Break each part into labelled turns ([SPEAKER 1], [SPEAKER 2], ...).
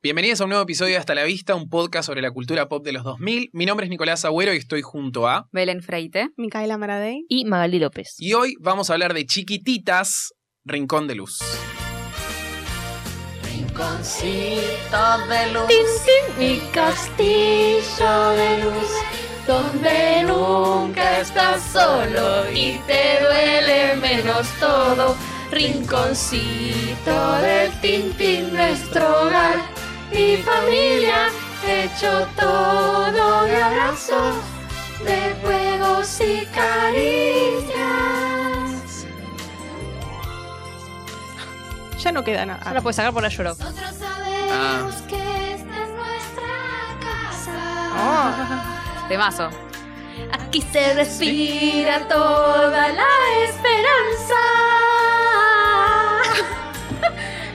[SPEAKER 1] Bienvenidos a un nuevo episodio de Hasta la Vista, un podcast sobre la cultura pop de los 2000. Mi nombre es Nicolás Agüero y estoy junto a...
[SPEAKER 2] Belén Freite.
[SPEAKER 3] Micaela Maradei.
[SPEAKER 4] y Magali López.
[SPEAKER 1] Y hoy vamos a hablar de Chiquititas, Rincón de Luz.
[SPEAKER 4] Mi castillo de luz, donde nunca estás solo y te duele menos todo. Rinconcito del tintín, nuestro hogar, mi familia, hecho todo de abrazos, de juegos y caricias.
[SPEAKER 3] Ya no queda nada.
[SPEAKER 4] Ahora la puedes sacar por la lloro.
[SPEAKER 5] Nosotros sabemos que esta es nuestra casa.
[SPEAKER 2] Temazo.
[SPEAKER 4] Aquí se respira toda la esperanza.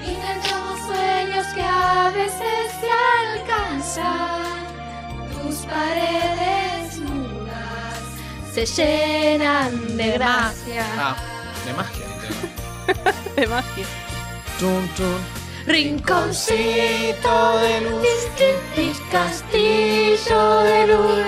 [SPEAKER 5] Inventamos sueños que a veces se alcanzan. Tus paredes nudas
[SPEAKER 4] Se llenan de gracia.
[SPEAKER 1] Ah, de magia.
[SPEAKER 3] De magia.
[SPEAKER 4] Rinconcito de luz, mi castillo de luz,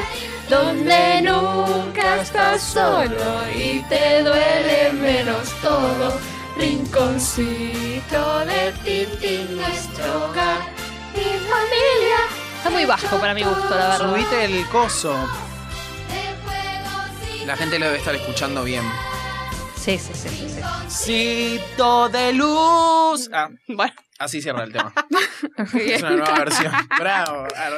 [SPEAKER 4] donde nunca estás solo y te duele menos todo. Rinconcito de Tintín, nuestro hogar, mi familia. Está muy bajo para mi gusto, la
[SPEAKER 1] Subite el coso.
[SPEAKER 5] de juegos y
[SPEAKER 1] La gente lo debe estar escuchando bien.
[SPEAKER 4] Sí, sí, sí, sí. sí.
[SPEAKER 1] Cito de luz. Ah,
[SPEAKER 3] Bueno,
[SPEAKER 1] así cierra el tema. Es una nueva versión. Bravo. Ar-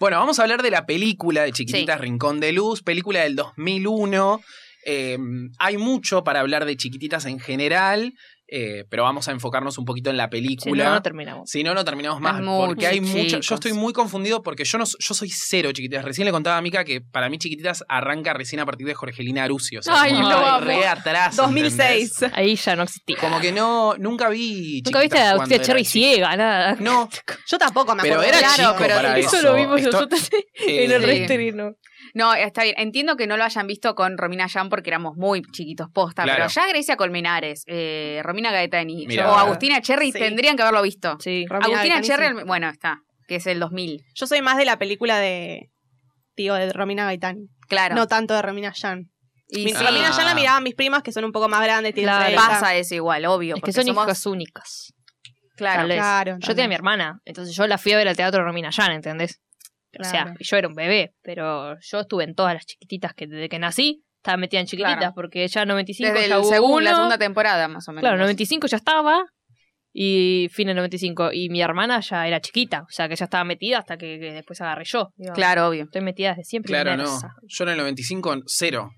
[SPEAKER 1] Bueno, vamos a hablar de la película de Chiquititas Rincón de Luz, película del 2001. Eh, hay mucho para hablar de Chiquititas en general, eh, pero vamos a enfocarnos un poquito en la
[SPEAKER 4] Si
[SPEAKER 1] película.
[SPEAKER 4] no, no terminamos.
[SPEAKER 1] Si no, no terminamos más.
[SPEAKER 2] Es mucho,
[SPEAKER 1] porque hay mucho.
[SPEAKER 2] chicos.
[SPEAKER 1] Yo estoy muy confundido porque yo no yo soy cero chiquititas. Recién le contaba a Mica que para mí chiquititas arranca recién a partir de Jorgelina Arucio. O sea,
[SPEAKER 3] Ay,
[SPEAKER 1] como
[SPEAKER 3] lo
[SPEAKER 1] re
[SPEAKER 3] amo.
[SPEAKER 1] re atrás.
[SPEAKER 3] 2006.
[SPEAKER 1] ¿entendés?
[SPEAKER 4] Ahí ya no existía.
[SPEAKER 1] Como que no, nunca vi.
[SPEAKER 4] Nunca viste
[SPEAKER 1] Chiquititas
[SPEAKER 4] a
[SPEAKER 1] cuando
[SPEAKER 4] usted
[SPEAKER 1] era
[SPEAKER 4] Cherry
[SPEAKER 1] chico.
[SPEAKER 4] ciega, nada.
[SPEAKER 1] No,
[SPEAKER 3] Yo tampoco me
[SPEAKER 1] pero
[SPEAKER 3] acuerdo.
[SPEAKER 1] era
[SPEAKER 3] Claro,
[SPEAKER 1] chico
[SPEAKER 3] pero
[SPEAKER 1] para
[SPEAKER 4] eso,
[SPEAKER 1] eso.
[SPEAKER 4] lo vimos
[SPEAKER 1] Esto-
[SPEAKER 4] nosotros en
[SPEAKER 1] eh,
[SPEAKER 4] el
[SPEAKER 2] sí.
[SPEAKER 4] reestreno.
[SPEAKER 2] No, está bien. Entiendo que no lo hayan visto con Romina Yan porque éramos muy chiquitos posta,
[SPEAKER 1] Claro.
[SPEAKER 2] pero ya Grecia Colmenares, eh, Romina Gaetani
[SPEAKER 1] Mirá.
[SPEAKER 2] o Agustina Cherry
[SPEAKER 3] Sí.
[SPEAKER 2] tendrían que haberlo visto.
[SPEAKER 4] Sí.
[SPEAKER 3] Romina
[SPEAKER 2] Agustina
[SPEAKER 3] Gaetani,
[SPEAKER 2] Cherry,
[SPEAKER 3] sí.
[SPEAKER 2] al- bueno, está, que es el 2000,
[SPEAKER 3] Yo soy más de la película de tío de Romina Gaitán.
[SPEAKER 2] claro.
[SPEAKER 3] No tanto de Romina Yan.
[SPEAKER 2] y
[SPEAKER 3] Mi-
[SPEAKER 2] sí,
[SPEAKER 1] Ah.
[SPEAKER 3] Romina Yan la miraban mis primas que son un poco más grandes, tienen
[SPEAKER 4] Claro.
[SPEAKER 3] 30.
[SPEAKER 2] pasa eso igual, obvio.
[SPEAKER 4] Es que
[SPEAKER 2] porque
[SPEAKER 4] son
[SPEAKER 2] somos-
[SPEAKER 4] hijas únicas.
[SPEAKER 2] Claro.
[SPEAKER 4] tal vez.
[SPEAKER 3] Claro,
[SPEAKER 4] Yo
[SPEAKER 3] también.
[SPEAKER 4] tenía a mi hermana, entonces yo la fui a ver al teatro Romina Yan, ¿entendés? O sea,
[SPEAKER 3] Claro.
[SPEAKER 4] yo era un bebé, pero yo estuve en todas las chiquititas que desde que nací estaba metida en chiquititas,
[SPEAKER 2] Claro.
[SPEAKER 4] porque ya 95
[SPEAKER 2] Desde
[SPEAKER 4] ya
[SPEAKER 2] el
[SPEAKER 4] hubo
[SPEAKER 2] segundo, la
[SPEAKER 4] uno.
[SPEAKER 2] segunda temporada, más o menos.
[SPEAKER 4] Claro, 95 ya estaba y fin del 95. Y mi hermana ya era chiquita, o sea que ya estaba metida hasta que, que después agarré yo. digamos.
[SPEAKER 2] Claro, obvio.
[SPEAKER 4] Estoy metida desde siempre.
[SPEAKER 1] Claro, no.
[SPEAKER 4] inmersa.
[SPEAKER 1] Yo en el 95, cero.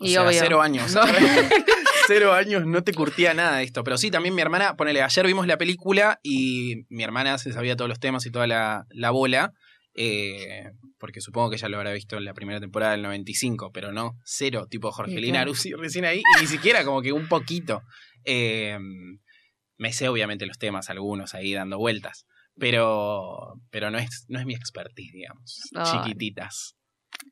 [SPEAKER 1] O
[SPEAKER 2] Y
[SPEAKER 1] sea,
[SPEAKER 2] obvio.
[SPEAKER 1] cero años.
[SPEAKER 2] No.
[SPEAKER 1] cero años, no te curtía nada de esto. Pero sí, también mi hermana, ponele, ayer vimos la película y mi hermana se sabía todos los temas y toda la, la bola. eh, porque supongo que ella lo habrá visto en la primera temporada del 95, pero no, cero, tipo Jorgelina
[SPEAKER 4] claro.
[SPEAKER 1] Aruzzi recién ahí, y ni siquiera como que un poquito. Eh, me sé obviamente los temas, algunos ahí dando vueltas, pero, pero no, es, no es mi expertise, digamos.
[SPEAKER 2] Ay.
[SPEAKER 1] Chiquititas.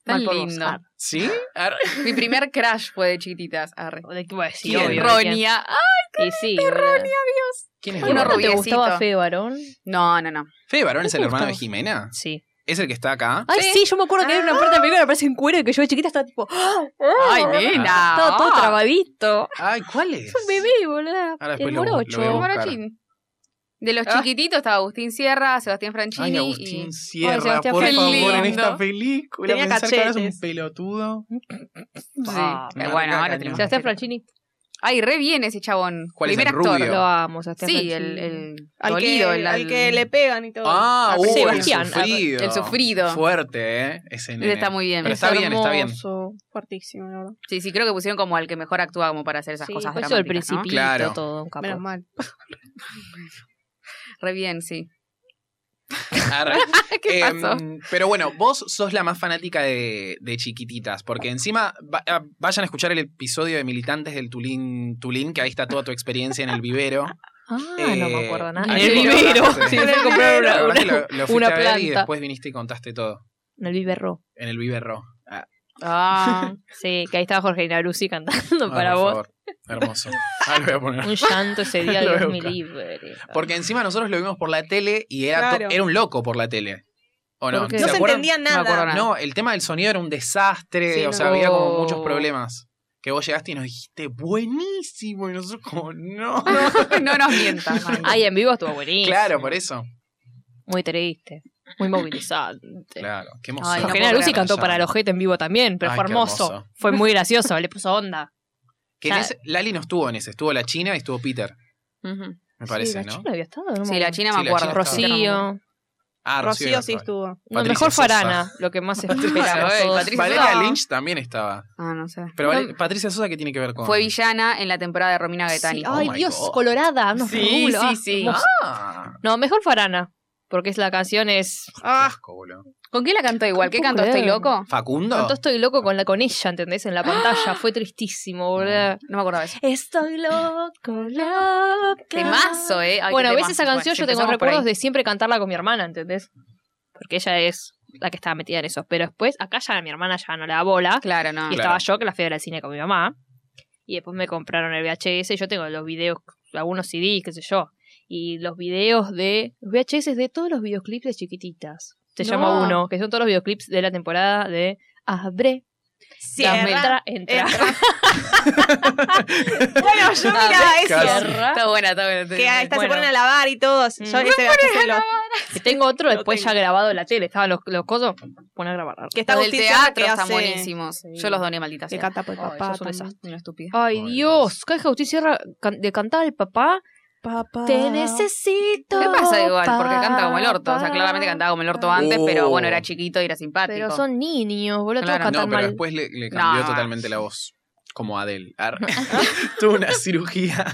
[SPEAKER 2] Tan
[SPEAKER 4] Mal por vos,
[SPEAKER 2] lindo.
[SPEAKER 4] Ar.
[SPEAKER 1] ¿Sí? Ah, Ar-
[SPEAKER 2] Ah. Mi primer crash fue de chiquititas. Arre.
[SPEAKER 4] O de- bueno, sí,
[SPEAKER 1] ¿Quién?
[SPEAKER 4] obvio, de quién.
[SPEAKER 2] Ronia. Ah,
[SPEAKER 4] Y sí, boludo.
[SPEAKER 1] ¿Quién es
[SPEAKER 2] Uno
[SPEAKER 4] ¿A
[SPEAKER 1] Varón?
[SPEAKER 4] vos no ¿Te
[SPEAKER 2] rubiecito.
[SPEAKER 4] gustaba Feo Varón?
[SPEAKER 2] No, no, no.
[SPEAKER 1] Fede Barón es el
[SPEAKER 4] ¿Te
[SPEAKER 1] hermano de
[SPEAKER 4] gustaba?
[SPEAKER 1] Jimena.
[SPEAKER 4] Sí.
[SPEAKER 1] Es el que está acá.
[SPEAKER 4] Ay,
[SPEAKER 2] Sí.
[SPEAKER 4] sí, Ah. yo me acuerdo que era una parte de película que aparece en cuero y que yo de chiquita estaba tipo. ¡ah!
[SPEAKER 2] Ay,
[SPEAKER 4] ¡ah!
[SPEAKER 2] nena.
[SPEAKER 4] Estaba todo trabadito.
[SPEAKER 1] Ay, ¿cuál es?
[SPEAKER 4] Es un bebé, boludo.
[SPEAKER 1] Ahora después
[SPEAKER 4] el
[SPEAKER 1] lo- lo
[SPEAKER 4] morocho.
[SPEAKER 1] voy a
[SPEAKER 2] Como
[SPEAKER 1] buscar.
[SPEAKER 2] Marachín. De los
[SPEAKER 4] Ah.
[SPEAKER 2] chiquititos estaba Agustín Sierra, Sebastián Franchini.
[SPEAKER 1] Ay,
[SPEAKER 2] y-
[SPEAKER 1] Agustín Sierra,
[SPEAKER 4] Ay, Sebastián
[SPEAKER 1] por
[SPEAKER 2] Feliz.
[SPEAKER 1] favor, en
[SPEAKER 2] Lindo.
[SPEAKER 1] esta película.
[SPEAKER 3] Tenía
[SPEAKER 1] pensar que ahora es
[SPEAKER 3] cachetes.
[SPEAKER 1] un pelotudo.
[SPEAKER 2] Sí.
[SPEAKER 4] Ah,
[SPEAKER 2] Eh,
[SPEAKER 1] me
[SPEAKER 2] bueno,
[SPEAKER 1] marca
[SPEAKER 2] ahora
[SPEAKER 1] cañón.
[SPEAKER 2] tenemos.
[SPEAKER 4] Sebastián
[SPEAKER 2] que-
[SPEAKER 4] Franchini.
[SPEAKER 2] Ay, re bien ese chabón.
[SPEAKER 1] ¿Cuál es
[SPEAKER 2] Primer
[SPEAKER 1] el
[SPEAKER 2] actor.
[SPEAKER 1] rubio?
[SPEAKER 4] Lo amo, Sebastián
[SPEAKER 2] Sí,
[SPEAKER 4] Franchini.
[SPEAKER 2] el, el
[SPEAKER 3] Al que,
[SPEAKER 2] dolido, el,
[SPEAKER 3] al que le pegan y todo.
[SPEAKER 1] Ah,
[SPEAKER 3] Al
[SPEAKER 1] uh,
[SPEAKER 4] sí,
[SPEAKER 3] principio.
[SPEAKER 1] el
[SPEAKER 4] Sebastián.
[SPEAKER 1] sufrido.
[SPEAKER 2] el sufrido.
[SPEAKER 1] Fuerte, ¿eh? Ese
[SPEAKER 2] Ese
[SPEAKER 1] nene.
[SPEAKER 2] está muy bien.
[SPEAKER 1] Pero está bien, está bien.
[SPEAKER 3] Hermoso, Fuertísimo, la verdad.
[SPEAKER 2] Sí, sí, creo que pusieron como al que mejor actúa como para hacer esas
[SPEAKER 4] Sí,
[SPEAKER 2] cosas
[SPEAKER 4] por eso el
[SPEAKER 2] dramáticas, ¿no?
[SPEAKER 4] principito,
[SPEAKER 1] Claro.
[SPEAKER 4] todo un capo.
[SPEAKER 3] Menos mal.
[SPEAKER 2] Re bien, sí.
[SPEAKER 1] Arre.
[SPEAKER 2] ¿Qué
[SPEAKER 1] Em,
[SPEAKER 2] pasó?
[SPEAKER 1] pero bueno, vos sos la más fanática de, de chiquititas, porque encima va- ah, vayan a escuchar el episodio de Militantes del Tulín, Tulín que ahí está toda tu experiencia en el vivero.
[SPEAKER 4] Ah, no
[SPEAKER 1] Eh,
[SPEAKER 4] me acuerdo nada.
[SPEAKER 1] ahí
[SPEAKER 4] En el
[SPEAKER 1] lo
[SPEAKER 4] vivero.
[SPEAKER 1] contaste.
[SPEAKER 4] Sí, fui a comprar
[SPEAKER 1] La
[SPEAKER 4] una,
[SPEAKER 1] verdad es que
[SPEAKER 4] una-
[SPEAKER 1] lo, lo fuiste
[SPEAKER 4] una
[SPEAKER 1] a ver y
[SPEAKER 4] planta.
[SPEAKER 1] después viniste y contaste todo
[SPEAKER 4] En el viverro.
[SPEAKER 1] en el vivero. Ah,
[SPEAKER 4] Ah, sí, que ahí estaba Jorge Naruzzi cantando
[SPEAKER 1] no,
[SPEAKER 4] para
[SPEAKER 1] Ah, por
[SPEAKER 4] vos.
[SPEAKER 1] favor. Hermoso. Ahora lo voy a poner.
[SPEAKER 4] Un llanto ese día,
[SPEAKER 1] Lo voy a
[SPEAKER 4] Dios me
[SPEAKER 1] buscar.
[SPEAKER 4] libre.
[SPEAKER 1] Porque encima nosotros lo vimos por la tele y era, to-
[SPEAKER 3] Claro.
[SPEAKER 1] era un loco por la tele. ¿O no?
[SPEAKER 4] ¿Por qué?
[SPEAKER 3] No
[SPEAKER 4] ¿Se
[SPEAKER 3] se
[SPEAKER 1] acuerdan?
[SPEAKER 3] entendía
[SPEAKER 2] No me acuerdo
[SPEAKER 3] nada.
[SPEAKER 2] nada.
[SPEAKER 1] No, el tema del sonido era un desastre,
[SPEAKER 3] Sí,
[SPEAKER 1] o
[SPEAKER 3] no.
[SPEAKER 1] sea, había como
[SPEAKER 4] Oh.
[SPEAKER 1] muchos problemas. Que vos llegaste y nos dijiste, buenísimo, y nosotros como, no.
[SPEAKER 2] no nos mientas, Manu.
[SPEAKER 4] Ay, en vivo estuvo buenísimo.
[SPEAKER 1] claro, por eso.
[SPEAKER 4] Muy triste. Muy movilizante.
[SPEAKER 1] Claro, qué emoción.
[SPEAKER 4] Ay,
[SPEAKER 2] no
[SPEAKER 4] Jorge
[SPEAKER 2] puedo
[SPEAKER 4] Naruzzi
[SPEAKER 2] creer.
[SPEAKER 4] cantó para el ojete en vivo también, pero
[SPEAKER 1] Ay,
[SPEAKER 4] fue
[SPEAKER 1] qué
[SPEAKER 4] hermoso.
[SPEAKER 1] hermoso.
[SPEAKER 4] Fue muy gracioso, le puso onda.
[SPEAKER 1] Que en ese- Lali no estuvo en ese, estuvo la China y estuvo Peter,
[SPEAKER 2] Ujú.
[SPEAKER 1] me
[SPEAKER 4] sí,
[SPEAKER 1] parece,
[SPEAKER 4] la
[SPEAKER 1] ¿no?
[SPEAKER 4] China había estado, no me
[SPEAKER 2] Sí, la
[SPEAKER 4] acuerdo.
[SPEAKER 2] China
[SPEAKER 1] Sí,
[SPEAKER 2] me
[SPEAKER 1] la
[SPEAKER 2] acuerdo.
[SPEAKER 1] China
[SPEAKER 2] Peter no me acuerdo.
[SPEAKER 4] Rocío.
[SPEAKER 1] Ah, Rocío,
[SPEAKER 3] Rocío sí
[SPEAKER 1] no estaba.
[SPEAKER 3] estuvo.
[SPEAKER 4] No,
[SPEAKER 1] Patricia
[SPEAKER 4] mejor
[SPEAKER 1] Sosa.
[SPEAKER 4] Farana, lo que más esperaba.
[SPEAKER 2] Sosa.
[SPEAKER 4] todos.
[SPEAKER 2] Patricia
[SPEAKER 1] Valeria
[SPEAKER 2] Sosa.
[SPEAKER 1] Lynch también estaba.
[SPEAKER 2] Ah, no sé.
[SPEAKER 1] Pero Vale- Patricia Sosa, ¿qué tiene que ver con...?
[SPEAKER 2] Fue villana en la temporada de Romina Gaetani.
[SPEAKER 4] Sí,
[SPEAKER 1] Oh
[SPEAKER 4] Ay,
[SPEAKER 1] my
[SPEAKER 4] Dios,
[SPEAKER 1] God.
[SPEAKER 4] colorada, unos
[SPEAKER 2] Sí,
[SPEAKER 4] rulos,
[SPEAKER 2] sí,
[SPEAKER 4] ah,
[SPEAKER 2] sí.
[SPEAKER 4] hermoso.
[SPEAKER 1] Ah,
[SPEAKER 4] No, mejor Farana, porque es la canción es
[SPEAKER 1] qué
[SPEAKER 3] Ah,
[SPEAKER 1] asco, boludo.
[SPEAKER 2] ¿Con quién la cantó igual?
[SPEAKER 4] No
[SPEAKER 2] ¿Qué
[SPEAKER 4] puedo
[SPEAKER 2] cantó? ¿Estoy
[SPEAKER 4] creer.
[SPEAKER 2] loco?
[SPEAKER 1] ¿Facundo?
[SPEAKER 4] Tanto estoy loco con la con ella, ¿entendés? En la pantalla, fue tristísimo, boludo.
[SPEAKER 2] No me acuerdo de eso.
[SPEAKER 4] Estoy loco, loca.
[SPEAKER 2] Temazo, ¿eh? Ay, qué
[SPEAKER 4] bueno, a veces
[SPEAKER 2] temazo.
[SPEAKER 4] esa canción
[SPEAKER 2] Bueno,
[SPEAKER 4] yo
[SPEAKER 2] si
[SPEAKER 4] tengo
[SPEAKER 2] empezamos por
[SPEAKER 4] recuerdos
[SPEAKER 2] ahí.
[SPEAKER 4] de siempre cantarla con mi hermana, ¿entendés? Porque ella es la que estaba metida en eso. Pero después, acá ya mi hermana ya no la da bola.
[SPEAKER 2] Claro, no.
[SPEAKER 4] Y
[SPEAKER 1] Claro.
[SPEAKER 4] estaba yo, que la fui a ver al cine con mi mamá. Y después me compraron el VHS. Yo tengo los videos, algunos CDs, qué sé yo. Y los videos de. Los VHS de todos los videoclips de chiquititas. Se
[SPEAKER 2] No.
[SPEAKER 4] llama uno, que son todos los videoclips de la temporada de Abre, dame,
[SPEAKER 3] cierra.
[SPEAKER 4] entra, entra.
[SPEAKER 3] entra. bueno, yo miraba eso.
[SPEAKER 1] Casi.
[SPEAKER 4] Cierra.
[SPEAKER 2] Está buena, está buena.
[SPEAKER 3] Ah, Que hasta
[SPEAKER 4] Bueno.
[SPEAKER 3] se ponen a lavar y todos. Yo
[SPEAKER 4] Mm.
[SPEAKER 3] ese VHS lo-
[SPEAKER 4] Que tengo otro
[SPEAKER 3] Lo
[SPEAKER 4] después
[SPEAKER 3] tengo.
[SPEAKER 4] ya grabado en la tele. Estaban los, los cosos. Pone a grabar.
[SPEAKER 3] que está
[SPEAKER 2] Los del
[SPEAKER 3] Agustín Serra,
[SPEAKER 2] teatro
[SPEAKER 3] que
[SPEAKER 2] están
[SPEAKER 3] hace-
[SPEAKER 2] buenísimos.
[SPEAKER 4] Sí.
[SPEAKER 2] Yo los doné, maldita
[SPEAKER 3] Que
[SPEAKER 2] sea.
[SPEAKER 3] canta por el
[SPEAKER 4] Ay,
[SPEAKER 3] papá.
[SPEAKER 4] sos un
[SPEAKER 3] también.
[SPEAKER 2] Una estúpida.
[SPEAKER 4] Ay,
[SPEAKER 1] Ay,
[SPEAKER 4] Dios. Caja Agustín Sierra can- de cantar al papá.
[SPEAKER 3] Papá.
[SPEAKER 4] Te necesito.
[SPEAKER 2] ¿Qué pasa igual? Porque canta como el orto. O sea,
[SPEAKER 4] papá.
[SPEAKER 2] claramente cantaba como el orto antes, pero
[SPEAKER 1] Oh.
[SPEAKER 2] bueno, era chiquito y era simpático.
[SPEAKER 4] Pero son niños, boludo.
[SPEAKER 2] Claro.
[SPEAKER 4] todos
[SPEAKER 1] No,
[SPEAKER 4] cantan
[SPEAKER 1] pero
[SPEAKER 4] mal.
[SPEAKER 1] después le, le cambió
[SPEAKER 2] No.
[SPEAKER 1] totalmente la voz. Como Adele. Ar- Tuvo una cirugía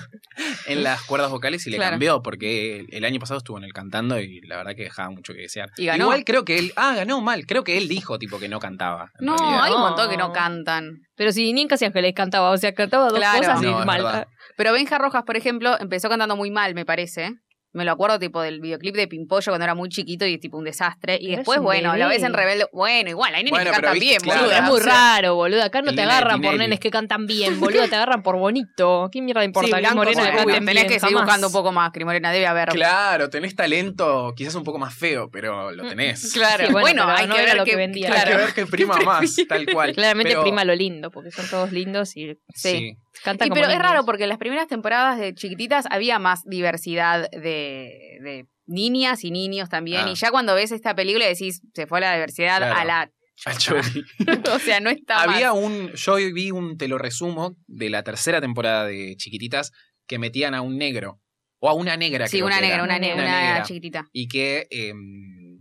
[SPEAKER 1] en las cuerdas vocales y le
[SPEAKER 2] Claro.
[SPEAKER 1] cambió porque el, el año pasado estuvo en el cantando y la verdad que dejaba mucho que desear.
[SPEAKER 2] Y ganó.
[SPEAKER 1] Igual creo que él. Ah, ganó mal. Creo que él dijo tipo que no cantaba. en
[SPEAKER 2] No,
[SPEAKER 1] realidad.
[SPEAKER 2] hay un
[SPEAKER 4] No.
[SPEAKER 2] montón que no cantan.
[SPEAKER 4] Pero si ni en Casi Ángeles cantaba, o sea, cantaba dos
[SPEAKER 2] Claro.
[SPEAKER 4] cosas
[SPEAKER 1] No,
[SPEAKER 4] y
[SPEAKER 1] es
[SPEAKER 4] mal.
[SPEAKER 1] verdad.
[SPEAKER 2] Pero Benja Rojas, por ejemplo, empezó cantando muy mal, me parece. Me lo acuerdo tipo del videoclip de Pimpollo cuando era muy chiquito y es tipo un desastre. Y
[SPEAKER 4] Pero es
[SPEAKER 2] después,
[SPEAKER 4] un
[SPEAKER 2] bueno, la
[SPEAKER 4] bebé.
[SPEAKER 2] ves en Rebelde. Bueno, igual, hay nenes que
[SPEAKER 1] Bueno, pero
[SPEAKER 2] cantan
[SPEAKER 1] viste,
[SPEAKER 2] bien,
[SPEAKER 1] claro.
[SPEAKER 2] boluda.
[SPEAKER 4] es muy
[SPEAKER 2] O sea,
[SPEAKER 4] raro, boludo. Acá no
[SPEAKER 1] El nene
[SPEAKER 4] te
[SPEAKER 1] de
[SPEAKER 4] agarran por
[SPEAKER 1] Tinelli.
[SPEAKER 4] nenes que cantan bien, boludo. Te agarran por bonito. ¿Qué mierda importa?
[SPEAKER 3] Sí,
[SPEAKER 4] Cris
[SPEAKER 3] blancos
[SPEAKER 4] Morena
[SPEAKER 3] o
[SPEAKER 4] que
[SPEAKER 2] bueno,
[SPEAKER 3] rubios.
[SPEAKER 4] canten
[SPEAKER 2] tenés
[SPEAKER 4] bien,
[SPEAKER 2] que seguir
[SPEAKER 4] jamás.
[SPEAKER 2] buscando un poco más, Crimorena, debe haber.
[SPEAKER 1] Claro, tenés talento, quizás un poco más feo, pero lo
[SPEAKER 4] mm,
[SPEAKER 1] tenés.
[SPEAKER 2] Claro.
[SPEAKER 4] Sí, bueno,
[SPEAKER 2] bueno,
[SPEAKER 4] pero
[SPEAKER 2] hay
[SPEAKER 4] no
[SPEAKER 2] que
[SPEAKER 4] era
[SPEAKER 2] ver
[SPEAKER 4] lo
[SPEAKER 2] qué-
[SPEAKER 4] que vendía.
[SPEAKER 1] Hay que
[SPEAKER 2] Claro.
[SPEAKER 1] ver que prima más, tal cual.
[SPEAKER 4] Claramente
[SPEAKER 1] Pero-
[SPEAKER 4] prima lo lindo, porque son todos lindos y
[SPEAKER 1] Sí.
[SPEAKER 4] cantan
[SPEAKER 2] Y
[SPEAKER 4] como
[SPEAKER 2] pero es
[SPEAKER 4] niños.
[SPEAKER 2] raro porque en las primeras temporadas de Chiquititas había más diversidad de, de niñas y niños también.
[SPEAKER 1] Ah.
[SPEAKER 2] Y ya cuando ves esta película decís, se fue la diversidad
[SPEAKER 1] Claro.
[SPEAKER 2] a la...
[SPEAKER 1] Al Chori.
[SPEAKER 2] o sea, no está más.
[SPEAKER 1] Había un. Yo vi un te lo resumo de la tercera temporada de Chiquititas que metían a un negro. O a una negra,
[SPEAKER 2] Sí,
[SPEAKER 1] creo
[SPEAKER 2] una
[SPEAKER 1] que
[SPEAKER 2] negra,
[SPEAKER 1] era.
[SPEAKER 2] una negra,
[SPEAKER 1] Una
[SPEAKER 2] una
[SPEAKER 1] negra.
[SPEAKER 2] chiquitita.
[SPEAKER 1] Y que em,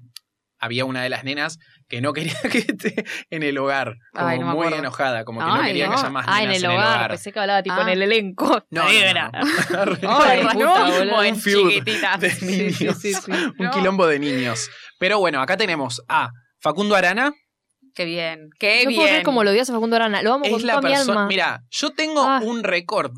[SPEAKER 1] había una de las nenas que no quería que esté en el hogar. Como
[SPEAKER 2] Ay, no me
[SPEAKER 1] muy
[SPEAKER 2] acuerdo.
[SPEAKER 1] enojada, como que no
[SPEAKER 2] Ay,
[SPEAKER 1] quería
[SPEAKER 2] no.
[SPEAKER 1] que haya más
[SPEAKER 4] Ah, en
[SPEAKER 1] nenas
[SPEAKER 4] el hogar, pensé que hablaba tipo en
[SPEAKER 2] Ah.
[SPEAKER 4] el elenco.
[SPEAKER 1] No, no,
[SPEAKER 4] negra.
[SPEAKER 1] no, no.
[SPEAKER 4] Ay,
[SPEAKER 2] Ay,
[SPEAKER 4] puta,
[SPEAKER 2] no,
[SPEAKER 4] boludo.
[SPEAKER 1] Un feud de
[SPEAKER 4] Sí,
[SPEAKER 1] niños.
[SPEAKER 4] sí, sí, sí.
[SPEAKER 1] Un
[SPEAKER 2] No.
[SPEAKER 1] quilombo de niños. Pero bueno, acá tenemos a Facundo Arana.
[SPEAKER 2] Qué bien, qué
[SPEAKER 4] No puedo
[SPEAKER 2] bien.
[SPEAKER 4] creer cómo lo odias a Facundo Arana. Lo amo con
[SPEAKER 1] es la
[SPEAKER 4] toda mi
[SPEAKER 1] persona.
[SPEAKER 4] alma.
[SPEAKER 1] Mira, yo tengo
[SPEAKER 4] Ah.
[SPEAKER 1] un récord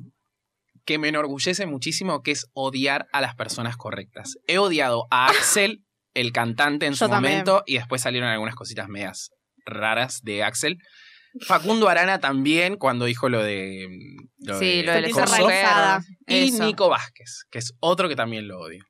[SPEAKER 1] que me enorgullece muchísimo, que es odiar a las personas correctas. He odiado a Axel, el cantante en
[SPEAKER 3] Yo
[SPEAKER 1] su
[SPEAKER 3] también.
[SPEAKER 1] momento, y después salieron algunas cositas medias raras de Axel. Facundo Arana también, cuando dijo lo de. mm, lo
[SPEAKER 2] Sí,
[SPEAKER 1] de
[SPEAKER 2] lo de la
[SPEAKER 1] Coso.
[SPEAKER 3] Sentirse realizada.
[SPEAKER 1] Y
[SPEAKER 2] Eso.
[SPEAKER 1] Nico Vázquez, que es otro que también lo odio.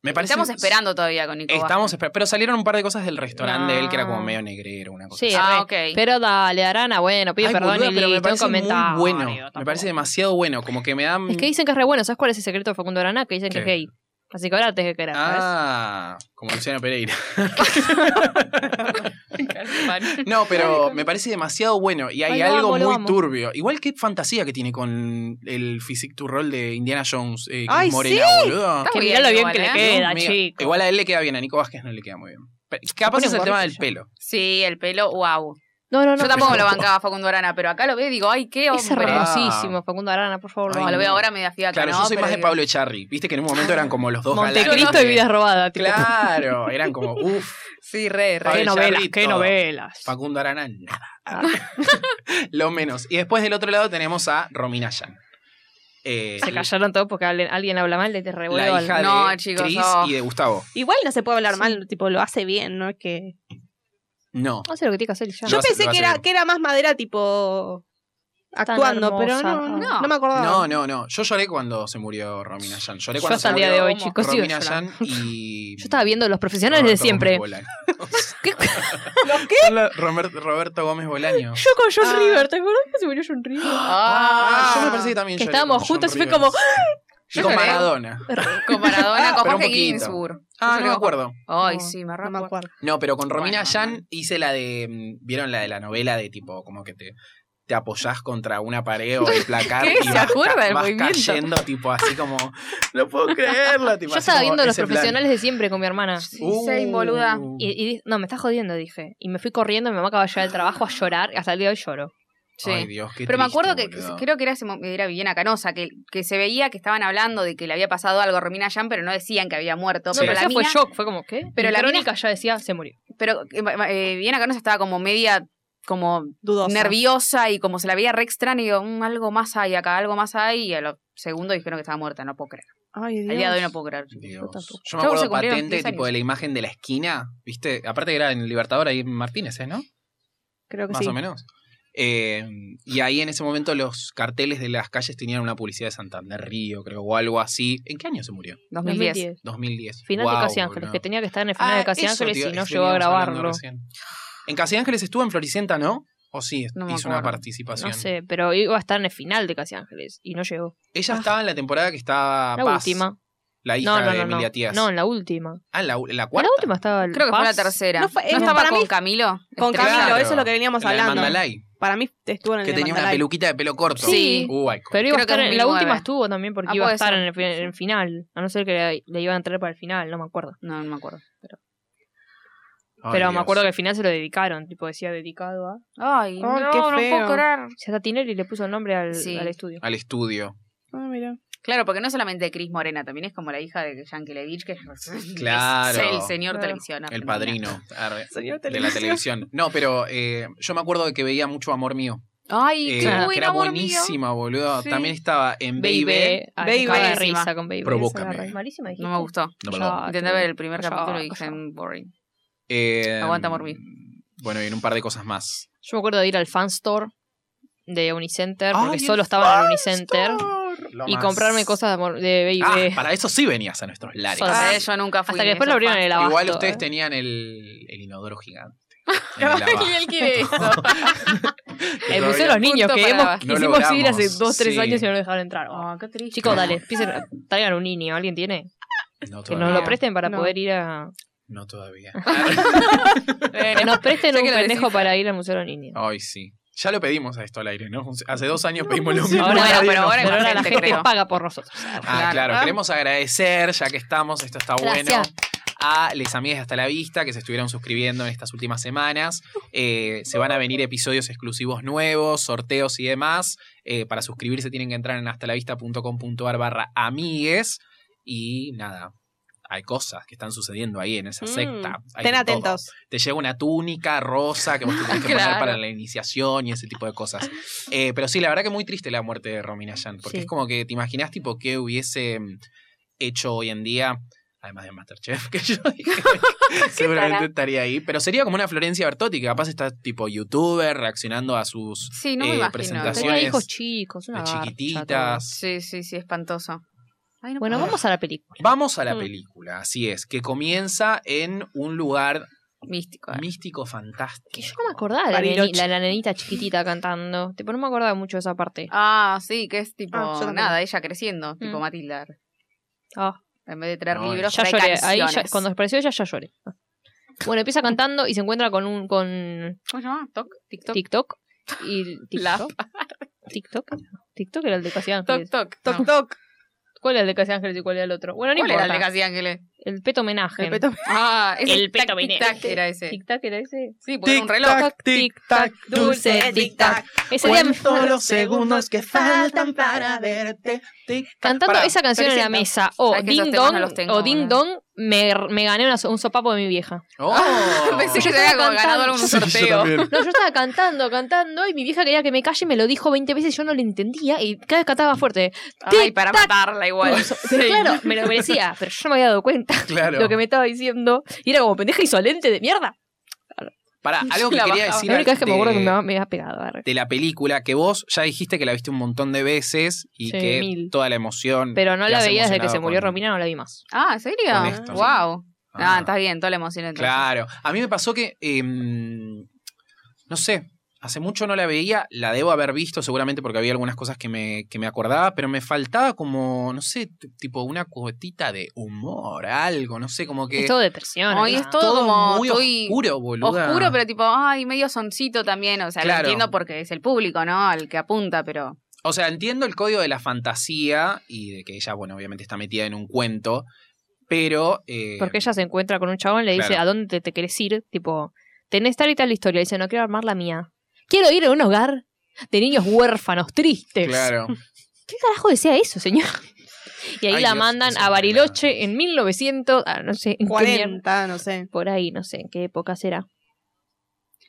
[SPEAKER 1] Me parece
[SPEAKER 2] Estamos esperando todavía con Nico. Vázquez.
[SPEAKER 1] Estamos esperando. Pero salieron un par de cosas del restaurante de él que era como
[SPEAKER 4] No.
[SPEAKER 1] medio negrero, una cosa
[SPEAKER 4] Sí,
[SPEAKER 1] así.
[SPEAKER 2] Ah,
[SPEAKER 4] re.
[SPEAKER 2] ok.
[SPEAKER 4] Pero dale, Arana, bueno, pide
[SPEAKER 1] Ay,
[SPEAKER 4] perdón
[SPEAKER 1] boluda,
[SPEAKER 4] y
[SPEAKER 1] pero me
[SPEAKER 4] listo,
[SPEAKER 1] parece muy
[SPEAKER 4] comenta.
[SPEAKER 1] bueno. Me parece demasiado bueno. Como que me dan.
[SPEAKER 4] Es que dicen que es re bueno. ¿Sabes cuál es el secreto de Facundo Arana? Que dicen que es
[SPEAKER 1] ¿Qué?
[SPEAKER 4] gay. Así que ahora te que querer,
[SPEAKER 1] Ah, como Luciano Pereira. No, pero me parece demasiado bueno y hay
[SPEAKER 4] Ay, lo
[SPEAKER 1] algo
[SPEAKER 4] amo, lo
[SPEAKER 1] muy
[SPEAKER 4] amo.
[SPEAKER 1] turbio. Igual que fantasía que tiene con el physique to roll de Indiana Jones, eh, que
[SPEAKER 3] Ay,
[SPEAKER 1] es morena, boludo.
[SPEAKER 2] Está
[SPEAKER 4] Que
[SPEAKER 2] muy
[SPEAKER 4] mirá lo bien
[SPEAKER 2] igual,
[SPEAKER 4] que le
[SPEAKER 2] ¿eh?
[SPEAKER 4] queda,
[SPEAKER 1] Mega-
[SPEAKER 4] chico.
[SPEAKER 1] Igual a él le queda bien, a Nico Vázquez no le queda muy bien. Pero
[SPEAKER 4] Se
[SPEAKER 1] capaz
[SPEAKER 4] pone
[SPEAKER 1] es el
[SPEAKER 4] un
[SPEAKER 1] tema
[SPEAKER 4] gorrito
[SPEAKER 1] del
[SPEAKER 4] ya.
[SPEAKER 1] pelo.
[SPEAKER 2] Sí, el pelo, wow.
[SPEAKER 4] No, no, no.
[SPEAKER 2] Yo tampoco lo bancaba Facundo Arana, pero acá lo veo y digo, ay, qué
[SPEAKER 4] Es
[SPEAKER 2] hombre.
[SPEAKER 1] hermoso.
[SPEAKER 4] hermosísimo, Facundo Arana, por favor.
[SPEAKER 1] Ay,
[SPEAKER 2] Cuando lo veo ahora me da fiaca,
[SPEAKER 1] Claro,
[SPEAKER 2] ¿no?
[SPEAKER 1] yo soy
[SPEAKER 2] Pero
[SPEAKER 1] más de
[SPEAKER 2] digo,
[SPEAKER 1] Pablo Echarri. Viste que en un momento eran como los dos
[SPEAKER 4] Montecristo
[SPEAKER 1] galanes
[SPEAKER 4] y
[SPEAKER 1] de-
[SPEAKER 4] Vidas Robadas. tipo.
[SPEAKER 1] Claro, eran como, uff,
[SPEAKER 2] Sí, re, re.
[SPEAKER 1] Pablo
[SPEAKER 4] Qué novelas,
[SPEAKER 1] Echarri,
[SPEAKER 4] qué
[SPEAKER 1] todo.
[SPEAKER 4] novelas.
[SPEAKER 1] Facundo Arana, nada. lo menos. Y después del otro lado tenemos a Romina Yan. Eh,
[SPEAKER 4] Se callaron todos porque alguien, alguien habla mal, este le te revuelvo
[SPEAKER 1] La
[SPEAKER 4] al-
[SPEAKER 1] hija
[SPEAKER 2] No,
[SPEAKER 1] de
[SPEAKER 2] chicos,
[SPEAKER 1] Cris
[SPEAKER 2] no.
[SPEAKER 1] y de Gustavo.
[SPEAKER 3] Igual no se puede hablar
[SPEAKER 4] Sí.
[SPEAKER 3] mal, tipo, lo hace bien, ¿no? Que...
[SPEAKER 1] No.
[SPEAKER 4] No sé lo que tiene que hacer y ya.
[SPEAKER 1] Lo
[SPEAKER 3] Yo
[SPEAKER 1] hace-
[SPEAKER 3] pensé
[SPEAKER 1] lo hace
[SPEAKER 3] que era,
[SPEAKER 1] bien.
[SPEAKER 3] que era más madera, tipo, actuando, pero
[SPEAKER 4] hermosa.
[SPEAKER 3] no,
[SPEAKER 2] No.
[SPEAKER 3] no, no me acordaba.
[SPEAKER 1] No, no, no. Yo lloré cuando se murió Romina Yan. Lloré
[SPEAKER 4] Ah. Yo
[SPEAKER 1] cuando
[SPEAKER 4] hasta
[SPEAKER 1] se
[SPEAKER 4] el día de
[SPEAKER 1] murió
[SPEAKER 4] hoy, chicos, sigo
[SPEAKER 1] Romina
[SPEAKER 4] llorando.
[SPEAKER 1] Yan Ah, y.
[SPEAKER 4] Yo estaba viendo los profesionales de
[SPEAKER 1] Roberto Gómez
[SPEAKER 4] siempre.
[SPEAKER 1] Bolaño.
[SPEAKER 4] ¿Qué?
[SPEAKER 1] Son la- Romer- Roberto Gómez Bolaño.
[SPEAKER 4] Yo con John
[SPEAKER 3] Ah.
[SPEAKER 4] River, ¿te acuerdas que se murió John River?
[SPEAKER 1] Ah,
[SPEAKER 2] Ah,
[SPEAKER 1] yo me parece que también
[SPEAKER 4] Que
[SPEAKER 1] lloré
[SPEAKER 4] estábamos
[SPEAKER 1] con John
[SPEAKER 4] juntos y fue
[SPEAKER 1] Rivers.
[SPEAKER 4] como-
[SPEAKER 1] Y con
[SPEAKER 2] Yo lloré.
[SPEAKER 1] Maradona.
[SPEAKER 2] Con Maradona, con
[SPEAKER 1] Ah, Pero un
[SPEAKER 2] Jorge
[SPEAKER 1] poquito.
[SPEAKER 2] Ginsburg.
[SPEAKER 1] Ah,
[SPEAKER 2] Yo
[SPEAKER 1] no me acuerdo.
[SPEAKER 2] Ay,
[SPEAKER 3] No,
[SPEAKER 2] sí, me
[SPEAKER 3] No me
[SPEAKER 2] recuerdo.
[SPEAKER 3] acuerdo.
[SPEAKER 1] No, pero con Romina
[SPEAKER 2] Bueno,
[SPEAKER 1] Yan
[SPEAKER 2] bueno.
[SPEAKER 1] hice la de. mm, ¿Vieron la de la novela de tipo, como que te, te apoyás contra una pared o el placar
[SPEAKER 2] ¿Qué?
[SPEAKER 1] y
[SPEAKER 2] ¿Se
[SPEAKER 1] vas,
[SPEAKER 2] acuerda del
[SPEAKER 1] vas
[SPEAKER 2] movimiento?
[SPEAKER 1] cayendo, tipo así como. No puedo creerla, tipo,
[SPEAKER 4] Yo
[SPEAKER 1] así
[SPEAKER 4] estaba
[SPEAKER 1] como
[SPEAKER 4] viendo los
[SPEAKER 1] ese plan. Uh.
[SPEAKER 4] profesionales de siempre con mi hermana.
[SPEAKER 2] Sí, Sein, boluda.
[SPEAKER 4] Y, y di- no, me estás jodiendo, dije. Y me fui corriendo, mi mamá acaba de llegar del trabajo a llorar. Hasta el día de hoy lloro.
[SPEAKER 2] Sí.
[SPEAKER 1] Ay, Dios, qué
[SPEAKER 2] Pero me
[SPEAKER 1] triste,
[SPEAKER 2] acuerdo que
[SPEAKER 1] boludo.
[SPEAKER 2] creo que era, ese mo- era Viviana Canosa, que, que se veía que estaban hablando de que le había pasado algo a Romina Yan, pero no decían que había muerto.
[SPEAKER 4] No,
[SPEAKER 1] Sí.
[SPEAKER 2] Pero,
[SPEAKER 4] pero
[SPEAKER 2] la
[SPEAKER 4] ya fue
[SPEAKER 2] mina-
[SPEAKER 4] shock, fue como, ¿qué?
[SPEAKER 2] pero
[SPEAKER 4] Pero
[SPEAKER 2] la
[SPEAKER 4] la crónica ya decía, se murió.
[SPEAKER 2] pero eh, eh, Viviana Canosa estaba como media como
[SPEAKER 3] Dudosa.
[SPEAKER 2] nerviosa y como se la veía re extraña, y digo, "Mm, algo más hay acá, algo más hay, y a los segundos dijeron que estaba muerta, no puedo creer.
[SPEAKER 3] Ay, Dios.
[SPEAKER 2] Al día de hoy no puedo creer.
[SPEAKER 1] Dios.
[SPEAKER 4] Yo tampoco.
[SPEAKER 1] Yo me
[SPEAKER 2] Yo
[SPEAKER 1] acuerdo
[SPEAKER 2] se cumplieron
[SPEAKER 1] patente,
[SPEAKER 2] 10 años.
[SPEAKER 1] tipo de la imagen de la esquina, ¿viste? Aparte que era en el Libertador ahí en Martínez, ¿eh? ¿no?
[SPEAKER 3] Creo que
[SPEAKER 1] Más
[SPEAKER 3] sí.
[SPEAKER 1] o menos. Eh, y ahí en ese momento los carteles de las calles tenían una publicidad de Santander Río, creo, o algo así. ¿En qué año se murió?
[SPEAKER 2] 2010.
[SPEAKER 4] 2010.
[SPEAKER 1] 2010.
[SPEAKER 4] Final
[SPEAKER 1] Guau,
[SPEAKER 4] de Casi Ángeles,
[SPEAKER 1] boludo. Ah,
[SPEAKER 4] que tenía que estar en el final
[SPEAKER 2] Ah,
[SPEAKER 4] de Casi
[SPEAKER 1] eso,
[SPEAKER 4] Ángeles
[SPEAKER 1] tío,
[SPEAKER 4] y no
[SPEAKER 1] es-
[SPEAKER 4] llegó a
[SPEAKER 1] veníamos hablando
[SPEAKER 4] grabarlo.
[SPEAKER 1] recién. En Casi Ángeles estuvo en Floricienta, ¿no? ¿O sí?
[SPEAKER 2] No me
[SPEAKER 1] hizo una
[SPEAKER 2] acuerdo.
[SPEAKER 1] participación.
[SPEAKER 4] No sé, pero iba a estar en el final de Casi Ángeles y no llegó.
[SPEAKER 1] Ella estaba en la temporada que estaba
[SPEAKER 4] Ah. La
[SPEAKER 1] Paz,
[SPEAKER 4] última.
[SPEAKER 1] la hija
[SPEAKER 4] No, no,
[SPEAKER 1] de
[SPEAKER 4] no. No.
[SPEAKER 1] Emilia Tías.
[SPEAKER 4] no, en la última.
[SPEAKER 1] Ah, la, la
[SPEAKER 4] En
[SPEAKER 1] cuarta.
[SPEAKER 4] la última estaba el
[SPEAKER 2] Creo que fue la
[SPEAKER 4] Paz.
[SPEAKER 2] tercera. ¿No,
[SPEAKER 3] No fue- eh,
[SPEAKER 2] estaba
[SPEAKER 3] para
[SPEAKER 2] con
[SPEAKER 3] mí-
[SPEAKER 2] Camilo?
[SPEAKER 3] Con
[SPEAKER 2] Estrella.
[SPEAKER 3] Camilo,
[SPEAKER 1] Claro.
[SPEAKER 3] eso es lo que veníamos
[SPEAKER 1] La de
[SPEAKER 3] hablando.
[SPEAKER 1] Mandalay,
[SPEAKER 3] Para mí estuvo en el
[SPEAKER 1] que
[SPEAKER 3] de
[SPEAKER 1] tenía una
[SPEAKER 3] Mandalay.
[SPEAKER 1] peluquita de pelo corto.
[SPEAKER 2] Sí.
[SPEAKER 1] Uh, icon.
[SPEAKER 4] Pero iba a
[SPEAKER 2] Creo que
[SPEAKER 4] estar en la
[SPEAKER 2] 2009.
[SPEAKER 4] última estuvo también porque
[SPEAKER 2] Ah,
[SPEAKER 4] iba a
[SPEAKER 2] puede
[SPEAKER 4] estar
[SPEAKER 2] ser.
[SPEAKER 4] en el, fi- en el final. A no ser que le, le iban a entrar para el final, no me acuerdo.
[SPEAKER 2] No, no me acuerdo.
[SPEAKER 1] Ay,
[SPEAKER 4] pero me
[SPEAKER 1] Dios.
[SPEAKER 4] acuerdo que al final se lo dedicaron, tipo decía dedicado a.
[SPEAKER 2] Ay,
[SPEAKER 4] Oh.
[SPEAKER 3] Ay,
[SPEAKER 2] no,
[SPEAKER 3] qué
[SPEAKER 2] no
[SPEAKER 3] feo.
[SPEAKER 2] puedo creer.
[SPEAKER 4] Ya está Tinelli le puso el nombre al,
[SPEAKER 2] Sí.
[SPEAKER 4] al estudio.
[SPEAKER 1] Al estudio.
[SPEAKER 3] Ah, mira.
[SPEAKER 2] Claro, porque no solamente Cris Morena, también es como la hija de Yankelevich, que es
[SPEAKER 1] Claro.
[SPEAKER 2] el señor
[SPEAKER 4] Claro.
[SPEAKER 2] televisión.
[SPEAKER 1] El
[SPEAKER 2] argentino.
[SPEAKER 1] padrino arre,
[SPEAKER 3] Señor
[SPEAKER 1] de la televisión. No, pero eh, yo me acuerdo de que veía mucho Amor Mío.
[SPEAKER 2] Ay,
[SPEAKER 1] eh,
[SPEAKER 2] qué
[SPEAKER 4] claro,
[SPEAKER 2] buen
[SPEAKER 1] que era
[SPEAKER 2] amor mío.
[SPEAKER 1] buenísima, boludo.
[SPEAKER 2] Sí.
[SPEAKER 1] También estaba en Baby.
[SPEAKER 4] Ay, me
[SPEAKER 3] Baby.
[SPEAKER 4] caga de
[SPEAKER 2] Buenísima.
[SPEAKER 4] risa con Baby.
[SPEAKER 1] Provócame.
[SPEAKER 4] Esa garra. Malísima dijiste.
[SPEAKER 2] No me gustó.
[SPEAKER 1] No,
[SPEAKER 4] Ya,
[SPEAKER 1] perdón.
[SPEAKER 2] Intenté
[SPEAKER 4] te-
[SPEAKER 2] ver el primer
[SPEAKER 4] callá,
[SPEAKER 2] capítulo y dije,
[SPEAKER 4] callá.
[SPEAKER 2] "Mm, boring.
[SPEAKER 4] Ah,
[SPEAKER 1] Eh,
[SPEAKER 2] Aguanta, Amor Mío.
[SPEAKER 1] Bueno, y en un par de cosas más.
[SPEAKER 4] Yo me acuerdo de ir al fan store de Unicenter,
[SPEAKER 1] Ay,
[SPEAKER 4] porque
[SPEAKER 1] el
[SPEAKER 4] solo estaba en el Unicenter.
[SPEAKER 1] Lo
[SPEAKER 4] Y
[SPEAKER 1] más.
[SPEAKER 4] comprarme cosas de, amor- de Baby.
[SPEAKER 1] Ah,
[SPEAKER 4] B.
[SPEAKER 1] para eso sí venías a nuestros lares.
[SPEAKER 4] Solo
[SPEAKER 2] Entonces,
[SPEAKER 4] Ah,
[SPEAKER 2] yo nunca fui.
[SPEAKER 4] Hasta que
[SPEAKER 2] de
[SPEAKER 4] después lo
[SPEAKER 2] esos
[SPEAKER 4] abrieron en el abasto.
[SPEAKER 1] Igual ustedes
[SPEAKER 4] ¿eh?
[SPEAKER 1] tenían el, el inodoro gigante. en el
[SPEAKER 2] fans.
[SPEAKER 1] abajo.
[SPEAKER 2] Y él quiere eso.
[SPEAKER 4] El
[SPEAKER 1] Todavía
[SPEAKER 4] Museo de los Niños,
[SPEAKER 2] Punto
[SPEAKER 4] que
[SPEAKER 2] para
[SPEAKER 4] hemos,
[SPEAKER 2] abajo.
[SPEAKER 1] No
[SPEAKER 4] quisimos ir
[SPEAKER 1] logramos,
[SPEAKER 4] hace 2, 3
[SPEAKER 1] sí.
[SPEAKER 4] años y no nos dejaron entrar.
[SPEAKER 2] Ah, qué triste.
[SPEAKER 4] Chicos, dale, empiecen, traigan un niño, alguien tiene.
[SPEAKER 1] No
[SPEAKER 4] Que
[SPEAKER 1] todavía.
[SPEAKER 4] nos lo presten para
[SPEAKER 3] No.
[SPEAKER 4] poder ir a.
[SPEAKER 1] No todavía.
[SPEAKER 2] Eh,
[SPEAKER 4] Que nos presten
[SPEAKER 2] Ya
[SPEAKER 4] un
[SPEAKER 2] que lo decís.
[SPEAKER 4] pendejo para ir al Museo de los Niños.
[SPEAKER 1] Ay, sí. Ya lo pedimos a esto al aire, ¿no? Hace dos años pedimos lo mismo.
[SPEAKER 4] Ahora,
[SPEAKER 2] Bueno,
[SPEAKER 1] nadie
[SPEAKER 2] pero
[SPEAKER 1] nos-
[SPEAKER 2] ahora hay
[SPEAKER 4] Pero
[SPEAKER 2] más
[SPEAKER 4] ahora la
[SPEAKER 2] gente,
[SPEAKER 4] gente
[SPEAKER 2] creo.
[SPEAKER 4] paga por nosotros.
[SPEAKER 1] Ah, claro.
[SPEAKER 2] Claro.
[SPEAKER 1] Queremos agradecer, ya que estamos, esto está bueno,
[SPEAKER 4] Gracias.
[SPEAKER 1] a les amigas de Hasta la Vista que se estuvieron suscribiendo en estas últimas semanas. Eh, se van a venir episodios exclusivos nuevos, sorteos y demás. Eh, para suscribirse tienen que entrar en hastalavista.com.ar barra amigues. Y nada, hay cosas que están sucediendo ahí en esa
[SPEAKER 3] Mm,
[SPEAKER 1] secta. Hay
[SPEAKER 3] Estén
[SPEAKER 1] de todo.
[SPEAKER 3] atentos.
[SPEAKER 1] Te llega una túnica rosa que vos te tenés que
[SPEAKER 2] Claro.
[SPEAKER 1] poner para la iniciación y ese tipo de cosas. Eh, pero sí, la verdad que muy triste la muerte de Romina Yan, porque
[SPEAKER 4] Sí.
[SPEAKER 1] es como que te imaginás tipo qué hubiese mm, hecho hoy en día, además de Masterchef, que yo dije, seguramente
[SPEAKER 2] tarada.
[SPEAKER 1] estaría ahí, pero sería como una Florencia Bertotti, que capaz está tipo youtuber reaccionando a sus
[SPEAKER 2] Sí, no me
[SPEAKER 1] eh,
[SPEAKER 2] imagino.
[SPEAKER 1] presentaciones
[SPEAKER 4] Tenía hijos chicos, una
[SPEAKER 1] de
[SPEAKER 4] garcha,
[SPEAKER 1] chiquititas. Ah.
[SPEAKER 2] Sí, sí, sí, espantoso. Ay,
[SPEAKER 4] todo.
[SPEAKER 2] no
[SPEAKER 4] Bueno,
[SPEAKER 2] puedo
[SPEAKER 4] vamos a la película.
[SPEAKER 1] Vamos a la
[SPEAKER 3] Mm.
[SPEAKER 1] película, así es, que comienza en un lugar
[SPEAKER 2] creer. Místico. eh.
[SPEAKER 1] místico fantástico.
[SPEAKER 4] Que yo no me acordaba de la,
[SPEAKER 3] Bariloche.
[SPEAKER 4] neni- la, la nenita chiquitita cantando. Tipo, no me acordaba mucho de esa parte.
[SPEAKER 2] Ah, sí, que es tipo
[SPEAKER 3] Ah, yo tampoco.
[SPEAKER 2] nada, ella creciendo, tipo
[SPEAKER 4] Mm.
[SPEAKER 2] Matilda.
[SPEAKER 4] Ah,
[SPEAKER 2] En vez de traer
[SPEAKER 1] No,
[SPEAKER 2] libros,
[SPEAKER 4] ya
[SPEAKER 2] trae
[SPEAKER 4] lloré. Ahí
[SPEAKER 2] canciones.
[SPEAKER 4] ya- cuando apareció ella, ya lloré. Bueno, empieza cantando y se encuentra con un con
[SPEAKER 2] ¿Cómo se llama? ¿Toc? ¿TikTok?
[SPEAKER 4] TikTok. Y
[SPEAKER 2] La
[SPEAKER 4] TikTok. TikTok. TikTok era el de Casi Ángeles.
[SPEAKER 2] Toc, toc,
[SPEAKER 3] Toc,
[SPEAKER 2] No.
[SPEAKER 3] toc.
[SPEAKER 4] ¿Cuál era el de Casi Ángeles y cuál era el otro? Bueno, no
[SPEAKER 2] ¿Cuál era
[SPEAKER 4] importa.
[SPEAKER 2] el de Casi Ángeles?
[SPEAKER 4] El peto homenaje.
[SPEAKER 3] El peto-
[SPEAKER 2] Ah, ese
[SPEAKER 4] El
[SPEAKER 2] tic-tac,
[SPEAKER 4] peto vinil.
[SPEAKER 2] tic-tac era ese.
[SPEAKER 4] Tic tac era ese.
[SPEAKER 2] Sí, porque era un reloj.
[SPEAKER 1] Tic-tac, tic-tac,
[SPEAKER 4] dulce, tic-tac. Ese día
[SPEAKER 1] Cuento los segundos que faltan para verte. Tic, tac.
[SPEAKER 4] cantando
[SPEAKER 1] Pará.
[SPEAKER 4] esa canción en la
[SPEAKER 1] Felicita.
[SPEAKER 4] mesa o
[SPEAKER 2] Sabes que esos
[SPEAKER 4] ding
[SPEAKER 2] temas
[SPEAKER 4] dong
[SPEAKER 2] no los tengo
[SPEAKER 4] o ding
[SPEAKER 2] ahora.
[SPEAKER 4] dong me, me gané una- un sopapo de mi vieja.
[SPEAKER 1] Oh.
[SPEAKER 2] Pensé que
[SPEAKER 4] Yo
[SPEAKER 2] te había
[SPEAKER 4] estaba
[SPEAKER 2] como ganado
[SPEAKER 4] cantando.
[SPEAKER 2] algún
[SPEAKER 1] Sí, yo
[SPEAKER 2] sorteo.
[SPEAKER 1] también.
[SPEAKER 4] No, yo estaba cantando, cantando y mi vieja quería que me calle y me lo dijo 20 veces, yo no lo entendía y cada vez cantaba más fuerte.
[SPEAKER 2] Ay, para
[SPEAKER 4] Tic-tac.
[SPEAKER 2] matarla igual.
[SPEAKER 4] Pero
[SPEAKER 2] Sí.
[SPEAKER 4] claro, me lo merecía, pero yo no me había dado cuenta
[SPEAKER 1] Claro.
[SPEAKER 4] lo que me estaba diciendo y era como pendeja insolente de mierda.
[SPEAKER 1] Pará, algo que
[SPEAKER 2] La
[SPEAKER 1] quería
[SPEAKER 2] bajaba.
[SPEAKER 1] decir
[SPEAKER 4] la única vez que me acuerdo que
[SPEAKER 1] de-
[SPEAKER 4] mi mamá me había pegado. arre.
[SPEAKER 1] de la película que vos ya dijiste que la viste un montón de veces y
[SPEAKER 4] Sí,
[SPEAKER 1] que
[SPEAKER 4] mil.
[SPEAKER 1] toda la emoción.
[SPEAKER 4] Pero no
[SPEAKER 1] te
[SPEAKER 4] la
[SPEAKER 1] has
[SPEAKER 4] veía desde que
[SPEAKER 1] emocionado
[SPEAKER 4] se murió
[SPEAKER 1] con-
[SPEAKER 4] Romina, no la vi más.
[SPEAKER 2] Ah, ¿en serio?
[SPEAKER 1] Con esto.
[SPEAKER 2] wow. Ah,
[SPEAKER 1] Ah,
[SPEAKER 2] estás bien, toda la emoción entonces.
[SPEAKER 1] Claro. A mí me pasó que, em, no sé, hace mucho no la veía, la debo haber visto seguramente porque había algunas cosas que me, que me acordaba, pero me faltaba como, no sé, t- tipo una cuotita de humor, algo, no sé, como que...
[SPEAKER 4] Es todo depresión.
[SPEAKER 2] Hoy
[SPEAKER 4] ¿no?
[SPEAKER 2] es todo como
[SPEAKER 1] muy
[SPEAKER 2] estoy
[SPEAKER 1] oscuro, boluda.
[SPEAKER 2] Oscuro, pero tipo, ay, medio soncito también. O sea,
[SPEAKER 1] Claro.
[SPEAKER 2] lo entiendo porque es el público, ¿no? Al que apunta, pero.
[SPEAKER 1] O sea, entiendo el código de la fantasía y de que ella, bueno, obviamente está metida en un cuento, pero... eh,
[SPEAKER 4] Porque ella se encuentra con un chabón y le dice,
[SPEAKER 1] Claro.
[SPEAKER 4] ¿a dónde te, te querés ir? Tipo, tenés tal y tal historia. Y dice, no quiero armar la mía. Quiero ir a un hogar de niños huérfanos, tristes.
[SPEAKER 1] Claro.
[SPEAKER 4] ¿Qué carajo decía eso, señor? Y ahí
[SPEAKER 1] Ay,
[SPEAKER 4] la
[SPEAKER 1] Dios,
[SPEAKER 4] mandan
[SPEAKER 1] eso
[SPEAKER 4] a
[SPEAKER 1] no
[SPEAKER 4] Bariloche
[SPEAKER 1] era.
[SPEAKER 4] en 1900, ah, no sé, en qué mierda.
[SPEAKER 3] 40, no sé.
[SPEAKER 4] por ahí, no sé en qué época será.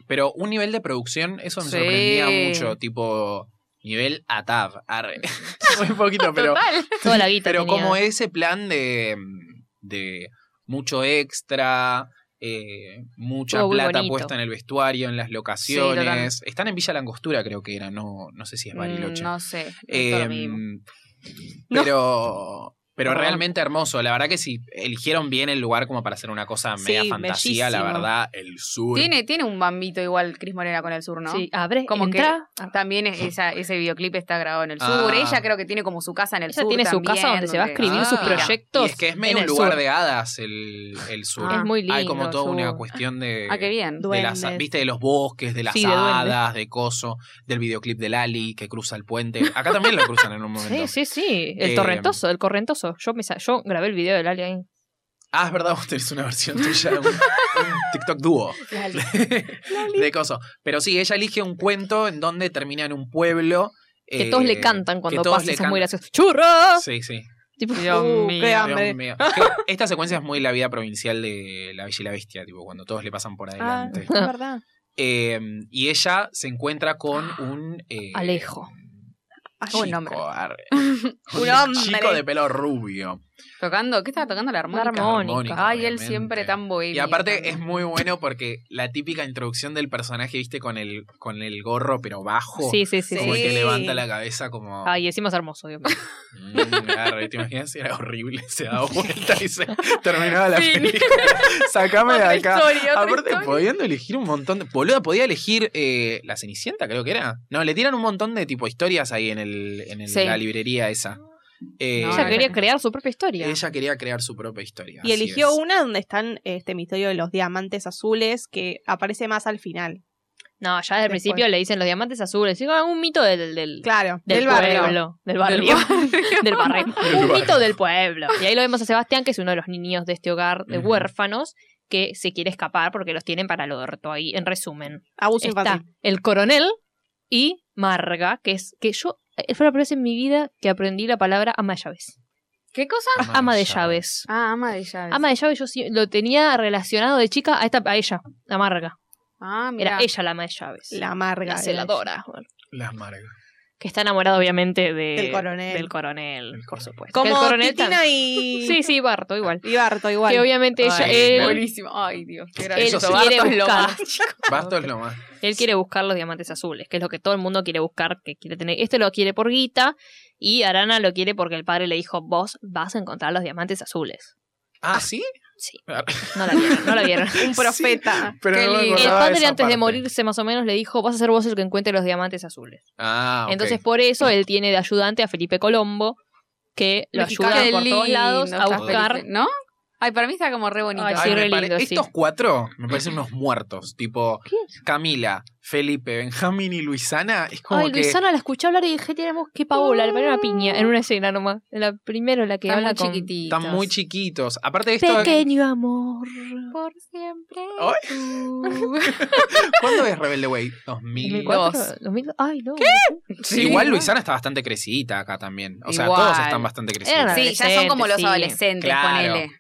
[SPEAKER 1] Pero un nivel de producción, eso me
[SPEAKER 2] Sí.
[SPEAKER 1] sorprendía mucho. Tipo, nivel ATAV. Arre. Muy poquito, pero,
[SPEAKER 2] Total.
[SPEAKER 4] Toda la guita.
[SPEAKER 1] pero
[SPEAKER 4] tenía.
[SPEAKER 1] como ese plan de, de mucho extra, eh, mucha
[SPEAKER 4] Todo muy
[SPEAKER 1] plata
[SPEAKER 4] bonito.
[SPEAKER 1] puesta en el vestuario, en las locaciones. Están en Villa Langostura, creo que era. No, no sé si es Bariloche.
[SPEAKER 2] Mm, No sé.
[SPEAKER 1] Eh,
[SPEAKER 2] Todo lo mismo.
[SPEAKER 4] No.
[SPEAKER 1] pero. Pero
[SPEAKER 4] Perdón.
[SPEAKER 1] realmente hermoso. La verdad que si eligieron bien el lugar como para hacer una cosa
[SPEAKER 3] Sí,
[SPEAKER 1] media fantasía, la
[SPEAKER 3] bellísimo.
[SPEAKER 1] verdad, el sur.
[SPEAKER 2] Tiene, tiene un bambito igual Cris Morena con el sur, ¿no?
[SPEAKER 4] Sí, abre,
[SPEAKER 2] Como
[SPEAKER 4] entra.
[SPEAKER 2] que también es- esa- ese videoclip está grabado en el
[SPEAKER 1] Ah.
[SPEAKER 2] sur. Ella creo que tiene como su casa en el
[SPEAKER 4] Ella
[SPEAKER 2] sur.
[SPEAKER 4] tiene su
[SPEAKER 2] también,
[SPEAKER 4] casa donde se va a escribir sus
[SPEAKER 2] Ah, mira.
[SPEAKER 1] Y
[SPEAKER 4] proyectos
[SPEAKER 1] es que es
[SPEAKER 4] en
[SPEAKER 1] medio un
[SPEAKER 4] el
[SPEAKER 1] lugar
[SPEAKER 4] sur.
[SPEAKER 1] de hadas el, el sur.
[SPEAKER 2] Ah,
[SPEAKER 4] es muy lindo.
[SPEAKER 1] Hay como toda
[SPEAKER 4] su-
[SPEAKER 1] una cuestión de.
[SPEAKER 2] Ah, qué bien.
[SPEAKER 3] Du-
[SPEAKER 1] de las,
[SPEAKER 3] Duendes.
[SPEAKER 1] viste de los bosques, de las
[SPEAKER 4] Sí, de
[SPEAKER 1] hadas, de coso, del videoclip de Lali que cruza el puente. Acá también lo cruzan en un momento.
[SPEAKER 4] Sí, sí, sí. El
[SPEAKER 1] Eh,
[SPEAKER 4] torrentoso, el correntoso. Yo, me sa- yo grabé el video del alien.
[SPEAKER 1] Ah, es verdad, vos tenés una versión tuya, un, un TikTok dúo de coso. Pero sí, ella elige un cuento en donde termina en un pueblo.
[SPEAKER 4] Que
[SPEAKER 1] eh,
[SPEAKER 4] todos le cantan cuando
[SPEAKER 1] que todos
[SPEAKER 4] pasa,
[SPEAKER 1] le
[SPEAKER 4] eso es muy
[SPEAKER 1] cantan.
[SPEAKER 4] gracioso. ¡Churros!
[SPEAKER 1] Sí, sí.
[SPEAKER 4] Tipo,
[SPEAKER 2] Dios
[SPEAKER 3] Uh,
[SPEAKER 2] mío.
[SPEAKER 3] qué
[SPEAKER 1] Dios
[SPEAKER 3] hambre.
[SPEAKER 1] mío. Creo- Esta secuencia es muy la vida provincial de La Bella y la Bestia, tipo, cuando todos le pasan por
[SPEAKER 3] Ah,
[SPEAKER 1] adelante.
[SPEAKER 3] es verdad.
[SPEAKER 1] Eh, y ella se encuentra con un. eh,
[SPEAKER 4] Alejo.
[SPEAKER 1] Chico,
[SPEAKER 2] Un hombre.
[SPEAKER 1] arre.
[SPEAKER 2] Un
[SPEAKER 1] Un
[SPEAKER 2] hombre.
[SPEAKER 1] Chico de pelo rubio.
[SPEAKER 2] Tocando, ¿qué estaba tocando? La
[SPEAKER 4] La
[SPEAKER 2] armónica.
[SPEAKER 4] armónica.
[SPEAKER 2] Ay, él
[SPEAKER 1] obviamente.
[SPEAKER 2] siempre tan bohemio.
[SPEAKER 1] Y aparte
[SPEAKER 2] también.
[SPEAKER 1] es muy bueno porque la típica introducción del personaje, viste, con el, con el gorro, pero bajo.
[SPEAKER 4] Sí, sí, sí.
[SPEAKER 1] Como
[SPEAKER 4] sí.
[SPEAKER 1] el que levanta la cabeza como...
[SPEAKER 4] Ay, encima es hermoso, Dios mío.
[SPEAKER 1] mm, arre, ¿Te imaginas? Era horrible. Se daba vuelta y se terminaba la
[SPEAKER 2] Fin.
[SPEAKER 1] película. Sacame de
[SPEAKER 2] Otra
[SPEAKER 1] acá.
[SPEAKER 2] historia, otra
[SPEAKER 1] Aparte,
[SPEAKER 2] historia.
[SPEAKER 1] pudiendo elegir un montón de. Boluda, podía elegir eh, la Cenicienta, creo que era. No, le tiran un montón de tipo historias ahí en, el, en el-
[SPEAKER 2] Sí.
[SPEAKER 1] la librería esa. Eh,
[SPEAKER 2] No,
[SPEAKER 4] Ella
[SPEAKER 2] no.
[SPEAKER 4] quería crear su propia historia.
[SPEAKER 1] ella quería crear su propia historia.
[SPEAKER 3] Y
[SPEAKER 1] así
[SPEAKER 3] eligió
[SPEAKER 1] es.
[SPEAKER 3] una donde están este misterio de los diamantes azules que aparece más al final.
[SPEAKER 4] No, ya desde el
[SPEAKER 3] Después.
[SPEAKER 4] principio le dicen los diamantes azules. Digo, ah, un mito del, del,
[SPEAKER 3] Claro,
[SPEAKER 4] del
[SPEAKER 3] del, barrio.
[SPEAKER 4] pueblo. Del barrio. Del barrio. un
[SPEAKER 1] barrio.
[SPEAKER 4] mito del pueblo. Y ahí lo vemos a Sebastián, que es uno de los niños de este hogar de
[SPEAKER 1] Ujú.
[SPEAKER 4] huérfanos, que se quiere escapar porque los tienen para el orto. Ahí, en resumen,
[SPEAKER 3] Abuso
[SPEAKER 4] está
[SPEAKER 3] infantil.
[SPEAKER 4] el coronel y Marga, que es que yo. eh, Fue la primera vez en mi vida que aprendí la palabra ama de llaves.
[SPEAKER 2] ¿Qué cosa?
[SPEAKER 1] Ama
[SPEAKER 4] Ama de
[SPEAKER 1] llaves.
[SPEAKER 4] llaves.
[SPEAKER 2] Ah, ama de llaves.
[SPEAKER 4] Ama de llaves yo sí- lo tenía relacionado de chica a, esta, a ella, a Marga.
[SPEAKER 2] Ah, mira.
[SPEAKER 4] Era ella la ama de llaves.
[SPEAKER 3] La amarga.
[SPEAKER 4] la celadora. bueno.
[SPEAKER 1] Las marcas.
[SPEAKER 4] Que está enamorado, obviamente, de-
[SPEAKER 3] Del coronel.
[SPEAKER 4] del coronel,
[SPEAKER 1] Del
[SPEAKER 4] por
[SPEAKER 1] coronel.
[SPEAKER 4] supuesto. Que
[SPEAKER 3] Como
[SPEAKER 4] el coronel
[SPEAKER 3] Titina
[SPEAKER 4] tam-
[SPEAKER 3] y...
[SPEAKER 4] Sí, sí, Barto, igual.
[SPEAKER 3] y Barto igual.
[SPEAKER 4] Que obviamente ella,
[SPEAKER 1] Ay,
[SPEAKER 4] él,
[SPEAKER 1] claro.
[SPEAKER 2] Buenísimo. Ay, Dios, qué
[SPEAKER 4] él
[SPEAKER 1] Eso
[SPEAKER 2] gracioso.
[SPEAKER 1] sí.
[SPEAKER 4] quiere
[SPEAKER 2] Barto es lo
[SPEAKER 4] buscar,
[SPEAKER 2] más.
[SPEAKER 1] Basto es lo más.
[SPEAKER 4] él quiere buscar los diamantes azules, que es lo que todo el mundo quiere buscar, que quiere tener. Este lo quiere por guita y Arana lo quiere porque el padre le dijo, vos vas a encontrar los diamantes azules.
[SPEAKER 1] Ah, ¿sí?
[SPEAKER 4] Sí. No la vieron, no la vieron.
[SPEAKER 3] Un profeta.
[SPEAKER 1] Pero
[SPEAKER 2] Qué
[SPEAKER 1] no me
[SPEAKER 2] lindo.
[SPEAKER 4] El
[SPEAKER 1] acordaba
[SPEAKER 4] padre
[SPEAKER 1] esa
[SPEAKER 4] antes de
[SPEAKER 1] parte.
[SPEAKER 4] morirse más o menos le dijo, vas a ser vos el que encuentre los diamantes azules.
[SPEAKER 1] Ah, ok.
[SPEAKER 4] Entonces por eso él tiene de ayudante a Felipe Colombo, que lo
[SPEAKER 2] Mexicano.
[SPEAKER 4] ayuda
[SPEAKER 2] Qué
[SPEAKER 4] por todos
[SPEAKER 2] lindo
[SPEAKER 4] lados a
[SPEAKER 2] está
[SPEAKER 4] buscar
[SPEAKER 2] Felipe, ¿No? Ay, para mí está como re bonito.
[SPEAKER 4] Ay,
[SPEAKER 1] Ay,
[SPEAKER 4] sí,
[SPEAKER 1] me
[SPEAKER 4] re
[SPEAKER 1] pare-
[SPEAKER 4] lindo, sí.
[SPEAKER 1] Estos cuatro me parecen unos muertos. Tipo
[SPEAKER 4] ¿Qué?
[SPEAKER 1] Camila, Felipe, Benjamín y Luisana. Es como
[SPEAKER 4] Ay,
[SPEAKER 1] que.
[SPEAKER 4] Luisana la escuché hablar y dije, tenemos que Paola, le paré una piña en una escena nomás. En La primera en la que
[SPEAKER 2] Están
[SPEAKER 4] habla
[SPEAKER 2] muy
[SPEAKER 4] con...
[SPEAKER 2] chiquititos.
[SPEAKER 1] Están muy chiquitos. Aparte de esto,
[SPEAKER 4] Pequeño amor.
[SPEAKER 2] Por siempre.
[SPEAKER 1] Ay.
[SPEAKER 2] tú.
[SPEAKER 1] ¿cuándo es Rebelde Way? 2000.
[SPEAKER 2] Dos.
[SPEAKER 4] 2004, 2002. Ay, no.
[SPEAKER 2] Sí.
[SPEAKER 1] Igual Luisana está bastante crecidita acá también. O sea,
[SPEAKER 2] Igual.
[SPEAKER 1] todos están bastante crecidos.
[SPEAKER 4] Eran
[SPEAKER 2] Sí, ya son como los
[SPEAKER 4] Sí.
[SPEAKER 2] adolescentes,
[SPEAKER 1] Claro.
[SPEAKER 2] ponele.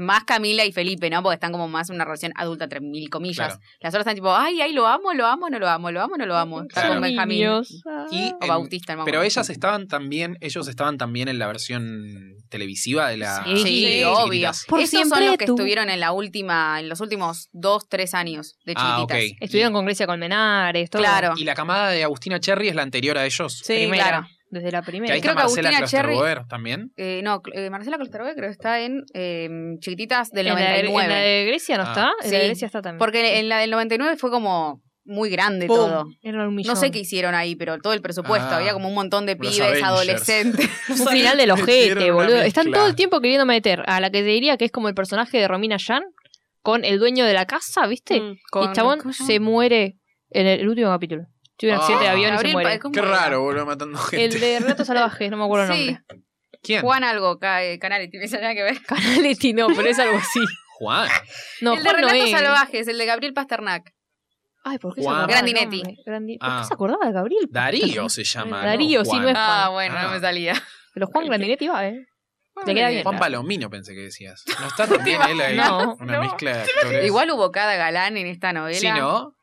[SPEAKER 2] Más Camila y Felipe, ¿no? Porque están como más en una relación adulta, entre mil comillas.
[SPEAKER 1] Claro.
[SPEAKER 2] Las otras están tipo, ay, ay, lo amo, lo amo, no lo amo, lo amo, no lo amo. Está
[SPEAKER 1] Claro.
[SPEAKER 2] con Benjamín.
[SPEAKER 4] Niños. Ah.
[SPEAKER 1] Y,
[SPEAKER 2] O
[SPEAKER 1] em,
[SPEAKER 2] Bautista, no me
[SPEAKER 1] pero
[SPEAKER 2] acuerdo.
[SPEAKER 1] ellas estaban también, ellos estaban también en la versión televisiva de la.
[SPEAKER 2] Sí,
[SPEAKER 4] Sí,
[SPEAKER 2] obvio.
[SPEAKER 1] chiquititas.
[SPEAKER 4] Por
[SPEAKER 2] Esos son
[SPEAKER 4] siempre
[SPEAKER 2] los que
[SPEAKER 4] tú.
[SPEAKER 2] estuvieron en la última, en los últimos dos, tres años de chiquititas.
[SPEAKER 1] Ah, ok.
[SPEAKER 4] Estuvieron con Grecia Colmenares, todo.
[SPEAKER 2] Claro.
[SPEAKER 1] Y la camada de Agustina Cherry es la anterior a ellos.
[SPEAKER 3] Sí,
[SPEAKER 4] Primera,
[SPEAKER 2] claro.
[SPEAKER 4] Desde la primera.
[SPEAKER 1] Que ahí
[SPEAKER 2] Creo
[SPEAKER 1] está
[SPEAKER 2] que
[SPEAKER 1] Marcela
[SPEAKER 2] Agustina Cherry-
[SPEAKER 1] Klosterboer también.
[SPEAKER 2] Eh, no, cl- eh, Marcela Colterboe creo que está en eh, Chiquititas del
[SPEAKER 4] En la, de, en
[SPEAKER 2] 99.
[SPEAKER 4] la de Grecia no
[SPEAKER 1] Ah.
[SPEAKER 4] está. En la
[SPEAKER 2] Sí.
[SPEAKER 4] de Grecia está también.
[SPEAKER 2] Porque en la del 99 fue como muy grande
[SPEAKER 3] Pum.
[SPEAKER 2] todo.
[SPEAKER 4] Era un
[SPEAKER 2] No
[SPEAKER 4] millón.
[SPEAKER 2] sé qué hicieron ahí, pero todo el presupuesto.
[SPEAKER 1] Ah,
[SPEAKER 2] Había como un montón de
[SPEAKER 1] los
[SPEAKER 2] pibes,
[SPEAKER 1] Avengers.
[SPEAKER 2] adolescentes.
[SPEAKER 4] Un final del ojete,
[SPEAKER 1] Hicieron una
[SPEAKER 4] boludo. Están
[SPEAKER 1] mezcla.
[SPEAKER 4] todo el tiempo queriendo meter a la que te diría que es como el personaje de Romina Yan con el dueño de la casa, ¿viste?
[SPEAKER 3] Mm.
[SPEAKER 4] Y
[SPEAKER 2] Con-
[SPEAKER 4] el chabón
[SPEAKER 2] ¿cómo llama?
[SPEAKER 4] se muere en el, el último capítulo. Tuve un accidente de
[SPEAKER 1] Ah.
[SPEAKER 4] avión y se
[SPEAKER 2] Gabriel
[SPEAKER 4] muere.
[SPEAKER 2] Pa- ¿cómo
[SPEAKER 1] Qué
[SPEAKER 2] era?
[SPEAKER 1] raro, boludo, matando gente.
[SPEAKER 4] El de Relatos Salvajes, no me acuerdo el
[SPEAKER 2] Sí.
[SPEAKER 4] nombre.
[SPEAKER 1] ¿Quién?
[SPEAKER 2] Juan algo, ca- eh, Canaletti, no tiene nada que ver.
[SPEAKER 4] Canaletti no, pero es algo así.
[SPEAKER 1] Juan.
[SPEAKER 4] No,
[SPEAKER 2] el de
[SPEAKER 4] Juan no
[SPEAKER 2] Relatos
[SPEAKER 4] es.
[SPEAKER 2] Salvajes, el de Gabriel Pasternak.
[SPEAKER 4] Ay, ¿por qué
[SPEAKER 1] Juan.
[SPEAKER 4] se acordaba el
[SPEAKER 2] Grandinetti.
[SPEAKER 4] nombre? Grandi-
[SPEAKER 1] Ah.
[SPEAKER 4] ¿Por qué se acordaba de Gabriel?
[SPEAKER 1] Darío se llama. ¿no?
[SPEAKER 4] Darío, sí,
[SPEAKER 1] Juan.
[SPEAKER 4] no es-
[SPEAKER 2] Ah, bueno,
[SPEAKER 1] Ah.
[SPEAKER 2] no me salía.
[SPEAKER 4] Pero Juan Grandinetti va, ¿eh? Te queda bien.
[SPEAKER 1] Juan Palomino pensé que decías. No está también él ahí.
[SPEAKER 4] No.
[SPEAKER 1] Una
[SPEAKER 2] No.
[SPEAKER 1] mezcla de actores.
[SPEAKER 2] Igual hubo cada galán en esta novela.
[SPEAKER 1] Sí, ¿no?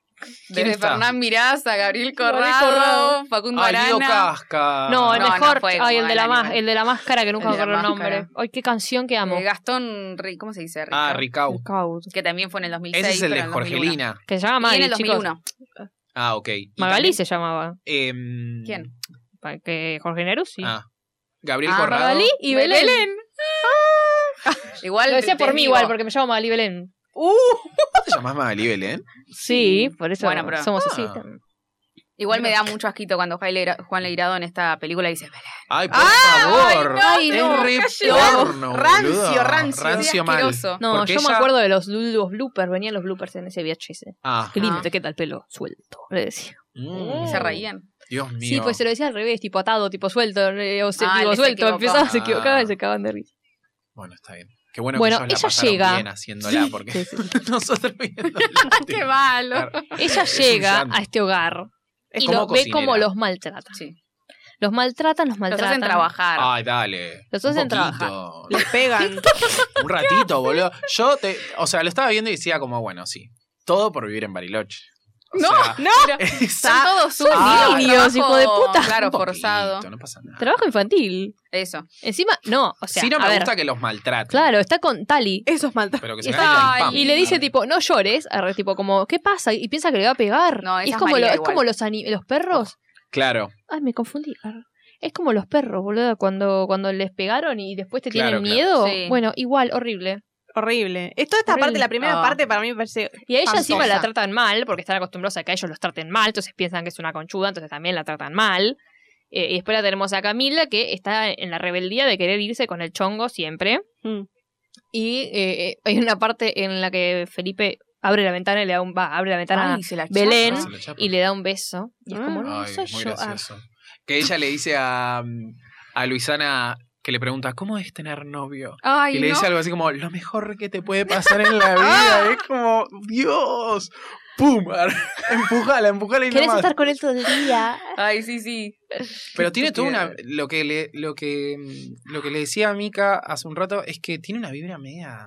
[SPEAKER 1] ¿Quién
[SPEAKER 2] Desde
[SPEAKER 1] está?
[SPEAKER 2] Fernán Mirás a Gabriel
[SPEAKER 4] Gabriel
[SPEAKER 2] Corrado,
[SPEAKER 4] Corrado.
[SPEAKER 2] Facundo
[SPEAKER 1] Ah, Guido
[SPEAKER 2] Arana.
[SPEAKER 1] Casca.
[SPEAKER 4] No, el
[SPEAKER 2] no, no
[SPEAKER 4] mejor.
[SPEAKER 2] fue
[SPEAKER 4] Ay, el
[SPEAKER 2] Juan,
[SPEAKER 4] de, la más,
[SPEAKER 2] animal.
[SPEAKER 4] el de la máscara que nunca
[SPEAKER 2] El
[SPEAKER 4] me
[SPEAKER 2] de la
[SPEAKER 4] acuerdo el
[SPEAKER 2] máscara.
[SPEAKER 4] nombre. Ay, qué canción que amo.
[SPEAKER 2] eh, Gastón, Ri- ¿cómo se dice?
[SPEAKER 1] Ah,
[SPEAKER 2] Ricardo?
[SPEAKER 1] Ricau.
[SPEAKER 4] Caut.
[SPEAKER 2] Que también fue en el 2006.
[SPEAKER 1] Ese es el
[SPEAKER 2] pero
[SPEAKER 1] de
[SPEAKER 2] en 2001.
[SPEAKER 1] Jorgelina.
[SPEAKER 4] Que se llama
[SPEAKER 2] Y en
[SPEAKER 4] Magali,
[SPEAKER 2] el
[SPEAKER 4] chicos.
[SPEAKER 2] 2001.
[SPEAKER 1] Ah, ok. Y
[SPEAKER 4] Magalí
[SPEAKER 1] también,
[SPEAKER 4] se llamaba.
[SPEAKER 1] em,
[SPEAKER 2] ¿Quién?
[SPEAKER 4] Pa- Que Jorge Neruzzi.
[SPEAKER 1] Ah. Gabriel
[SPEAKER 2] Ah,
[SPEAKER 1] Corrado.
[SPEAKER 4] Magalí y Belén.
[SPEAKER 2] Igual
[SPEAKER 4] Lo decía
[SPEAKER 2] te
[SPEAKER 4] por mí
[SPEAKER 2] digo,
[SPEAKER 4] igual, porque me llamo Magalí Belén.
[SPEAKER 1] ¿Cómo te llamás Magalí Belén?
[SPEAKER 4] Sí, por eso
[SPEAKER 2] Bueno, pero-
[SPEAKER 4] somos
[SPEAKER 1] Ah.
[SPEAKER 4] así.
[SPEAKER 2] Igual me da mucho asquito cuando Juan Leira- Juan Leirado en esta película dice Belén.
[SPEAKER 1] Ay, por favor.
[SPEAKER 2] Ay, no,
[SPEAKER 1] es
[SPEAKER 2] no,
[SPEAKER 1] re
[SPEAKER 2] cállate.
[SPEAKER 1] porno,
[SPEAKER 2] Rancio,
[SPEAKER 1] boludo.
[SPEAKER 2] rancio,
[SPEAKER 1] Rancio
[SPEAKER 2] es
[SPEAKER 1] mal.
[SPEAKER 2] asqueroso.
[SPEAKER 4] No,
[SPEAKER 1] Porque
[SPEAKER 4] yo me
[SPEAKER 1] ella-
[SPEAKER 4] acuerdo de los, los bloopers, venían los bloopers en ese VHS.
[SPEAKER 1] Ah.
[SPEAKER 4] Qué lindo
[SPEAKER 2] Ah.
[SPEAKER 4] te queda el pelo suelto, le decía.
[SPEAKER 1] Mm.
[SPEAKER 2] Se reían.
[SPEAKER 1] Dios mío.
[SPEAKER 4] Sí, pues se lo decía al revés, tipo atado, tipo suelto, eh, o se-
[SPEAKER 2] Ah,
[SPEAKER 4] digo
[SPEAKER 2] le se
[SPEAKER 4] suelto,
[SPEAKER 2] equivocó.
[SPEAKER 4] empezaba, se equivocaba
[SPEAKER 1] Ah.
[SPEAKER 4] y se acababan de risa.
[SPEAKER 1] Bueno, está bien. Qué bueno,
[SPEAKER 4] Bueno,
[SPEAKER 1] que ellos la
[SPEAKER 4] ella
[SPEAKER 1] pasaron
[SPEAKER 4] llega.
[SPEAKER 1] bien haciéndola, porque
[SPEAKER 4] Sí, sí.
[SPEAKER 1] nosotros viéndola.
[SPEAKER 2] Qué malo.
[SPEAKER 1] Claro.
[SPEAKER 4] Ella
[SPEAKER 1] Es
[SPEAKER 4] llega
[SPEAKER 1] humillante.
[SPEAKER 4] a este hogar y
[SPEAKER 1] como
[SPEAKER 4] lo, ve
[SPEAKER 1] cocinera.
[SPEAKER 4] cómo los maltrata.
[SPEAKER 2] Sí.
[SPEAKER 4] Los maltratan, los
[SPEAKER 2] Los
[SPEAKER 4] maltratan.
[SPEAKER 2] hacen trabajar.
[SPEAKER 1] Ay, dale.
[SPEAKER 4] Los
[SPEAKER 1] un
[SPEAKER 4] hacen
[SPEAKER 1] poquito.
[SPEAKER 3] Le pegan.
[SPEAKER 1] Un ratito, boludo. Yo te, o sea, lo estaba viendo y decía como, bueno, sí. Todo por vivir en Bariloche. O
[SPEAKER 2] No,
[SPEAKER 1] sea,
[SPEAKER 2] no.
[SPEAKER 1] Exacto.
[SPEAKER 2] Son todos sus
[SPEAKER 1] Ah,
[SPEAKER 4] niños, hijo de puta.
[SPEAKER 2] Claro,
[SPEAKER 1] Un poquito,
[SPEAKER 2] forzado.
[SPEAKER 1] No pasa nada.
[SPEAKER 4] Trabajo infantil.
[SPEAKER 2] Eso.
[SPEAKER 4] Encima, no, o sea,
[SPEAKER 1] sí, no
[SPEAKER 4] a
[SPEAKER 1] me
[SPEAKER 4] ver,
[SPEAKER 1] gusta que los maltraten.
[SPEAKER 4] claro, está con Tali
[SPEAKER 3] Eso es maltrato.
[SPEAKER 1] Pero que se
[SPEAKER 4] Está-
[SPEAKER 1] caigan
[SPEAKER 2] Ay,
[SPEAKER 1] pam.
[SPEAKER 4] Y le dice tipo, no llores, arre, tipo como, ¿qué pasa? Y piensa que le va a pegar.
[SPEAKER 2] No, esa
[SPEAKER 4] Y es
[SPEAKER 2] es
[SPEAKER 4] como,
[SPEAKER 2] María
[SPEAKER 4] lo- es
[SPEAKER 2] igual.
[SPEAKER 4] como los, ani- los perros.
[SPEAKER 1] Claro,
[SPEAKER 4] Ay, me confundí. arre. Es como los perros, boludo, cuando, cuando les pegaron y después te
[SPEAKER 1] Claro,
[SPEAKER 4] tienen
[SPEAKER 1] claro.
[SPEAKER 4] miedo.
[SPEAKER 2] Sí.
[SPEAKER 4] Bueno, igual, horrible.
[SPEAKER 3] Horrible. Es toda esta
[SPEAKER 4] Horrible.
[SPEAKER 3] parte, la primera
[SPEAKER 2] Ah.
[SPEAKER 3] parte para mí me parece.
[SPEAKER 4] Y a ella encima
[SPEAKER 2] Espantosa.
[SPEAKER 4] la tratan mal, porque están acostumbrados a que a ellos los traten mal, entonces piensan que es una conchuda, entonces también la tratan mal. Eh, y después la tenemos a Camila, que está en la rebeldía de querer irse con el chongo siempre.
[SPEAKER 3] Mm.
[SPEAKER 4] Y eh, eh, hay una parte en la que Felipe abre la ventana y le da un. Va, abre la ventana
[SPEAKER 2] Ay, se la
[SPEAKER 4] Belén.
[SPEAKER 2] chapa.
[SPEAKER 1] Ah, se lo chapa.
[SPEAKER 4] y le da un beso. Y es como, no,
[SPEAKER 1] Ay,
[SPEAKER 4] soy
[SPEAKER 1] es muy
[SPEAKER 4] yo. Ah,
[SPEAKER 1] gracioso. Que ella le dice a, a Luisana que le pregunta, ¿cómo es tener novio?
[SPEAKER 2] Ay,
[SPEAKER 1] y le
[SPEAKER 2] no.
[SPEAKER 1] dice algo así como, lo mejor que te puede pasar en la vida. es como, Dios. ¡Pum! empujala, empujala y
[SPEAKER 4] ¿Querés
[SPEAKER 1] nomás.
[SPEAKER 4] estar con él todo el día?
[SPEAKER 2] Ay, sí, sí.
[SPEAKER 1] Pero tiene toda una.
[SPEAKER 2] estupidez.
[SPEAKER 1] Lo que, le, lo, que, lo que le decía a Mika hace un rato es que tiene una vibra media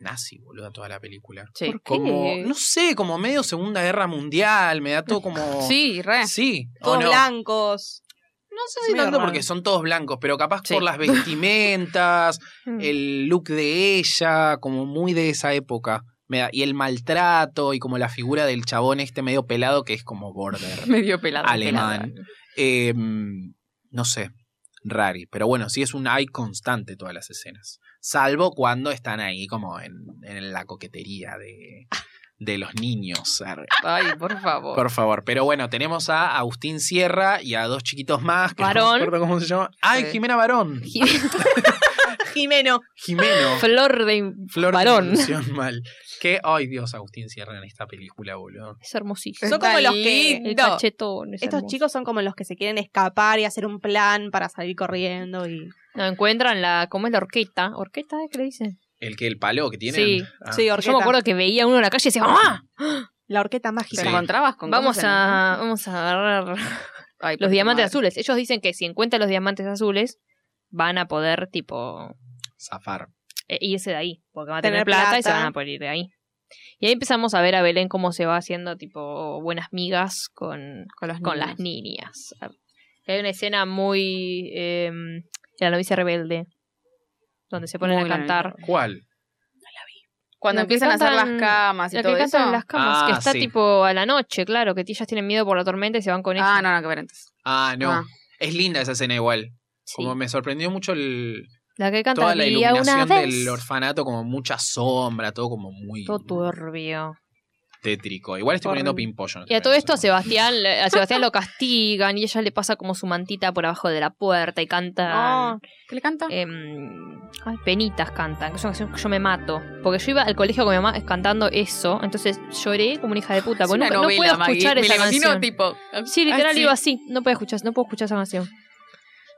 [SPEAKER 1] nazi, boludo, toda la película.
[SPEAKER 2] Sí.
[SPEAKER 4] ¿Por qué?
[SPEAKER 1] Como, no sé, como medio Segunda Guerra Mundial, me da todo como.
[SPEAKER 2] Sí, re.
[SPEAKER 1] Sí, o
[SPEAKER 3] Todos
[SPEAKER 1] no.
[SPEAKER 3] blancos.
[SPEAKER 1] No sé si
[SPEAKER 3] Medio
[SPEAKER 1] tanto
[SPEAKER 3] raro.
[SPEAKER 1] porque son todos blancos, pero capaz
[SPEAKER 2] Sí.
[SPEAKER 1] por las vestimentas,
[SPEAKER 4] Mm.
[SPEAKER 1] el look de ella, como muy de esa época. Me da- y el maltrato y como la figura del chabón este medio pelado que es como border
[SPEAKER 2] Medio pelado.
[SPEAKER 1] alemán. Eh, no sé, rari. Pero bueno, sí es un hay constante todas las escenas. Salvo cuando están ahí como en, en la coquetería de, de los niños. er, Arre.
[SPEAKER 4] Ay, por favor.
[SPEAKER 1] Por favor. Pero bueno, tenemos a Agustín Sierra y a dos chiquitos más. Que
[SPEAKER 4] Varón.
[SPEAKER 1] No me acuerdo cómo se llama. Ay,
[SPEAKER 4] Sí.
[SPEAKER 1] Jimena Varón.
[SPEAKER 3] Jimeno.
[SPEAKER 1] Jimeno.
[SPEAKER 4] Flor de
[SPEAKER 1] Flor de
[SPEAKER 4] varón.
[SPEAKER 1] ilusión mal. Que, ay Dios, Agustín Sierra en esta película, boludo.
[SPEAKER 4] Es hermosísimo.
[SPEAKER 3] Son como los que.
[SPEAKER 6] No.
[SPEAKER 4] El cachetón. es
[SPEAKER 3] Estos
[SPEAKER 4] hermoso.
[SPEAKER 3] chicos son como los que se quieren escapar y hacer un plan para salir corriendo y.
[SPEAKER 4] No, encuentran la. ¿Cómo es la orqueta? ¿Orqueta? ¿Qué le dicen?
[SPEAKER 1] El que el palo que Ah, tiene.
[SPEAKER 4] Sí,
[SPEAKER 3] sí,
[SPEAKER 4] Yo me
[SPEAKER 3] orqueta.
[SPEAKER 4] acuerdo que veía uno en la calle y decía, ¡ah!
[SPEAKER 3] La horqueta
[SPEAKER 2] ¿Te
[SPEAKER 3] mágica.
[SPEAKER 1] Sí.
[SPEAKER 2] encontrabas con
[SPEAKER 4] Vamos
[SPEAKER 2] cosas en-
[SPEAKER 4] a, vamos a agarrar
[SPEAKER 2] Ay, por
[SPEAKER 4] los
[SPEAKER 2] tu
[SPEAKER 4] diamantes
[SPEAKER 2] madre.
[SPEAKER 4] azules. Ellos dicen que si encuentran los diamantes azules, van a poder, tipo,
[SPEAKER 1] Zafar.
[SPEAKER 4] e- irse de ahí. Porque van a
[SPEAKER 3] Tener
[SPEAKER 4] tener, plata, y se
[SPEAKER 3] plata.
[SPEAKER 4] van a poder ir de ahí. Y ahí empezamos a ver a Belén cómo se va haciendo, tipo, buenas migas con,
[SPEAKER 2] Con, los
[SPEAKER 4] con las
[SPEAKER 2] niños.
[SPEAKER 4] niñas. Hay una escena muy. eh, la novicia rebelde. Donde se ponen
[SPEAKER 2] Muy
[SPEAKER 4] a cantar.
[SPEAKER 1] ¿Cuál?
[SPEAKER 2] Cuando
[SPEAKER 4] Lo que
[SPEAKER 2] empiezan a hacer
[SPEAKER 4] cantan-
[SPEAKER 2] las camas y
[SPEAKER 4] La
[SPEAKER 2] todo
[SPEAKER 4] que
[SPEAKER 2] eso.
[SPEAKER 4] cantan en las camas, que
[SPEAKER 1] Ah,
[SPEAKER 4] está
[SPEAKER 1] sí.
[SPEAKER 4] tipo a la noche, claro, que ellas tienen miedo por la tormenta y se van con ella.
[SPEAKER 2] Ah, no, no, que ver entonces.
[SPEAKER 1] Ah, no.
[SPEAKER 2] Ah.
[SPEAKER 1] Es linda esa escena igual.
[SPEAKER 4] Sí.
[SPEAKER 1] Como me sorprendió mucho el-
[SPEAKER 4] La que canta
[SPEAKER 1] toda la
[SPEAKER 4] "Había una
[SPEAKER 1] iluminación
[SPEAKER 4] vez".
[SPEAKER 1] del orfanato, como mucha sombra, todo como muy
[SPEAKER 4] Todo turbio.
[SPEAKER 1] tétrico. Igual estoy poniendo
[SPEAKER 3] Horrible.
[SPEAKER 1] pimpollo. no
[SPEAKER 4] Y
[SPEAKER 1] estoy
[SPEAKER 4] a todo
[SPEAKER 1] poniendo
[SPEAKER 4] esto a
[SPEAKER 1] sombra.
[SPEAKER 4] Sebastián, le- a Sebastián lo castigan y ella le pasa como su mantita por abajo de la puerta y
[SPEAKER 2] Ah.
[SPEAKER 4] canta.
[SPEAKER 2] ¿Qué le canta?
[SPEAKER 4] Eh, em, penitas cantan, que es una canción que yo me mato. Porque yo iba al colegio con mi mamá cantando eso, entonces lloré como una hija de puta.
[SPEAKER 2] Es
[SPEAKER 4] porque
[SPEAKER 2] una
[SPEAKER 4] no, no
[SPEAKER 2] novela,
[SPEAKER 4] puedo escuchar
[SPEAKER 2] Maggie.
[SPEAKER 4] esa
[SPEAKER 2] Me la imagino,
[SPEAKER 4] canción.
[SPEAKER 2] tipo.
[SPEAKER 4] Sí, literal
[SPEAKER 2] ay, sí.
[SPEAKER 4] iba así. No puedo escuchar, no puedo escuchar esa canción.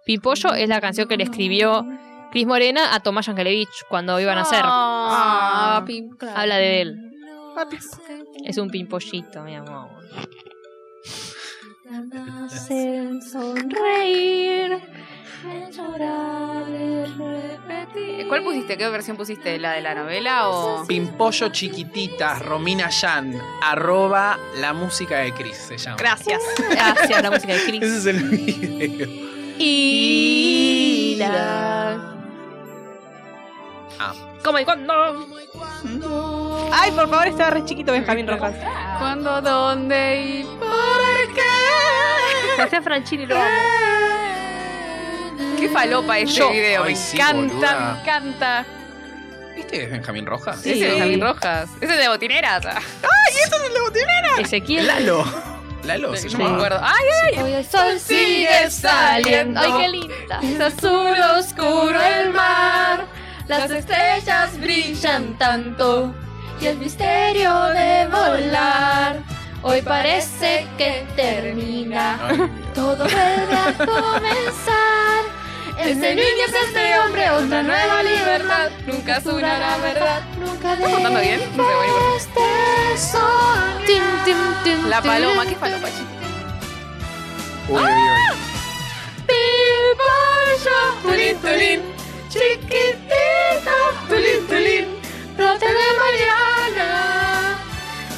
[SPEAKER 4] Pipollo es la canción que le escribió Cris Morena a Tomás Yankelevich cuando iban a hacer.
[SPEAKER 2] Ah, pi-
[SPEAKER 4] Habla de él. Es un pimpollito, mi amor.
[SPEAKER 5] Hacen sonreír, en llorar y repetir.
[SPEAKER 2] Eh, ¿Cuál pusiste? ¿Qué versión pusiste? ¿La de la novela o.?
[SPEAKER 1] Pimpollo chiquititas, Romina Yan, arroba la música de Chris se llama.
[SPEAKER 3] Gracias.
[SPEAKER 4] Gracias, la música de
[SPEAKER 1] Ese
[SPEAKER 4] Cris.
[SPEAKER 1] es el video.
[SPEAKER 4] Y
[SPEAKER 1] Ah,
[SPEAKER 4] Como y cuando.
[SPEAKER 3] Ay, por favor, estaba re chiquito Benjamín Rojas.
[SPEAKER 2] ¿Cuándo, dónde y por qué?
[SPEAKER 4] Gracias, Franchini, lo amo.
[SPEAKER 2] Qué falopa este
[SPEAKER 4] Yo.
[SPEAKER 2] video.
[SPEAKER 1] Ay,
[SPEAKER 2] me
[SPEAKER 1] sí,
[SPEAKER 2] encanta,
[SPEAKER 1] boluda.
[SPEAKER 2] me encanta.
[SPEAKER 1] ¿Este es Benjamín Roja?
[SPEAKER 4] Sí.
[SPEAKER 2] Ese es Benjamín Rojas. Ese es de botineras. Ah.
[SPEAKER 4] Ezequiel.
[SPEAKER 1] Lalo. Lalo se
[SPEAKER 2] No me
[SPEAKER 1] llama.
[SPEAKER 2] acuerdo. ¡Ay,
[SPEAKER 5] Hoy el sol
[SPEAKER 2] sigue saliendo.
[SPEAKER 4] Ay, qué linda.
[SPEAKER 5] Es azul oscuro el mar, las estrellas brillan tanto y el misterio de volar hoy parece que termina.
[SPEAKER 1] Ay, mira.
[SPEAKER 5] Todo vuelve a comenzar. Este niño es este hombre, otra nueva libertad.
[SPEAKER 2] Nunca es una
[SPEAKER 5] Una
[SPEAKER 2] la verdad.
[SPEAKER 5] verdad nunca este
[SPEAKER 2] ¿Estás contando bien? No sé, bueno, bueno.
[SPEAKER 5] de soñar.
[SPEAKER 2] La paloma, qué paloma, chicos.
[SPEAKER 1] Uy, uy, uy.
[SPEAKER 5] Pimpollo, tulín, tulín, chiquitito, tulín, tulín, brote de mañana,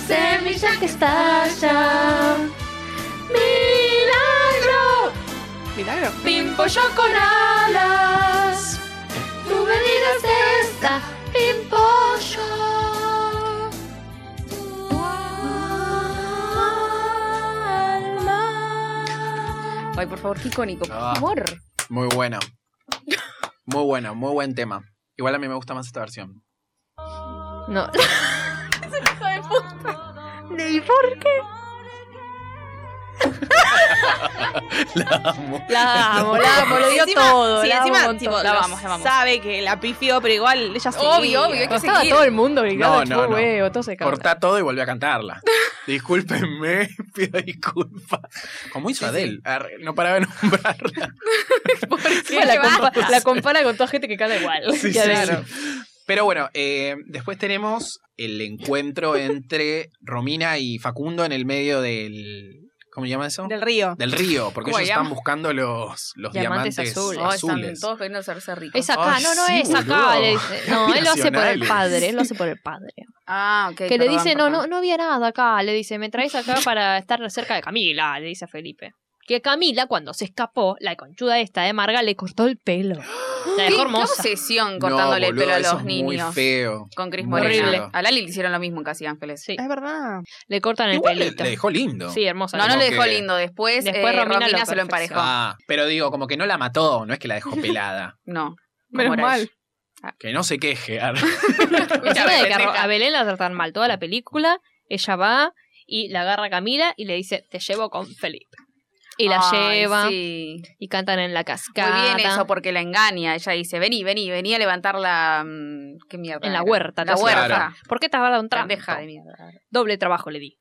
[SPEAKER 5] semilla que estalla, milagro,
[SPEAKER 3] Milagro.
[SPEAKER 5] pimpollo con alas, tu venida es esta, pimpollo. Tu alma.
[SPEAKER 2] Ay, por favor, qué icónico. Por
[SPEAKER 1] Ah.
[SPEAKER 2] favor.
[SPEAKER 1] Muy bueno. Muy bueno, muy buen tema. Igual a mí me gusta más esta versión.
[SPEAKER 4] No,
[SPEAKER 1] La amo.
[SPEAKER 4] la amo, la amo, lo dio
[SPEAKER 3] Encima-
[SPEAKER 4] todo.
[SPEAKER 3] Sí,
[SPEAKER 4] la
[SPEAKER 3] encima,
[SPEAKER 4] amo un
[SPEAKER 3] tipo,
[SPEAKER 4] montón.
[SPEAKER 2] La
[SPEAKER 3] lo
[SPEAKER 2] vamos, la vamos.
[SPEAKER 3] Sabe que la pifió, pero igual ella seguía.
[SPEAKER 2] Obvio, obvio, hay que
[SPEAKER 4] Estaba
[SPEAKER 2] seguir.
[SPEAKER 4] todo el mundo
[SPEAKER 1] No,
[SPEAKER 4] gritando,
[SPEAKER 1] no,
[SPEAKER 4] "Fue
[SPEAKER 1] no.
[SPEAKER 4] huevo", todo se canta.
[SPEAKER 1] Cortá todo y volví a cantarla. Discúlpenme, pido disculpas. Como hizo Adele. Arre, No paraba de nombrarla.
[SPEAKER 4] Sí, la, compa- la compara con toda gente que canta igual.
[SPEAKER 1] Sí, sí,
[SPEAKER 4] Ya
[SPEAKER 1] sí.
[SPEAKER 4] ves.
[SPEAKER 1] Pero bueno, eh, después tenemos el encuentro entre Romina y Facundo en el medio del. ¿Cómo se llama eso?
[SPEAKER 3] Del río.
[SPEAKER 1] Del río, porque ellos
[SPEAKER 2] Guayama.
[SPEAKER 1] están buscando los, los diamantes,
[SPEAKER 4] Diamantes
[SPEAKER 1] azules.
[SPEAKER 4] azules.
[SPEAKER 2] Ay, Oh, están todos queriendo hacerse ricos.
[SPEAKER 4] Es acá,
[SPEAKER 1] Ay,
[SPEAKER 4] no, no
[SPEAKER 1] Ah, sí,
[SPEAKER 4] es acá.
[SPEAKER 1] boludo.
[SPEAKER 4] le dice. No, él lo hace por el
[SPEAKER 1] Nacionales.
[SPEAKER 4] padre, él lo hace por el padre.
[SPEAKER 2] Ah, ok.
[SPEAKER 4] que le dice, no, no, no había nada acá. Le dice, me traes acá para estar cerca de Camila, le dice a Felipe. Que Camila, cuando se escapó, la conchuda esta de Marga le cortó el pelo. La
[SPEAKER 2] ¿Qué,
[SPEAKER 4] dejó
[SPEAKER 2] qué
[SPEAKER 4] hermosa.
[SPEAKER 2] obsesión
[SPEAKER 1] No,
[SPEAKER 2] cortándole
[SPEAKER 1] boludo,
[SPEAKER 2] el pelo a
[SPEAKER 1] eso
[SPEAKER 2] los
[SPEAKER 1] es
[SPEAKER 2] niños.
[SPEAKER 1] Muy feo.
[SPEAKER 2] Con Cris
[SPEAKER 1] Muy
[SPEAKER 2] Morena.
[SPEAKER 4] feo.
[SPEAKER 2] A Lali le hicieron lo mismo en Casi Ángeles.
[SPEAKER 4] Sí,
[SPEAKER 3] Es verdad.
[SPEAKER 4] le cortan el
[SPEAKER 1] Igual le,
[SPEAKER 4] pelito.
[SPEAKER 1] le dejó lindo.
[SPEAKER 4] Sí, hermosa.
[SPEAKER 2] No, no le
[SPEAKER 1] que-
[SPEAKER 2] dejó lindo. Después,
[SPEAKER 4] Después
[SPEAKER 2] eh,
[SPEAKER 4] Romina
[SPEAKER 2] Romina,
[SPEAKER 4] lo
[SPEAKER 2] se lo emparejó.
[SPEAKER 1] Ah, pero digo, como que no la mató, no es que la dejó pelada.
[SPEAKER 2] No.
[SPEAKER 3] Menos
[SPEAKER 2] Como era
[SPEAKER 3] mal.
[SPEAKER 2] ella.
[SPEAKER 1] que no se queje. arre.
[SPEAKER 4] Encima de que a Ro-
[SPEAKER 2] pendeja.
[SPEAKER 4] a Belén la tratan mal toda la película Ella va y la agarra a Camila y le dice, te llevo con Felipe. Y la
[SPEAKER 2] Ay,
[SPEAKER 4] lleva
[SPEAKER 2] sí.
[SPEAKER 4] y cantan en la cascada.
[SPEAKER 2] Muy bien eso, porque la engaña. Ella dice, vení, vení, vení a levantar la... mm, ¿Qué mierda?
[SPEAKER 4] En la
[SPEAKER 2] era?
[SPEAKER 4] huerta.
[SPEAKER 2] La
[SPEAKER 4] te hace-
[SPEAKER 2] huerta.
[SPEAKER 1] Claro.
[SPEAKER 4] ¿Por qué te has dado un trabajo?
[SPEAKER 2] Bandeja de mierda.
[SPEAKER 4] Doble trabajo le di.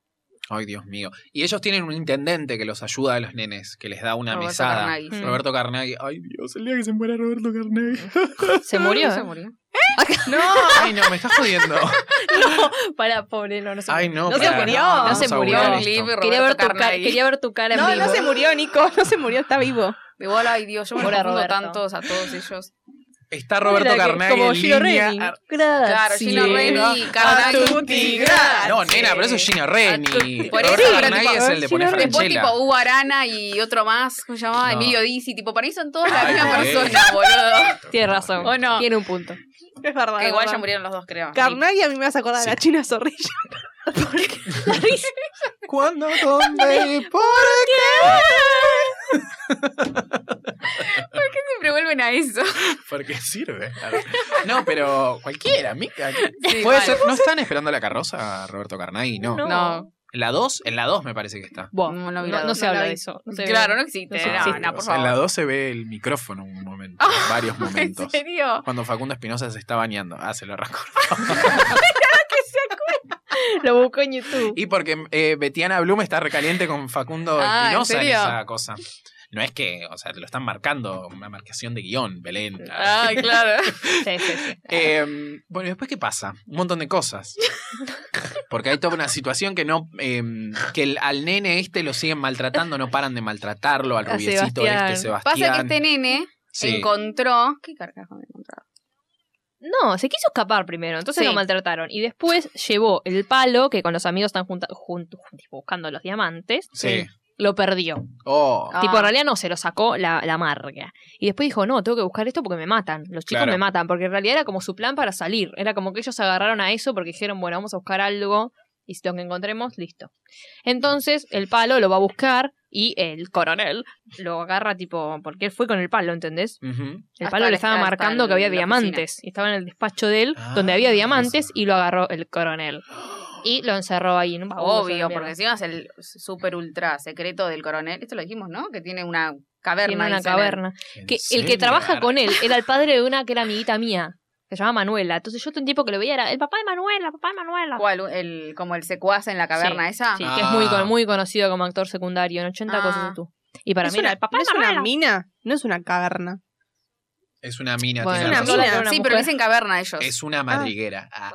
[SPEAKER 1] Ay, Dios mío. Y ellos tienen un intendente que los ayuda a los nenes, que les da una
[SPEAKER 2] Roberto
[SPEAKER 1] mesada.
[SPEAKER 2] Carnaghi, sí.
[SPEAKER 1] Roberto Carnaghi. Ay, Dios, el día que se muera Roberto Carnaghi.
[SPEAKER 4] Se murió. eh?
[SPEAKER 2] Se murió.
[SPEAKER 1] No. Ay, no, me estás jodiendo.
[SPEAKER 4] Para, pobre, no, no se
[SPEAKER 1] Ay, no.
[SPEAKER 3] No se
[SPEAKER 1] pará,
[SPEAKER 3] murió. No
[SPEAKER 1] vamos
[SPEAKER 4] se
[SPEAKER 1] a
[SPEAKER 4] murió.
[SPEAKER 1] abordar
[SPEAKER 2] Clip,
[SPEAKER 1] esto.
[SPEAKER 2] Roberto
[SPEAKER 4] Quería ver, tu cara,
[SPEAKER 2] Carnaghi.
[SPEAKER 4] quería ver tu cara en
[SPEAKER 3] No,
[SPEAKER 4] vivo.
[SPEAKER 3] no se murió, Nico. No se murió, está vivo.
[SPEAKER 2] Igual, ay Dios, yo me
[SPEAKER 4] Hola,
[SPEAKER 2] confundo
[SPEAKER 4] Roberto.
[SPEAKER 2] tantos a todos ellos.
[SPEAKER 1] Está Roberto
[SPEAKER 4] Mira que-
[SPEAKER 1] Carnaghi
[SPEAKER 4] como
[SPEAKER 1] en
[SPEAKER 4] Gino
[SPEAKER 1] línea.
[SPEAKER 4] Reni.
[SPEAKER 1] Ah,
[SPEAKER 2] Claro, Gino Reni, Carnaghi.
[SPEAKER 1] No, nena, pero eso es Gina Reni.
[SPEAKER 2] Por
[SPEAKER 1] Roberto
[SPEAKER 2] eso, pero
[SPEAKER 1] Carnaghi
[SPEAKER 2] tipo,
[SPEAKER 1] es el de poner
[SPEAKER 3] Gino Reni.
[SPEAKER 2] Después,
[SPEAKER 1] franchela.
[SPEAKER 2] tipo, Hugo Arana y otro más, ¿cómo se llamaba?
[SPEAKER 1] No.
[SPEAKER 2] Emilio Dizzi. Tipo, para mí son todos la
[SPEAKER 1] Ay, eh.
[SPEAKER 2] misma
[SPEAKER 1] sí.
[SPEAKER 2] persona, boludo.
[SPEAKER 4] Tiene razón.
[SPEAKER 2] ¿O no?
[SPEAKER 4] Tiene un punto.
[SPEAKER 3] Es verdad.
[SPEAKER 2] Que igual ya murieron los dos, creo.
[SPEAKER 3] Carnaghi a mí me vas a acordar de la China Zorrilla.
[SPEAKER 1] ¿Cuándo, dónde y por
[SPEAKER 2] Siempre vuelven a eso.
[SPEAKER 1] Porque sirve. claro. No, pero cualquiera, mica.
[SPEAKER 2] Sí,
[SPEAKER 1] Puede
[SPEAKER 2] igual.
[SPEAKER 1] ser. ¿No están esperando la carroza, Roberto Carnaghi? No.
[SPEAKER 4] No.
[SPEAKER 2] No.
[SPEAKER 1] ¿En la 2? En la 2 me parece que está.
[SPEAKER 4] Buah,
[SPEAKER 2] No,
[SPEAKER 4] no,
[SPEAKER 2] no vi la
[SPEAKER 4] no
[SPEAKER 2] dos,
[SPEAKER 4] se
[SPEAKER 3] no
[SPEAKER 4] habla
[SPEAKER 3] la
[SPEAKER 4] de
[SPEAKER 3] vi.
[SPEAKER 4] eso. No se
[SPEAKER 2] Claro,
[SPEAKER 4] ve.
[SPEAKER 2] no existe.
[SPEAKER 4] No sé,
[SPEAKER 2] No,
[SPEAKER 4] sí.
[SPEAKER 2] no, por
[SPEAKER 1] O sea,
[SPEAKER 2] favor.
[SPEAKER 1] En la 2 se ve el micrófono en un momento, en varios
[SPEAKER 2] ¿En
[SPEAKER 1] momentos.
[SPEAKER 2] serio?
[SPEAKER 1] Cuando Facundo Espinosa se está bañando. Ah, se lo arrancó.
[SPEAKER 4] Lo busco en YouTube.
[SPEAKER 1] Y porque eh, Betiana Blum está recaliente con Facundo
[SPEAKER 2] Ah, ¿en
[SPEAKER 1] Espinosa en,
[SPEAKER 2] serio?
[SPEAKER 1] esa cosa. No es que, o sea, te lo están marcando, una marcación de guión, Belén.
[SPEAKER 2] Ay, claro.
[SPEAKER 4] Sí, sí, sí.
[SPEAKER 1] Eh, bueno, ¿y después qué pasa? Un montón de cosas. Porque hay toda una situación que no. eh, que el- al nene este lo siguen maltratando, no paran de maltratarlo, al
[SPEAKER 4] A
[SPEAKER 1] rubiecito este
[SPEAKER 4] Sebastián.
[SPEAKER 1] Sebastián.
[SPEAKER 2] Pasa que este nene
[SPEAKER 1] Sí.
[SPEAKER 2] encontró. ¿Qué carcajo me encontraba?
[SPEAKER 4] No, se quiso escapar primero, entonces
[SPEAKER 2] Sí.
[SPEAKER 4] lo maltrataron. Y después llevó el palo, que con los amigos están junta- juntos tipo, buscando los diamantes,
[SPEAKER 1] Sí.
[SPEAKER 4] lo perdió.
[SPEAKER 1] Oh.
[SPEAKER 2] Ah.
[SPEAKER 4] Tipo, en realidad no, se lo sacó la, la marca. Y después dijo, no, tengo que buscar esto porque me matan, los chicos
[SPEAKER 1] Claro.
[SPEAKER 4] me matan, porque en realidad era como su plan para salir. Era como que ellos se agarraron a eso porque dijeron, bueno, vamos a buscar algo y si lo que encontremos, listo. Entonces el palo lo va a buscar y el coronel lo agarra tipo, porque él fue con el palo, ¿entendés?
[SPEAKER 1] Ujú.
[SPEAKER 4] El
[SPEAKER 2] Hasta
[SPEAKER 4] palo
[SPEAKER 2] la-
[SPEAKER 4] le estaba
[SPEAKER 2] hasta
[SPEAKER 4] marcando que había
[SPEAKER 2] la
[SPEAKER 4] diamantes. Y estaba en el despacho de él,
[SPEAKER 1] Ah,
[SPEAKER 4] donde había diamantes,
[SPEAKER 1] eso.
[SPEAKER 4] y lo agarró el coronel. Y lo encerró ahí en un baúl,
[SPEAKER 2] Obvio,
[SPEAKER 4] una
[SPEAKER 2] porque encima
[SPEAKER 4] mierda.
[SPEAKER 2] es el super ultra secreto del coronel. Esto lo dijimos, ¿no? Que tiene una caverna.
[SPEAKER 4] Tiene una
[SPEAKER 2] dicen en-
[SPEAKER 4] caverna.
[SPEAKER 1] ¿En
[SPEAKER 4] Que el que
[SPEAKER 1] serio?
[SPEAKER 4] trabaja con él era el padre de una que era amiguita mía. que Se llamaba Manuela. Entonces yo todo el tiempo que lo veía era el papá de Manuela, papá de Manuela.
[SPEAKER 2] ¿Cuál? El, como el secuaz en la caverna esa.
[SPEAKER 4] Sí,
[SPEAKER 1] Ah.
[SPEAKER 4] que es muy, con- muy conocido como actor secundario en 80
[SPEAKER 2] Ah.
[SPEAKER 4] cosas tú. Y para
[SPEAKER 3] ¿Es
[SPEAKER 4] mí era
[SPEAKER 3] una,
[SPEAKER 4] el papá
[SPEAKER 3] ¿no
[SPEAKER 4] de
[SPEAKER 3] es una
[SPEAKER 4] Manuela.
[SPEAKER 3] mina? No es una caverna.
[SPEAKER 1] Es una mina,
[SPEAKER 4] Bueno,
[SPEAKER 1] tiene
[SPEAKER 3] es una
[SPEAKER 1] razón.
[SPEAKER 3] mina.
[SPEAKER 4] una
[SPEAKER 2] Sí,
[SPEAKER 4] mujer.
[SPEAKER 2] pero le dicen caverna ellos.
[SPEAKER 1] Es una madriguera. Ah.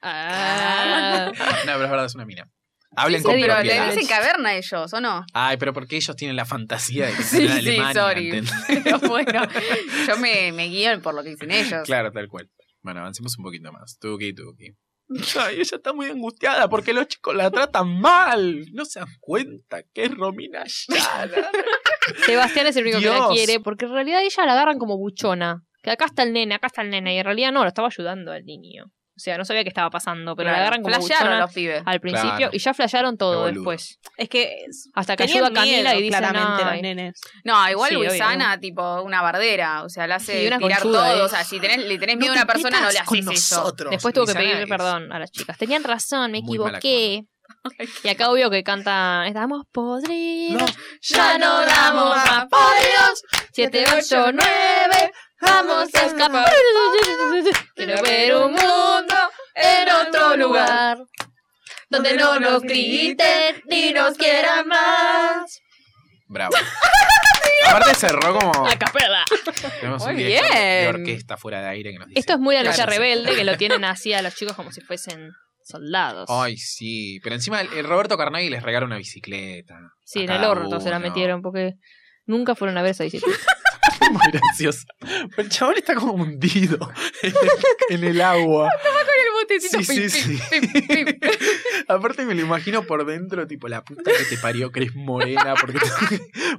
[SPEAKER 4] Ah.
[SPEAKER 1] No, pero es verdad, es una mina. Hablen
[SPEAKER 2] Sí,
[SPEAKER 1] con
[SPEAKER 2] pero le
[SPEAKER 1] propiedad.
[SPEAKER 2] dicen caverna ellos, ¿o no?
[SPEAKER 1] Ay, pero porque ellos tienen la fantasía de que
[SPEAKER 2] Sí,
[SPEAKER 1] la
[SPEAKER 2] sí,
[SPEAKER 1] Alemania,
[SPEAKER 2] sorry.
[SPEAKER 1] ¿entendés?
[SPEAKER 2] Pero bueno, yo me, me guío por lo que dicen ellos.
[SPEAKER 1] Claro, tal cual. Bueno, avancemos un poquito más. Tuki, tuki. Ay, ella está muy angustiada porque los chicos la tratan mal. No se dan cuenta que es Romina Ayala.
[SPEAKER 4] Sebastián es el único que la
[SPEAKER 1] Dios.
[SPEAKER 4] quiere, porque en realidad ella la agarran como buchona. Que acá está el nene, acá está el nene. Y en realidad no, lo estaba ayudando al niño. O sea, no sabía qué estaba pasando, pero la
[SPEAKER 2] Claro,
[SPEAKER 4] agarran como
[SPEAKER 2] flashearon
[SPEAKER 4] buchona
[SPEAKER 2] los pibes.
[SPEAKER 4] al principio
[SPEAKER 1] Claro.
[SPEAKER 4] y ya flashearon todo
[SPEAKER 1] Qué boludo.
[SPEAKER 4] después.
[SPEAKER 3] Es que es-
[SPEAKER 4] Hasta que
[SPEAKER 3] tenían
[SPEAKER 4] ayuda a Camila
[SPEAKER 3] miedo,
[SPEAKER 4] y dice,
[SPEAKER 3] claramente
[SPEAKER 4] "Ay".
[SPEAKER 3] los nenes.
[SPEAKER 2] No, igual
[SPEAKER 4] Sí,
[SPEAKER 2] Luisana, tipo, una bardera. O sea, la hace
[SPEAKER 4] Sí, una
[SPEAKER 2] tirar
[SPEAKER 4] conchuda,
[SPEAKER 2] todo.
[SPEAKER 4] ¿eh?
[SPEAKER 2] O sea, si tenés, le tenés miedo a una persona, no le haces eso.
[SPEAKER 4] Después tuvo que pedir perdón a las chicas. Tenían razón, me
[SPEAKER 1] Muy mala
[SPEAKER 4] equivoqué. Y acá obvio que canta, estamos podridos.
[SPEAKER 5] Ya no damos más pollos.
[SPEAKER 4] Siete, ocho, nueve.
[SPEAKER 5] Vamos a escapar.
[SPEAKER 4] Quiero ver un mundo
[SPEAKER 5] en otro lugar.
[SPEAKER 4] lugar.
[SPEAKER 5] Donde no nos griten ni nos quieran más.
[SPEAKER 1] Bravo. Aparte cerró como.
[SPEAKER 4] A capela.
[SPEAKER 1] Tenemos un
[SPEAKER 2] Muy
[SPEAKER 1] director de- de
[SPEAKER 2] bien.
[SPEAKER 1] orquesta fuera de aire que nos dice.
[SPEAKER 4] Esto es muy la noche
[SPEAKER 1] Cállense.
[SPEAKER 4] rebelde, que lo tienen así a los chicos como si fuesen soldados.
[SPEAKER 1] Ay, sí. Pero encima el, el Roberto Carnaghi les regala una bicicleta.
[SPEAKER 4] sí,
[SPEAKER 1] a
[SPEAKER 4] en el
[SPEAKER 1] cada
[SPEAKER 4] orto se la
[SPEAKER 1] uno.
[SPEAKER 4] metieron porque nunca fueron a ver esa bicicleta.
[SPEAKER 1] Muy graciosa. El chabón está como hundido en el, en el agua.
[SPEAKER 2] El botecito,
[SPEAKER 1] Sí, sí, sí. Aparte me lo imagino por dentro, tipo, la puta que te parió, Cris Morena, porque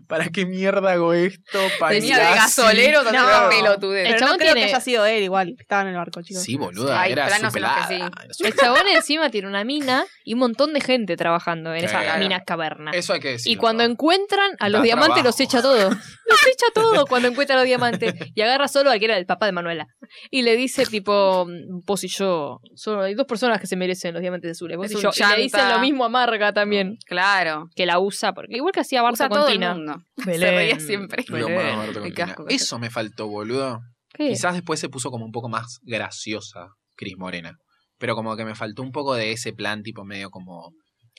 [SPEAKER 1] ¿para qué mierda hago esto?
[SPEAKER 2] Tenía de
[SPEAKER 1] Pagliacci.
[SPEAKER 2] gasolero, no.
[SPEAKER 3] No.
[SPEAKER 2] pelotudez.
[SPEAKER 4] El
[SPEAKER 3] Pero
[SPEAKER 4] chabón
[SPEAKER 3] no creo
[SPEAKER 4] tiene-
[SPEAKER 3] que haya sido él igual, que estaba en el barco, chicos.
[SPEAKER 1] Sí, boluda,
[SPEAKER 2] Hay
[SPEAKER 1] era su
[SPEAKER 2] planos en los que
[SPEAKER 1] pelada.
[SPEAKER 2] sí.
[SPEAKER 1] era su-
[SPEAKER 4] El chabón encima tiene una mina y un montón de gente trabajando en esa
[SPEAKER 1] Claro.
[SPEAKER 4] mina caverna.
[SPEAKER 1] Eso hay que decir.
[SPEAKER 4] y cuando encuentran a los
[SPEAKER 1] Da
[SPEAKER 4] diamantes
[SPEAKER 1] trabajo.
[SPEAKER 4] los echa todo. Los echa todo cuando encuentra a los diamantes. Y agarra solo al que era el papá de Manuela. Y le dice tipo, vos y yo, solo hay dos personas que se merecen los diamantes azules, vos
[SPEAKER 2] Es
[SPEAKER 4] y
[SPEAKER 2] un
[SPEAKER 4] yo. y le dicen lo mismo a Marga también,
[SPEAKER 2] Claro.
[SPEAKER 4] que la usa, porque igual que hacía Barça
[SPEAKER 2] Usa
[SPEAKER 4] con
[SPEAKER 2] todo el
[SPEAKER 4] Tina.
[SPEAKER 2] mundo. Se
[SPEAKER 4] Belén.
[SPEAKER 2] reía siempre.
[SPEAKER 1] Lo más barato con
[SPEAKER 2] Qué
[SPEAKER 1] Tina.
[SPEAKER 2] asco, qué
[SPEAKER 1] Eso me faltó, boludo.
[SPEAKER 4] ¿Qué?
[SPEAKER 1] Quizás después se puso como un poco más graciosa Cris Morena. Pero como que me faltó un poco de ese plan, tipo medio como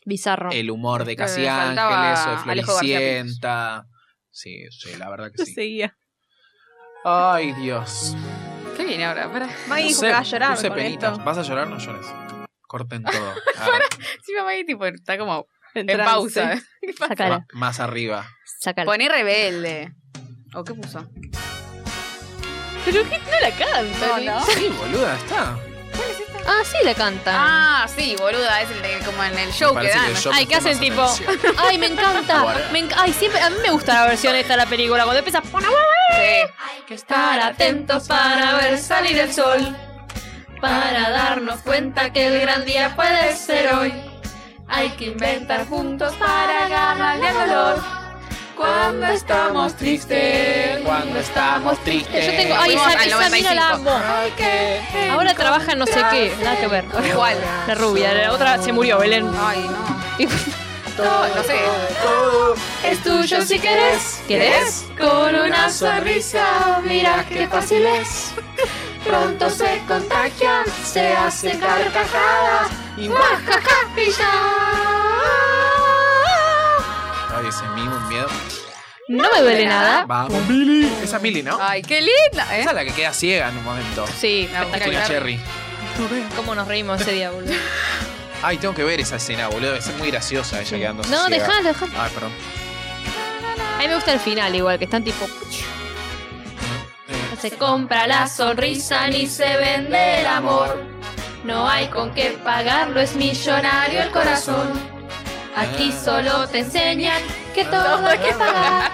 [SPEAKER 4] Bizarro.
[SPEAKER 1] el humor de
[SPEAKER 2] Pero
[SPEAKER 1] Casi
[SPEAKER 2] le Eh, faltaba
[SPEAKER 1] Ángeles o de
[SPEAKER 2] Alejo García Pérez.
[SPEAKER 1] Floricienta. Sí, sí, la verdad que
[SPEAKER 3] Yo
[SPEAKER 1] sí.
[SPEAKER 3] seguía.
[SPEAKER 1] Ay, Dios.
[SPEAKER 2] ¿Qué viene ahora? Pará.
[SPEAKER 3] Maggie
[SPEAKER 1] No
[SPEAKER 3] dijo
[SPEAKER 1] sé,
[SPEAKER 3] que va a llorar
[SPEAKER 1] puse
[SPEAKER 3] con
[SPEAKER 1] penitas.
[SPEAKER 3] esto.
[SPEAKER 1] ¿Vas a llorar? No llores. Corten todo. Ah,
[SPEAKER 2] Sí, mamá, y tipo, está como
[SPEAKER 3] En
[SPEAKER 2] en
[SPEAKER 3] trance.
[SPEAKER 2] pausa.
[SPEAKER 4] eh.
[SPEAKER 2] ¿Qué pasa?
[SPEAKER 1] Ah,
[SPEAKER 4] Sácala,
[SPEAKER 1] ma- más arriba.
[SPEAKER 4] sácala.
[SPEAKER 2] Poné rebelde. ¿O qué puso?
[SPEAKER 4] Pero que no la canta. ¿no?
[SPEAKER 1] Sí, boluda, está.
[SPEAKER 4] Ah, sí la canta.
[SPEAKER 2] Ah, sí, boluda. Es el de- como en el show que
[SPEAKER 1] Parece
[SPEAKER 2] dan.
[SPEAKER 1] que yo
[SPEAKER 4] Ay, ¿qué
[SPEAKER 1] presté
[SPEAKER 4] hacen, tipo?
[SPEAKER 1] más atención.
[SPEAKER 4] Ay, me encanta.
[SPEAKER 1] Guarda.
[SPEAKER 4] Me enc- Ay, siempre a mí me gusta la versión esta de la película cuando empieza
[SPEAKER 2] Sí.
[SPEAKER 5] Hay que estar atentos para ver salir el sol, para darnos cuenta que el gran día puede ser hoy. Hay que inventar juntos para ganarle al dolor. Cuando estamos tristes,
[SPEAKER 1] Cuando estamos tristes.
[SPEAKER 4] Yo tengo, ay,
[SPEAKER 2] Fuimos
[SPEAKER 4] esa,
[SPEAKER 2] al
[SPEAKER 4] esa mina la
[SPEAKER 2] 95.
[SPEAKER 4] amo.
[SPEAKER 5] hay que
[SPEAKER 4] Ahora trabaja en no sé qué, nada que ver.
[SPEAKER 2] ¿Cuál?
[SPEAKER 4] La rubia, la otra se murió, Belén.
[SPEAKER 2] Ay, no.
[SPEAKER 4] Y-
[SPEAKER 2] No, no sé.
[SPEAKER 5] es tuyo si querés.
[SPEAKER 4] ¿Querés?
[SPEAKER 5] Con una sonrisa, mira qué fácil es. Pronto se contagian, se hacen carcajadas. Y guajaja, y ya.
[SPEAKER 1] Ay, ese mimo, un miedo.
[SPEAKER 4] No me duele nada.
[SPEAKER 1] Vamos, Billy. Esa es Billy, ¿no?
[SPEAKER 2] Ay, qué linda. ¿eh?
[SPEAKER 1] Esa es la que queda ciega en un momento.
[SPEAKER 4] Sí,
[SPEAKER 2] La
[SPEAKER 1] Tina
[SPEAKER 4] espectacular.
[SPEAKER 1] Cherry.
[SPEAKER 4] ¿Cómo nos reímos ese día, boludo?
[SPEAKER 1] Ay, tengo que ver esa escena, boludo. Debe ser muy graciosa ella quedando
[SPEAKER 4] No, dejalo, dejalo.
[SPEAKER 1] Ay, perdón.
[SPEAKER 4] A mí me gusta el final igual, que están tipo.
[SPEAKER 1] Eh,
[SPEAKER 4] Se
[SPEAKER 5] Compra la sonrisa ni se vende el amor. No hay con qué pagarlo, es millonario el corazón.
[SPEAKER 1] eh,
[SPEAKER 5] Aquí solo te enseñan que todo hay que pagar.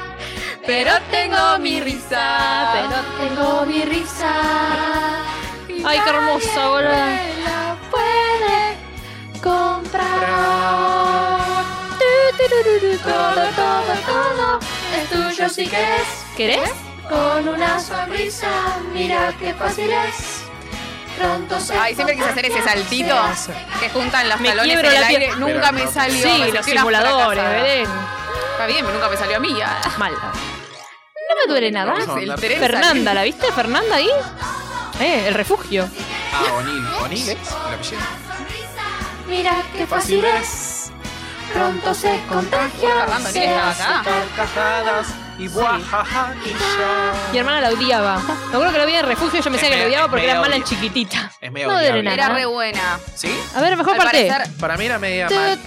[SPEAKER 5] Pero tengo mi risa, pero tengo mi risa. Y
[SPEAKER 4] Ay, qué hermosa, boludo.
[SPEAKER 5] nadie me la puede comprar. Todo, todo, todo es tuyo si quieres.
[SPEAKER 4] ¿Querés?
[SPEAKER 5] Con una sonrisa, mira qué fácil es. Pronto se.
[SPEAKER 2] Ay, siempre quise hacer ese
[SPEAKER 5] contagia,
[SPEAKER 2] saltito
[SPEAKER 5] se hace-
[SPEAKER 2] que juntan los
[SPEAKER 4] Me
[SPEAKER 2] talones en
[SPEAKER 4] quiebro
[SPEAKER 2] el
[SPEAKER 4] la
[SPEAKER 2] aire.
[SPEAKER 4] pierna.
[SPEAKER 2] Nunca
[SPEAKER 1] Pero
[SPEAKER 2] me
[SPEAKER 1] no.
[SPEAKER 2] salió.
[SPEAKER 4] Sí,
[SPEAKER 2] Me
[SPEAKER 4] los
[SPEAKER 2] sentí una
[SPEAKER 4] simuladores,
[SPEAKER 2] fracasada.
[SPEAKER 4] Belén.
[SPEAKER 2] Está bien, pero nunca me salió a mí. ah.
[SPEAKER 4] Mal. No me duele nada.
[SPEAKER 1] Vamos a
[SPEAKER 2] El
[SPEAKER 1] mandar-
[SPEAKER 2] tren
[SPEAKER 4] Fernanda, ¿la viste? Fernanda ahí. Eh, el refugio.
[SPEAKER 1] Ah, O'Neill. O'Neill es el apellido.
[SPEAKER 5] Mira qué fácil es. Pronto se contagia.
[SPEAKER 2] Fernando,
[SPEAKER 5] Se
[SPEAKER 2] ¿quién estaba
[SPEAKER 5] hace
[SPEAKER 2] acá?
[SPEAKER 1] Carcajadas y guajaja y ya.
[SPEAKER 4] Mi hermana la odiaba. Me acuerdo que la vi en refugio y yo me decía que la odiaba porque
[SPEAKER 1] Me
[SPEAKER 4] era mala
[SPEAKER 1] odia.
[SPEAKER 4] chiquitita.
[SPEAKER 1] Es medio
[SPEAKER 4] No duele
[SPEAKER 1] odiable.
[SPEAKER 4] nada.
[SPEAKER 2] Era re buena.
[SPEAKER 1] ¿Sí?
[SPEAKER 4] A ver, mejor
[SPEAKER 2] Al
[SPEAKER 4] parte.
[SPEAKER 2] parecer,
[SPEAKER 1] Para mí era media mal.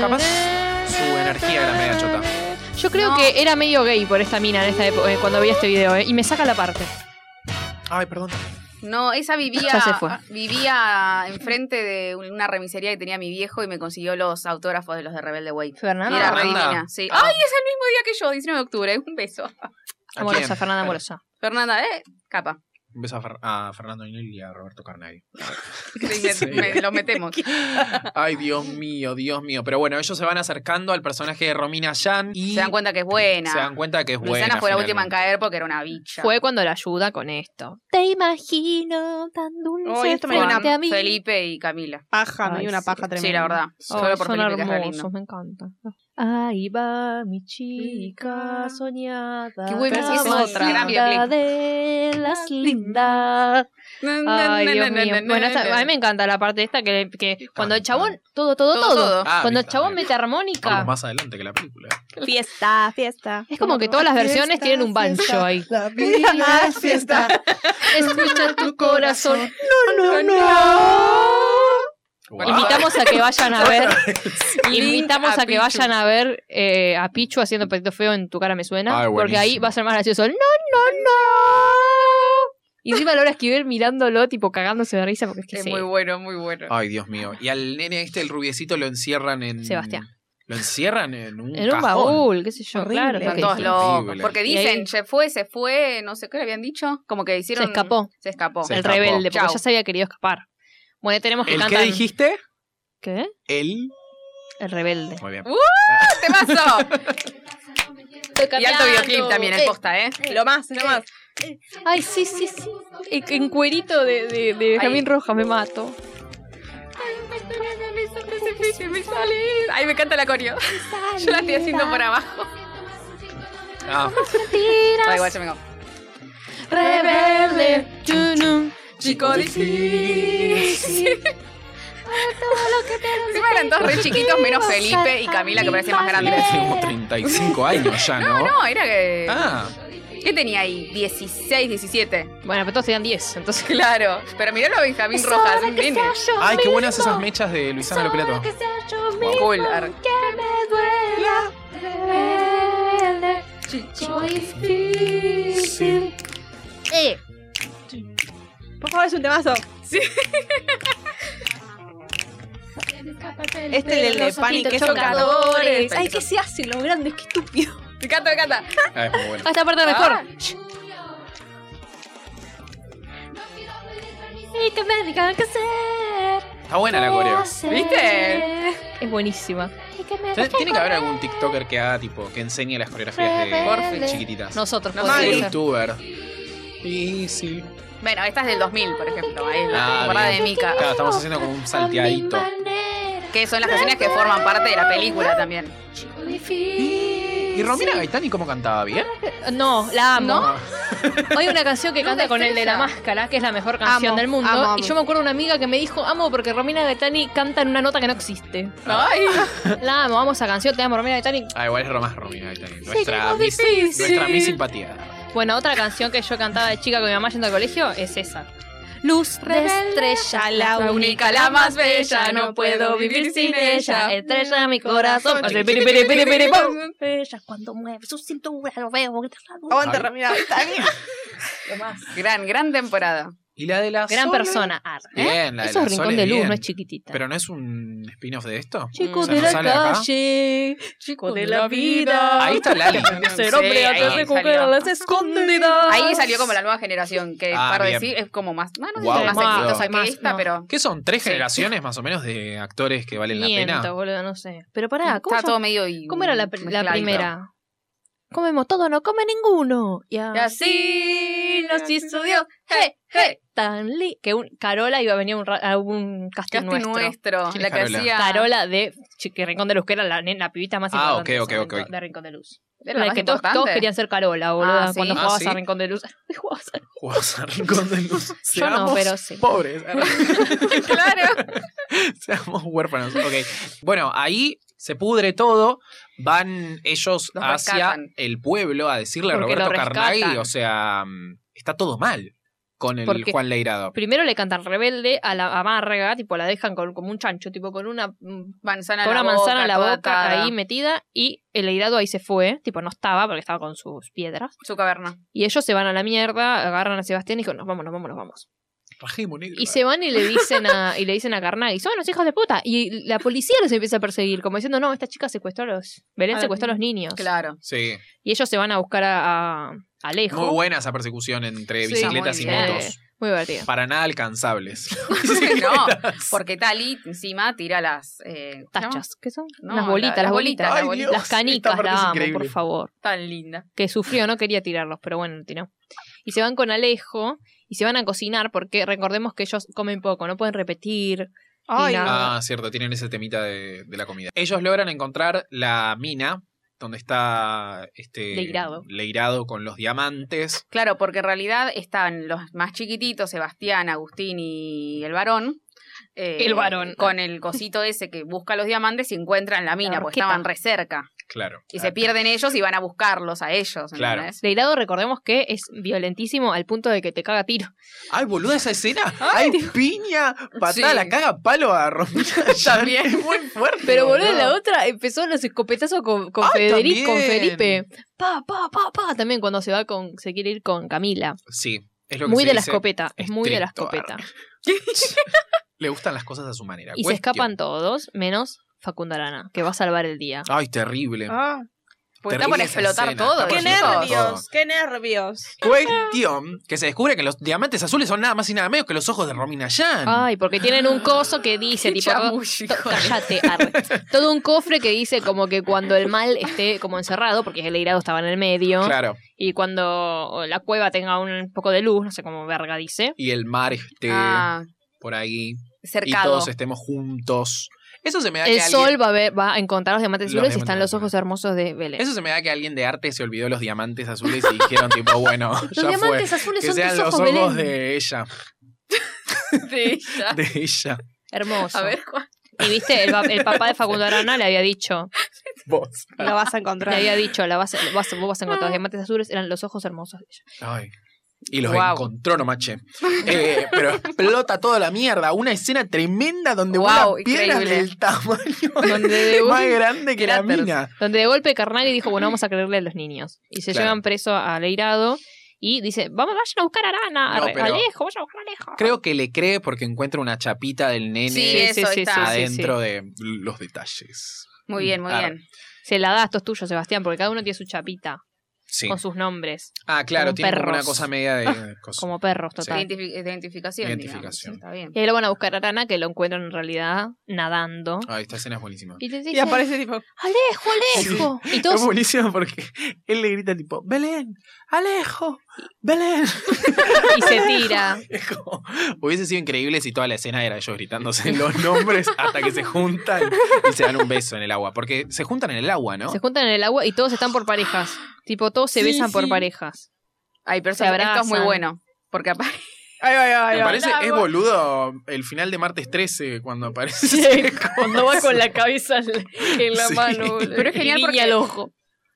[SPEAKER 1] Capaz su energía era media chota.
[SPEAKER 4] Yo creo
[SPEAKER 2] No.
[SPEAKER 4] que era medio gay por esta mina en esta época, eh, cuando veía este video, eh, y me saca la parte.
[SPEAKER 1] Ay, perdón.
[SPEAKER 2] No, esa vivía,
[SPEAKER 4] Ya se fue.
[SPEAKER 2] vivía enfrente de una remisería que tenía mi viejo y me consiguió los autógrafos de los de Rebelde Way. Y era
[SPEAKER 4] Fernanda.
[SPEAKER 2] re
[SPEAKER 1] Ah, Fernanda.
[SPEAKER 2] divina, sí.
[SPEAKER 1] Ah.
[SPEAKER 2] Ay, es el mismo día que yo, 19 de octubre. Un beso.
[SPEAKER 1] ¿A
[SPEAKER 4] Amorosa,
[SPEAKER 1] quién?
[SPEAKER 4] Fernanda
[SPEAKER 1] Bueno,
[SPEAKER 4] Amorosa.
[SPEAKER 2] Fernanda, ¿eh? Capa.
[SPEAKER 1] Un beso a, Fer- a Fernando O'Neill y a Roberto Carnaghi.
[SPEAKER 2] Me-
[SPEAKER 1] Sí.
[SPEAKER 2] me- los metemos.
[SPEAKER 1] Ay, Dios mío, Dios mío. Pero bueno, ellos se van acercando al personaje de Romina Yan y
[SPEAKER 2] Se dan cuenta que es buena.
[SPEAKER 1] se dan cuenta que es buena.
[SPEAKER 2] Luciana fue la última en
[SPEAKER 1] finalmente.
[SPEAKER 2] caer porque era una bicha.
[SPEAKER 4] Fue cuando la ayuda con esto. Te imagino tan dulce
[SPEAKER 3] Ay, esto me dio
[SPEAKER 2] Con
[SPEAKER 3] una
[SPEAKER 4] frente a mí.
[SPEAKER 2] Felipe y Camila.
[SPEAKER 3] Paja, me
[SPEAKER 4] Ay,
[SPEAKER 3] dio una
[SPEAKER 4] sí.
[SPEAKER 3] paja tremenda.
[SPEAKER 2] Sí, la verdad.
[SPEAKER 4] Ay,
[SPEAKER 2] Solo por
[SPEAKER 4] son
[SPEAKER 2] Felipe que es re lindo.
[SPEAKER 4] hermosos, me encanta. Ahí va mi chica soñada.
[SPEAKER 2] Qué buena, sí, esa es
[SPEAKER 4] caballita
[SPEAKER 2] otra. Gran videoclip.
[SPEAKER 4] de las lindas. Ay, Dios mío. Bueno, esta- a mí me encanta la parte esta que, que cuando el chabón, todo, todo,
[SPEAKER 2] Todo,
[SPEAKER 4] todo.
[SPEAKER 2] todo.
[SPEAKER 1] Ah,
[SPEAKER 4] cuando el
[SPEAKER 1] bien,
[SPEAKER 4] chabón
[SPEAKER 1] bien.
[SPEAKER 4] mete armónica,
[SPEAKER 1] Vamos más adelante que la película.
[SPEAKER 3] Fiesta, fiesta.
[SPEAKER 4] es como que todas las versiones tienen un banjo ahí.
[SPEAKER 7] La vida es fiesta.
[SPEAKER 4] Escucha tu corazón.
[SPEAKER 7] No, no, no.
[SPEAKER 1] Guau.
[SPEAKER 4] Invitamos a que vayan a ver.
[SPEAKER 2] Link
[SPEAKER 4] invitamos a,
[SPEAKER 2] a
[SPEAKER 4] que
[SPEAKER 2] Pichu.
[SPEAKER 4] vayan a ver eh, a Pichu haciendo Patito Feo en tu cara me suena.
[SPEAKER 1] Ay,
[SPEAKER 4] porque ahí
[SPEAKER 1] buenísimo.
[SPEAKER 4] va a ser más gracioso. el No, no, no. Y encima Laura Esquivel mirándolo, tipo cagándose de risa, porque es que
[SPEAKER 2] Es
[SPEAKER 4] sí.
[SPEAKER 2] muy bueno, muy bueno.
[SPEAKER 1] Ay, Dios mío. Y al nene este, el rubiecito, lo encierran en.
[SPEAKER 4] Sebastián.
[SPEAKER 1] Lo encierran en un.
[SPEAKER 4] En un
[SPEAKER 1] cajón.
[SPEAKER 4] baúl, qué sé yo,
[SPEAKER 3] Horrible.
[SPEAKER 4] claro.
[SPEAKER 2] Están
[SPEAKER 4] porque
[SPEAKER 2] todos
[SPEAKER 4] sí.
[SPEAKER 2] locos.
[SPEAKER 1] Horrible.
[SPEAKER 2] Porque
[SPEAKER 4] Y ahí-
[SPEAKER 2] dicen, se fue, se fue, no sé qué le habían dicho. Como que hicieron.
[SPEAKER 4] Se escapó.
[SPEAKER 2] Se escapó.
[SPEAKER 1] Se
[SPEAKER 4] el
[SPEAKER 1] escapó.
[SPEAKER 4] rebelde, porque
[SPEAKER 2] Chau.
[SPEAKER 4] ya se había querido escapar. Bueno, tenemos que
[SPEAKER 1] ¿El
[SPEAKER 4] cantar.
[SPEAKER 1] qué dijiste?
[SPEAKER 4] ¿Qué?
[SPEAKER 1] El.
[SPEAKER 4] El rebelde.
[SPEAKER 1] Muy bien.
[SPEAKER 2] ¡Te pasó! y alto videoclip también, el posta, ¿eh?
[SPEAKER 3] Lo más, lo más.
[SPEAKER 4] Ay, sí, sí, sí. En en cuerito de, de, de Benjamín Rojas me mato.
[SPEAKER 5] Ay, me estoy viendo, me hizo crecer.
[SPEAKER 2] que me salí. Ay, me encanta la coreo. Yo la estoy haciendo por abajo. Da
[SPEAKER 1] Ah,
[SPEAKER 5] Mentiras,
[SPEAKER 2] igual, yo me como.
[SPEAKER 5] rebelde, chunum,
[SPEAKER 2] Chico difícil.
[SPEAKER 5] todo lo que te
[SPEAKER 2] Encima eran todos re chiquitos, menos Felipe y Camila, que parecía más grande.
[SPEAKER 1] tiene como 35 años ya, ¿no?
[SPEAKER 2] No, era que.
[SPEAKER 1] Ah,
[SPEAKER 2] ¿Qué tenía ahí? 16, 17.
[SPEAKER 4] Bueno, pero todos tenían 10, entonces claro.
[SPEAKER 2] Claro. Pero mirá lo Benjamín Rojas, un nene.
[SPEAKER 1] ay, qué buenas esas mechas de Luisana Lopilato.
[SPEAKER 5] Que sea yo
[SPEAKER 1] Wow.
[SPEAKER 5] mismo,
[SPEAKER 2] Cool, ar-
[SPEAKER 5] que me duela, rebelde, chico difícil.
[SPEAKER 4] eh.
[SPEAKER 3] Por favor, es un temazo. Este es el de pan y queso
[SPEAKER 2] chocadores.
[SPEAKER 3] chocadores. Ay, ¿qué se hace? Lo grande, qué estúpido.
[SPEAKER 2] Me encanta, me encanta.
[SPEAKER 1] Ah, es muy bueno.
[SPEAKER 4] Esta parte es
[SPEAKER 2] Ah.
[SPEAKER 4] mejor.
[SPEAKER 5] Y que me digan qué hacer.
[SPEAKER 1] Está buena la
[SPEAKER 5] qué
[SPEAKER 1] coreo.
[SPEAKER 5] hacer.
[SPEAKER 2] ¿Viste?
[SPEAKER 4] Es buenísima.
[SPEAKER 5] Y que me
[SPEAKER 1] Tiene
[SPEAKER 5] dejen
[SPEAKER 1] que haber
[SPEAKER 5] correr.
[SPEAKER 1] algún TikToker que haga, tipo, que enseñe las coreografías de
[SPEAKER 2] Porfi.
[SPEAKER 1] chiquititas.
[SPEAKER 4] Nosotros
[SPEAKER 1] No
[SPEAKER 4] podemos
[SPEAKER 1] sé,
[SPEAKER 4] hacer.
[SPEAKER 1] youtuber. Difícil.
[SPEAKER 2] Bueno, esta es del 2000, por ejemplo. Ahí,
[SPEAKER 1] Ah,
[SPEAKER 2] la temporada de
[SPEAKER 1] bien.
[SPEAKER 2] Mika.
[SPEAKER 1] Claro, estamos haciendo como un salteadito.
[SPEAKER 5] A mi manera,
[SPEAKER 2] Que son las canciones que forman parte de la película también.
[SPEAKER 5] chico difícil.
[SPEAKER 1] ¿Y Romina Gaetani cómo cantaba? ¿Bien?
[SPEAKER 4] No, la amo.
[SPEAKER 2] ¿No?
[SPEAKER 4] Hay una canción que
[SPEAKER 2] Luna
[SPEAKER 4] canta con el de la
[SPEAKER 2] Estrella.
[SPEAKER 4] máscara, que es la mejor canción
[SPEAKER 3] Amo,
[SPEAKER 4] del mundo.
[SPEAKER 3] amo, amo.
[SPEAKER 4] Y yo me acuerdo de una amiga que me dijo, amo porque Romina Gaetani canta en una nota que no existe.
[SPEAKER 2] Ay.
[SPEAKER 4] La amo, amo esa canción, te amo Romina Gaetani.
[SPEAKER 1] Ah, igual es más Romina Gaetani. Nuestra,
[SPEAKER 5] como
[SPEAKER 1] mis,
[SPEAKER 5] difícil.
[SPEAKER 1] nuestra mi simpatía.
[SPEAKER 4] Bueno, otra canción que yo cantaba de chica con mi mamá yendo al colegio es esa. Luz de estrella, la única, la más bella, no puedo vivir sin ella. Estrella de mi corazón. Hace piri, piri, piri, piri, pum. Ella cuando mueve su cintura lo veo.
[SPEAKER 3] Aguanta,
[SPEAKER 1] Ay.
[SPEAKER 3] Ramiro. Está bien.
[SPEAKER 2] Gran, gran temporada.
[SPEAKER 1] Y la de la
[SPEAKER 4] Gran
[SPEAKER 1] Sole?
[SPEAKER 4] persona. ar, ¿eh?
[SPEAKER 1] Bien, la de
[SPEAKER 4] Eso
[SPEAKER 1] la
[SPEAKER 4] es Rincón
[SPEAKER 1] Sole,
[SPEAKER 4] de Luz,
[SPEAKER 1] bien.
[SPEAKER 4] no es chiquitita.
[SPEAKER 1] ¿Pero no es un spin-off de esto?
[SPEAKER 2] Chico
[SPEAKER 1] O sea, ¿no sale acá?
[SPEAKER 4] calle, chico de la vida.
[SPEAKER 1] Ahí está Lali.
[SPEAKER 2] Ser hombre Sí, atrás ahí de coger salió. a las
[SPEAKER 4] escondidas.
[SPEAKER 2] Ahí salió como la nueva generación, que
[SPEAKER 1] Ah,
[SPEAKER 2] para
[SPEAKER 1] bien.
[SPEAKER 2] decir es como más, no, no sé
[SPEAKER 1] Guau,
[SPEAKER 2] si es más
[SPEAKER 1] más,
[SPEAKER 2] exitosa
[SPEAKER 4] más,
[SPEAKER 2] que esta,
[SPEAKER 4] no.
[SPEAKER 2] pero
[SPEAKER 1] ¿Qué son? ¿Tres
[SPEAKER 2] Sí.
[SPEAKER 1] generaciones más o menos de actores que valen la
[SPEAKER 4] Miento,
[SPEAKER 1] pena?
[SPEAKER 4] boludo, no sé. Pero pará, ¿cómo,
[SPEAKER 2] está
[SPEAKER 4] se-
[SPEAKER 2] todo medio y
[SPEAKER 4] cómo era la, pr- la
[SPEAKER 2] mezcladito.
[SPEAKER 4] primera? Comemos todo, no come ninguno. Y
[SPEAKER 2] Y
[SPEAKER 4] así
[SPEAKER 2] así
[SPEAKER 4] nos hizo Dios. Hey, hey, tan li que un, Carola iba a venir a un, ra- a un casting,
[SPEAKER 2] Casti
[SPEAKER 4] nuestro.
[SPEAKER 2] nuestro,
[SPEAKER 1] ¿Quién
[SPEAKER 2] la
[SPEAKER 1] es
[SPEAKER 2] que
[SPEAKER 1] Carola?
[SPEAKER 2] hacía
[SPEAKER 4] Carola de Ch- que Rincón de Luz, que era la, nena, la pibita más
[SPEAKER 1] Ah,
[SPEAKER 4] importante
[SPEAKER 1] ok,
[SPEAKER 4] en
[SPEAKER 1] ok,
[SPEAKER 4] ese momento
[SPEAKER 1] ok, ok.
[SPEAKER 4] de Rincón de Luz.
[SPEAKER 2] Era la
[SPEAKER 4] la
[SPEAKER 2] más
[SPEAKER 4] que todos, todos
[SPEAKER 2] importante.
[SPEAKER 4] querían ser Carola, boluda,
[SPEAKER 2] Ah, ¿sí?
[SPEAKER 4] cuando
[SPEAKER 1] Ah,
[SPEAKER 4] jugabas
[SPEAKER 1] ¿sí?
[SPEAKER 4] a Rincón de Luz. Jugabas a-
[SPEAKER 1] Jugamos a Rincón de Luz.
[SPEAKER 4] Yo no,
[SPEAKER 1] Seamos
[SPEAKER 4] pero sí.
[SPEAKER 1] pobres.
[SPEAKER 2] claro.
[SPEAKER 1] Seamos huérfanos. Ok. Bueno, ahí se pudre todo. Van ellos
[SPEAKER 2] Los
[SPEAKER 1] hacia
[SPEAKER 2] rescatan.
[SPEAKER 1] el pueblo a decirle
[SPEAKER 4] Porque
[SPEAKER 1] a Roberto
[SPEAKER 4] lo rescatan.
[SPEAKER 1] Carnaghi. O sea, mm, está todo mal con el
[SPEAKER 4] Porque-
[SPEAKER 1] Juan Leirado.
[SPEAKER 4] Primero le cantan rebelde a la amarga, tipo la dejan con, como un chancho, tipo con una, mm,
[SPEAKER 2] Manzana
[SPEAKER 4] con
[SPEAKER 2] en
[SPEAKER 4] una
[SPEAKER 2] la
[SPEAKER 4] manzana
[SPEAKER 2] boca,
[SPEAKER 4] en la
[SPEAKER 2] toda
[SPEAKER 4] boca
[SPEAKER 2] atada.
[SPEAKER 4] ahí metida y el Eirado ahí se fue, tipo no estaba porque estaba con sus piedras.
[SPEAKER 2] su caverna.
[SPEAKER 4] Y ellos se van a la mierda, agarran a Sebastián y dicen, nos vamos, nos vamos, nos vamos.
[SPEAKER 1] Rajimo, negro.
[SPEAKER 4] Y se van y le dicen a, y le dicen a Carnaghi, son los hijos de puta. Y la policía los empieza a perseguir, como diciendo, no, esta chica secuestró a los, Belén
[SPEAKER 2] Ah,
[SPEAKER 4] secuestró a los niños.
[SPEAKER 2] Claro.
[SPEAKER 1] Sí.
[SPEAKER 4] Y ellos se van a buscar a, a Alejo.
[SPEAKER 1] Muy buena esa persecución entre
[SPEAKER 4] Sí,
[SPEAKER 1] bicicletas
[SPEAKER 2] muy
[SPEAKER 1] y
[SPEAKER 2] bien.
[SPEAKER 1] motos.
[SPEAKER 4] Muy divertido.
[SPEAKER 1] Para nada alcanzables.
[SPEAKER 2] no, porque Tali encima tira las eh, ¿cómo se llama?
[SPEAKER 4] Tachas, ¿qué son?
[SPEAKER 2] No,
[SPEAKER 4] las bolitas,
[SPEAKER 2] la-
[SPEAKER 4] las bolitas.
[SPEAKER 2] Ay,
[SPEAKER 4] las
[SPEAKER 2] Dios,
[SPEAKER 4] Las
[SPEAKER 1] esta
[SPEAKER 4] canicas,
[SPEAKER 1] parte es
[SPEAKER 4] la amo,
[SPEAKER 1] increíble.
[SPEAKER 4] por favor.
[SPEAKER 2] Tan linda.
[SPEAKER 4] que sufrió, no quería tirarlos, pero bueno, lo tiró. Y se van con Alejo y se van a cocinar porque recordemos que ellos comen poco, no pueden repetir.
[SPEAKER 3] Ay,
[SPEAKER 4] no.
[SPEAKER 1] Ah, cierto, tienen ese temita de, de la comida. Ellos logran encontrar la mina donde está este
[SPEAKER 4] Leirado.
[SPEAKER 1] Leirado con los diamantes.
[SPEAKER 2] Claro, porque en realidad están los más chiquititos, Sebastián, Agustín y el varón. eh,
[SPEAKER 4] El varón.
[SPEAKER 2] Con el cosito ese que busca los diamantes y encuentran la mina, porque
[SPEAKER 4] horqueta.
[SPEAKER 2] estaban re cerca.
[SPEAKER 1] Claro. Ah.
[SPEAKER 2] Y se pierden ellos y van a buscarlos a ellos.
[SPEAKER 1] Claro.
[SPEAKER 2] ¿entendés?
[SPEAKER 4] Leirado, recordemos que es violentísimo al punto de que te caga tiro.
[SPEAKER 1] ¡Ay, boluda esa escena! ¡Ay, piña! Patada,
[SPEAKER 2] Sí.
[SPEAKER 1] la caga palo a Romina. También es muy fuerte.
[SPEAKER 4] Pero boludo, la
[SPEAKER 1] boludo.
[SPEAKER 4] otra empezó los escopetazos con, con
[SPEAKER 1] Ah,
[SPEAKER 4] Federico, con
[SPEAKER 1] también.
[SPEAKER 4] Felipe. Pa, pa, pa, pa. También cuando se va con, se quiere ir con Camila.
[SPEAKER 1] Sí, es lo que
[SPEAKER 4] Muy
[SPEAKER 1] se
[SPEAKER 4] de la
[SPEAKER 1] dice.
[SPEAKER 4] escopeta, es muy de la
[SPEAKER 1] estricto,
[SPEAKER 4] escopeta.
[SPEAKER 1] Le gustan las cosas a su manera.
[SPEAKER 4] Y se
[SPEAKER 1] Cuestión.
[SPEAKER 4] escapan todos, menos Facundo Arana, que va a salvar el día.
[SPEAKER 1] Ay, terrible.
[SPEAKER 3] Ah,
[SPEAKER 2] Porque está por
[SPEAKER 1] Terrible esa
[SPEAKER 2] explotar
[SPEAKER 1] escena,
[SPEAKER 2] todo.
[SPEAKER 1] está por
[SPEAKER 3] qué
[SPEAKER 2] chicos.
[SPEAKER 1] explotar todo.
[SPEAKER 3] nervios, qué nervios.
[SPEAKER 1] Cuestión que se descubre que los diamantes azules son nada más y nada menos que los ojos de Romina Yan.
[SPEAKER 4] Ay, porque tienen un coso que dice, tipo,
[SPEAKER 2] Chamuyo,
[SPEAKER 4] To- Cállate, arre. Todo un cofre que dice como que cuando el mal esté como encerrado, porque el irado estaba en el medio,
[SPEAKER 1] Claro.
[SPEAKER 4] y cuando la cueva tenga un poco de luz, no sé cómo verga dice.
[SPEAKER 1] Y el mar esté
[SPEAKER 2] Ah,
[SPEAKER 1] por ahí. Y
[SPEAKER 2] cercado.
[SPEAKER 1] todos estemos juntos Eso se me da
[SPEAKER 4] El
[SPEAKER 1] que alguien-
[SPEAKER 4] sol va a, ver, va a encontrar los diamantes
[SPEAKER 1] Los
[SPEAKER 4] azules y
[SPEAKER 1] diamantes
[SPEAKER 4] están los ojos
[SPEAKER 1] azules.
[SPEAKER 4] hermosos de Belén.
[SPEAKER 1] Eso se me da que alguien de arte se olvidó los diamantes azules y dijeron tipo, bueno,
[SPEAKER 5] Los
[SPEAKER 1] ya fue.
[SPEAKER 5] diamantes azules
[SPEAKER 1] Que
[SPEAKER 5] son
[SPEAKER 1] sean
[SPEAKER 5] tus
[SPEAKER 1] los
[SPEAKER 5] ojos,
[SPEAKER 1] ojos
[SPEAKER 5] Belén.
[SPEAKER 1] de ella, de ella.
[SPEAKER 4] Hermoso.
[SPEAKER 2] A ver, Juan.
[SPEAKER 4] Y viste, el, va- el papá de Facundo Arana le había dicho,
[SPEAKER 1] Vos.
[SPEAKER 3] Lo vas a
[SPEAKER 4] le
[SPEAKER 3] encontrar.
[SPEAKER 4] había dicho, la vas, a- vas, vos vas a encontrar
[SPEAKER 1] Ah.
[SPEAKER 4] los diamantes azules, eran los ojos hermosos de ella.
[SPEAKER 1] Ay. Y los
[SPEAKER 4] Guau.
[SPEAKER 1] encontró, no maché. Eh, pero explota toda la mierda. Una escena tremenda donde
[SPEAKER 2] Guau,
[SPEAKER 1] una piedra
[SPEAKER 2] increíble.
[SPEAKER 1] del tamaño
[SPEAKER 4] Donde de,
[SPEAKER 1] más
[SPEAKER 4] golpe-
[SPEAKER 1] grande que la
[SPEAKER 4] cráteres.
[SPEAKER 1] mina.
[SPEAKER 4] donde de golpe Carnaghi dijo, bueno, vamos a creerle a los niños. Y se
[SPEAKER 1] Claro.
[SPEAKER 4] llevan preso a Leirado y dice, vamos, vayan a buscar a Arana,
[SPEAKER 1] No,
[SPEAKER 4] a Re-
[SPEAKER 1] pero-
[SPEAKER 4] Alejo, vayan a buscar a Alejo.
[SPEAKER 1] Creo que le cree porque encuentra una chapita del nene
[SPEAKER 2] Sí, eso está.
[SPEAKER 4] sí, sí.
[SPEAKER 1] adentro de los detalles.
[SPEAKER 2] Muy bien, muy
[SPEAKER 1] Ah,
[SPEAKER 2] bien.
[SPEAKER 4] Se la da, esto es tuyo, Sebastián, porque cada uno tiene su chapita
[SPEAKER 1] Sí.
[SPEAKER 4] con sus nombres,
[SPEAKER 1] Ah, claro,
[SPEAKER 4] como
[SPEAKER 1] tiene como una
[SPEAKER 4] perros. Ah,
[SPEAKER 1] cosa media de cosa.
[SPEAKER 4] como perros,
[SPEAKER 1] Sí.
[SPEAKER 4] total.
[SPEAKER 2] Identifi- identificación.
[SPEAKER 1] Identificación.
[SPEAKER 2] digamos. Está bien.
[SPEAKER 4] Y ahí lo van a buscar a Arana, que lo encuentran en realidad nadando.
[SPEAKER 1] Ay, Ah, esta escena es buenísima.
[SPEAKER 4] Y, les
[SPEAKER 3] Y
[SPEAKER 4] dice,
[SPEAKER 3] aparece tipo,
[SPEAKER 4] Alejo, Alejo. Y
[SPEAKER 1] Es
[SPEAKER 4] todos
[SPEAKER 1] buenísima porque él le grita tipo, Belén, Alejo, Belén.
[SPEAKER 4] y se tira.
[SPEAKER 1] Es como, hubiese sido increíble si toda la escena era ellos gritándose los nombres hasta que se juntan y se dan un beso en el agua. Porque se juntan en el agua, ¿no?
[SPEAKER 4] Se juntan en el agua y todos están por parejas. Tipo, todos se
[SPEAKER 1] Sí,
[SPEAKER 4] besan por
[SPEAKER 1] sí.
[SPEAKER 4] parejas.
[SPEAKER 2] Ay, pero
[SPEAKER 4] Se
[SPEAKER 2] eso- esto es muy
[SPEAKER 4] abrazan.
[SPEAKER 2] bueno. Porque aparte.
[SPEAKER 3] ay, ay, ay,
[SPEAKER 1] Me
[SPEAKER 3] ay,
[SPEAKER 1] parece,
[SPEAKER 3] ay,
[SPEAKER 1] es
[SPEAKER 3] ay".
[SPEAKER 1] boludo el final de martes 13 cuando aparece.
[SPEAKER 4] Cuando va con la cabeza en
[SPEAKER 1] la Sí. mano, boludo.
[SPEAKER 2] Pero es genial
[SPEAKER 4] y
[SPEAKER 2] porque-
[SPEAKER 4] al ojo.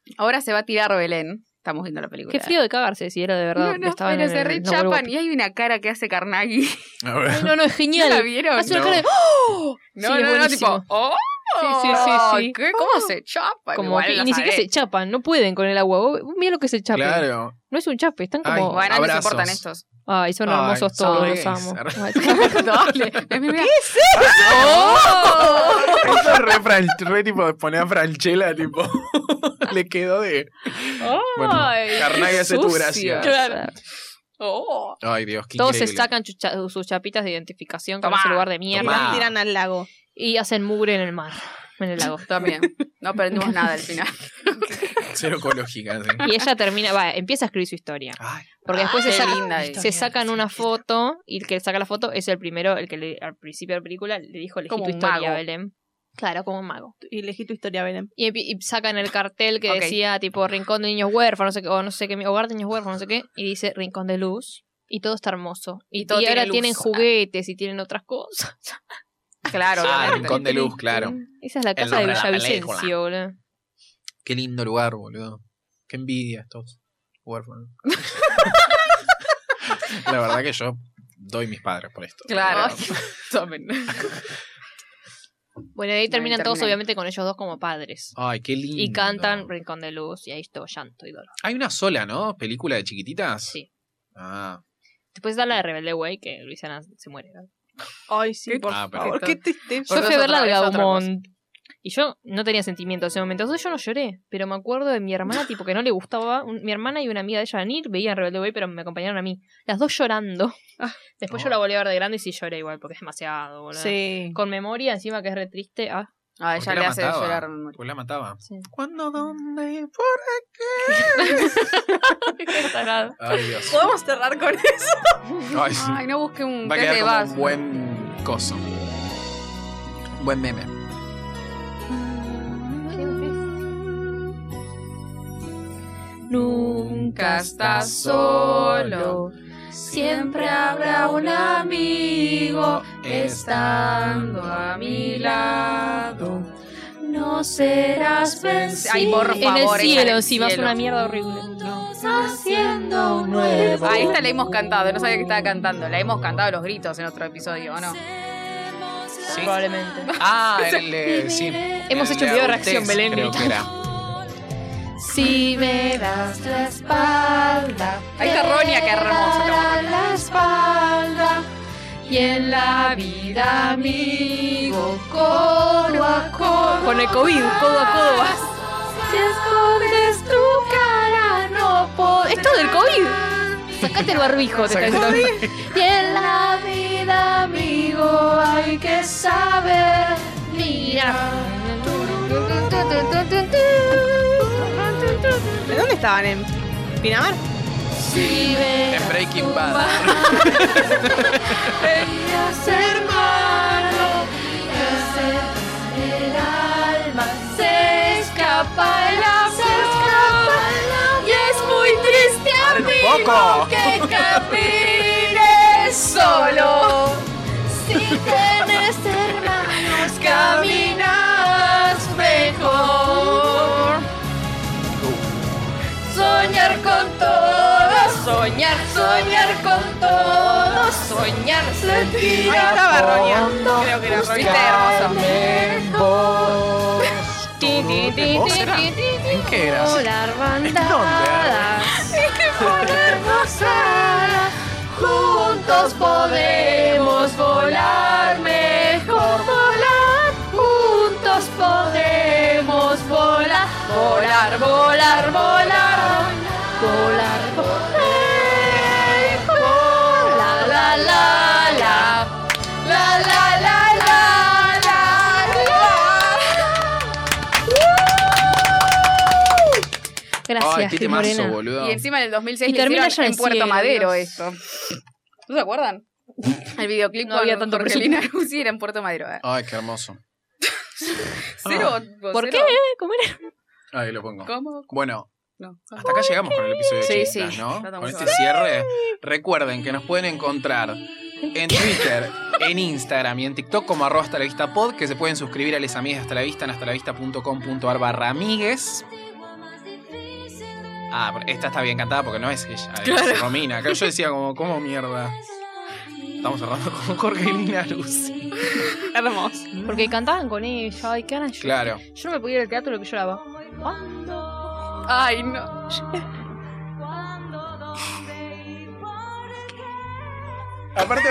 [SPEAKER 2] Ahora se va a tirar Belén. Estamos viendo la película.
[SPEAKER 4] Qué frío de cagarse si era de verdad.
[SPEAKER 2] No, no,
[SPEAKER 4] estaban
[SPEAKER 2] pero
[SPEAKER 4] en
[SPEAKER 2] se
[SPEAKER 4] el- no,
[SPEAKER 2] rechapan
[SPEAKER 4] grupo.
[SPEAKER 2] y hay una cara que hace Carnaghi.
[SPEAKER 1] A ver.
[SPEAKER 4] Ay, no, no, es
[SPEAKER 2] ¿No
[SPEAKER 4] genial.
[SPEAKER 2] la vieron?
[SPEAKER 4] Hace una
[SPEAKER 1] No.
[SPEAKER 4] cara de ¡Oh!
[SPEAKER 2] No,
[SPEAKER 4] Sí, es
[SPEAKER 2] no, no,
[SPEAKER 4] buenísimo.
[SPEAKER 2] tipo, ¡oh!
[SPEAKER 4] Sí, sí, sí, sí.
[SPEAKER 2] ¿Qué? ¿Cómo se chapa?
[SPEAKER 4] Como
[SPEAKER 2] Igual
[SPEAKER 4] que- y
[SPEAKER 2] no
[SPEAKER 4] ni siquiera
[SPEAKER 2] sabré.
[SPEAKER 4] se chapan, no pueden con el agua. Vos- vos Mira lo que se chapan.
[SPEAKER 1] Claro.
[SPEAKER 4] No es un chape, están
[SPEAKER 1] Ay,
[SPEAKER 4] como.
[SPEAKER 2] Bueno, no
[SPEAKER 1] Abrazos.
[SPEAKER 2] soportan estos.
[SPEAKER 4] Ay, son
[SPEAKER 1] Ay,
[SPEAKER 4] hermosos
[SPEAKER 1] son
[SPEAKER 4] todos,
[SPEAKER 1] gays.
[SPEAKER 4] los amo. Ay,
[SPEAKER 2] Dale. Es mi ¡Oh! vida.
[SPEAKER 1] Eso es re, Fran- re tipo de poner a Franchella, tipo. le quedó de. Bueno,
[SPEAKER 4] Ay,
[SPEAKER 1] Carnaghi hace tu
[SPEAKER 4] sucio.
[SPEAKER 1] gracia.
[SPEAKER 4] Claro.
[SPEAKER 2] ¡Oh!
[SPEAKER 1] Ay, Dios, qué
[SPEAKER 4] Todos se
[SPEAKER 1] increíble.
[SPEAKER 4] sacan chu- cha- sus chapitas de identificación con
[SPEAKER 2] Tomá,
[SPEAKER 4] ese lugar de
[SPEAKER 3] Y
[SPEAKER 4] mierda
[SPEAKER 1] tomá.
[SPEAKER 3] las tiran al lago.
[SPEAKER 4] y hacen mugre en el mar, en el lago.
[SPEAKER 2] También. No aprendimos nada al final.
[SPEAKER 1] Cero ecológica. sí.
[SPEAKER 4] Y ella termina, va, empieza a escribir su historia.
[SPEAKER 1] Ay,
[SPEAKER 4] Porque después
[SPEAKER 2] Ah, Qué
[SPEAKER 4] se, saca-
[SPEAKER 2] linda
[SPEAKER 4] se sacan una foto y el que saca la foto es el primero, el que le- al principio de la película le dijo, elegí
[SPEAKER 2] Como
[SPEAKER 4] tu
[SPEAKER 2] un
[SPEAKER 4] historia,
[SPEAKER 2] mago.
[SPEAKER 4] Belén. Claro, como un mago.
[SPEAKER 3] Y elegí tu historia, Belén.
[SPEAKER 4] Y, empi- y sacan el cartel que
[SPEAKER 2] Ok.
[SPEAKER 4] decía, tipo, rincón de niños huérfanos, no sé qué, o no sé qué, hogar de niños huérfanos, no sé qué, y dice rincón de luz. Y todo está hermoso. Y,
[SPEAKER 2] Y todo
[SPEAKER 4] y ahora
[SPEAKER 2] tiene luz. ah.
[SPEAKER 4] tienen juguetes y tienen otras cosas.
[SPEAKER 2] Claro,
[SPEAKER 1] Ah,
[SPEAKER 2] obviamente.
[SPEAKER 1] Rincón de Luz, claro.
[SPEAKER 4] Esa es la
[SPEAKER 1] El
[SPEAKER 4] casa
[SPEAKER 1] nombre
[SPEAKER 4] de
[SPEAKER 1] de la película.
[SPEAKER 4] Villavicencio, boludo.
[SPEAKER 1] Qué lindo lugar, boludo. Qué envidia estos huérfanos. La verdad que yo doy mis padres por esto.
[SPEAKER 2] Claro. Tomen.
[SPEAKER 4] Bueno, y ahí
[SPEAKER 2] Bueno,
[SPEAKER 4] terminan
[SPEAKER 2] y
[SPEAKER 4] todos
[SPEAKER 2] terminan.
[SPEAKER 4] obviamente con ellos dos como padres.
[SPEAKER 1] Ay, qué lindo.
[SPEAKER 4] Y cantan Rincón de Luz y ahí es todo llanto y dolor.
[SPEAKER 1] Hay una sola, ¿no? Película de chiquititas.
[SPEAKER 4] Sí.
[SPEAKER 1] Ah,
[SPEAKER 4] Después da la de Rebelde Way que Luisana se muere. ¿no?
[SPEAKER 3] Ay, sí,
[SPEAKER 2] Qué
[SPEAKER 3] por
[SPEAKER 1] ah,
[SPEAKER 3] favor,
[SPEAKER 2] perfecto.
[SPEAKER 3] qué triste.
[SPEAKER 4] Yo
[SPEAKER 2] eso
[SPEAKER 4] fui a
[SPEAKER 2] es
[SPEAKER 4] verla al
[SPEAKER 2] otra- es otra
[SPEAKER 4] Gaumont. Y yo no tenía sentimiento en ese momento. Entonces yo no lloré. Pero me acuerdo de mi hermana, tipo que no le gustaba. un- mi hermana y una amiga de ella, Anir, veían Rebelde Way, pero me acompañaron a mí. Las dos llorando. Después yo la volví a ver de grande y sí lloré igual, porque es demasiado, boludo.
[SPEAKER 3] Sí.
[SPEAKER 4] Con memoria, encima que es re triste. Ah,
[SPEAKER 2] Ah,
[SPEAKER 1] ¿Por qué
[SPEAKER 2] ya
[SPEAKER 1] la
[SPEAKER 2] le hace
[SPEAKER 1] mataba?
[SPEAKER 2] llorar. memoria.
[SPEAKER 1] pues la mataba.
[SPEAKER 4] sí.
[SPEAKER 1] ¿Cuándo, dónde y por Ay, Dios.
[SPEAKER 2] Podemos cerrar con eso.
[SPEAKER 1] Ay, sí.
[SPEAKER 2] Ay, no busque un
[SPEAKER 1] Va a
[SPEAKER 2] test de
[SPEAKER 1] quedar como
[SPEAKER 2] vaso.
[SPEAKER 1] un buen coso. Buen meme.
[SPEAKER 2] Nunca estás solo.
[SPEAKER 5] Siempre habrá un amigo estando a mi lado. No serás vencido.
[SPEAKER 2] Ay, por favor.
[SPEAKER 4] en el
[SPEAKER 2] esa
[SPEAKER 4] cielo
[SPEAKER 2] del
[SPEAKER 4] encima es
[SPEAKER 2] cielo.
[SPEAKER 4] una mierda horrible.
[SPEAKER 5] Haciendo un nuevo.
[SPEAKER 2] Ah, esta la hemos cantado, no sabía que estaba cantando. La hemos cantado a los gritos en otro episodio, ¿o no?
[SPEAKER 1] Sí.
[SPEAKER 4] Probablemente.
[SPEAKER 1] Ah, en el de. Sí.
[SPEAKER 4] Hemos
[SPEAKER 1] En el
[SPEAKER 4] hecho un video de
[SPEAKER 1] adultez,
[SPEAKER 4] reacción, Belén,
[SPEAKER 1] Creo que era.
[SPEAKER 5] Si me das la espalda.
[SPEAKER 2] Ahí está Ronia, que es re hermosa,
[SPEAKER 5] te
[SPEAKER 2] te amo,
[SPEAKER 5] dará
[SPEAKER 2] Ronia.
[SPEAKER 5] la espalda. Y en la vida, amigo, codo a codo.
[SPEAKER 4] Con el COVID, codo a codo vas.
[SPEAKER 5] Si escondes tu cara, no podrás.
[SPEAKER 4] Esto del COVID. Sacate el barbijo, te está diciendo.
[SPEAKER 5] Y en la vida, amigo, hay que saber mirar.
[SPEAKER 3] ¿De dónde estaban? ¿En Pinamar?
[SPEAKER 5] Si ves
[SPEAKER 1] En Breaking Bad.
[SPEAKER 5] Querías ser malo, querías ser escapa el amor. Se escapa Y es muy triste,
[SPEAKER 1] Paren un
[SPEAKER 5] amigo,
[SPEAKER 1] poco.
[SPEAKER 5] que camines solo. Si tienes hermanos, caminas mejor. Soñar con todo, soñar, soñar con todo, soñar, sentir
[SPEAKER 3] Ahí estaba Roña. Creo que era
[SPEAKER 5] Viste,
[SPEAKER 3] Roña.
[SPEAKER 5] hermoso.
[SPEAKER 1] Vos.
[SPEAKER 4] Ti, ti, ti,
[SPEAKER 1] ¿Vos
[SPEAKER 4] ti,
[SPEAKER 1] era?
[SPEAKER 4] ti, ti, ti.
[SPEAKER 1] ¿En qué eras?
[SPEAKER 5] Volar
[SPEAKER 1] ¿En dónde?
[SPEAKER 5] bandadas por hermosa, juntos podemos volar mejor, volar, juntos podemos volar, volar, volar, volar, volar, volar, la la la la, la la la la la la.
[SPEAKER 1] Ay,
[SPEAKER 4] Gracias,
[SPEAKER 1] qué
[SPEAKER 4] Gil
[SPEAKER 1] temazo,
[SPEAKER 4] Morena.
[SPEAKER 1] boludo.
[SPEAKER 2] Y encima en el 2006
[SPEAKER 4] Y
[SPEAKER 2] le
[SPEAKER 4] termina
[SPEAKER 2] hicieron
[SPEAKER 4] ya
[SPEAKER 2] en
[SPEAKER 4] en
[SPEAKER 2] Puerto
[SPEAKER 4] cielos.
[SPEAKER 2] Madero esto. ¿No se acuerdan? El videoclip
[SPEAKER 4] No
[SPEAKER 2] con
[SPEAKER 4] había tanto
[SPEAKER 2] Jorgelina Ruzzi era en Puerto Madero. eh.
[SPEAKER 1] Ay, qué hermoso.
[SPEAKER 2] Cero,
[SPEAKER 4] ¿Por
[SPEAKER 2] cero-
[SPEAKER 4] qué? ¿Cómo era?
[SPEAKER 1] Ahí lo pongo.
[SPEAKER 2] ¿Cómo?
[SPEAKER 1] Bueno,
[SPEAKER 2] No.
[SPEAKER 1] Hasta acá llegamos con el episodio de
[SPEAKER 2] Sí,
[SPEAKER 1] Chiquititas,
[SPEAKER 2] sí.
[SPEAKER 1] ¿no?
[SPEAKER 2] Ya estamos
[SPEAKER 1] Con este
[SPEAKER 2] llegando.
[SPEAKER 1] cierre, recuerden que nos pueden encontrar en Twitter, en Instagram y en TikTok como arroba hasta la vista pod, que se pueden suscribir a les amigas de hasta la vista en hasta la vista.com.ar barra amigues. Ah, pero esta está bien cantada porque no es ella, es Romina. Que yo decía como, ¿cómo mierda? Estamos cerrando con Jorgelina Luz.
[SPEAKER 3] Hermoso.
[SPEAKER 4] Porque cantaban con ella. Ay, qué ganas. yo-
[SPEAKER 1] Claro.
[SPEAKER 4] Yo no me podía ir al teatro lo que lloraba.
[SPEAKER 2] Ay, no.
[SPEAKER 1] Aparte,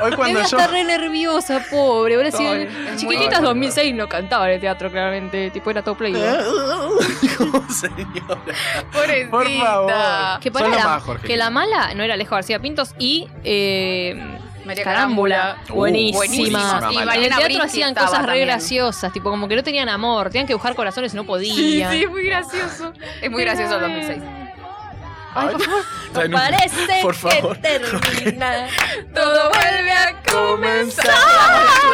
[SPEAKER 1] hoy cuando
[SPEAKER 4] Debía
[SPEAKER 1] yo...
[SPEAKER 4] estar re nerviosa, pobre. Ahora sí,
[SPEAKER 3] Pobre.
[SPEAKER 4] chiquititas
[SPEAKER 1] Muy-
[SPEAKER 4] 2006 no cantaba en el teatro, claramente. Tipo, era todo
[SPEAKER 1] ¿Eh?
[SPEAKER 4] playboy.
[SPEAKER 1] Señora.
[SPEAKER 2] Pobrecita.
[SPEAKER 1] Por favor.
[SPEAKER 4] Que
[SPEAKER 1] Son
[SPEAKER 4] pará,
[SPEAKER 1] lo
[SPEAKER 4] la-
[SPEAKER 1] más, Jorge.
[SPEAKER 4] Que la mala no era Alejo García Pintos y eh,
[SPEAKER 2] María
[SPEAKER 4] Carámbula.
[SPEAKER 1] Uh,
[SPEAKER 4] buenísima.
[SPEAKER 1] buenísima
[SPEAKER 2] Y
[SPEAKER 1] mala.
[SPEAKER 4] En el
[SPEAKER 2] Valena
[SPEAKER 4] teatro
[SPEAKER 2] Britti
[SPEAKER 4] hacían
[SPEAKER 2] estaba
[SPEAKER 4] cosas re
[SPEAKER 2] también.
[SPEAKER 4] graciosas, tipo como que no tenían amor, tenían que buscar corazones y no
[SPEAKER 2] Sí,
[SPEAKER 4] podían.
[SPEAKER 2] sí, muy gracioso. Es muy gracioso el 2006.
[SPEAKER 4] Ay, por favor.
[SPEAKER 1] Está en un-
[SPEAKER 5] Parece
[SPEAKER 1] Por favor.
[SPEAKER 5] que termina. Todo vuelve a comenzar.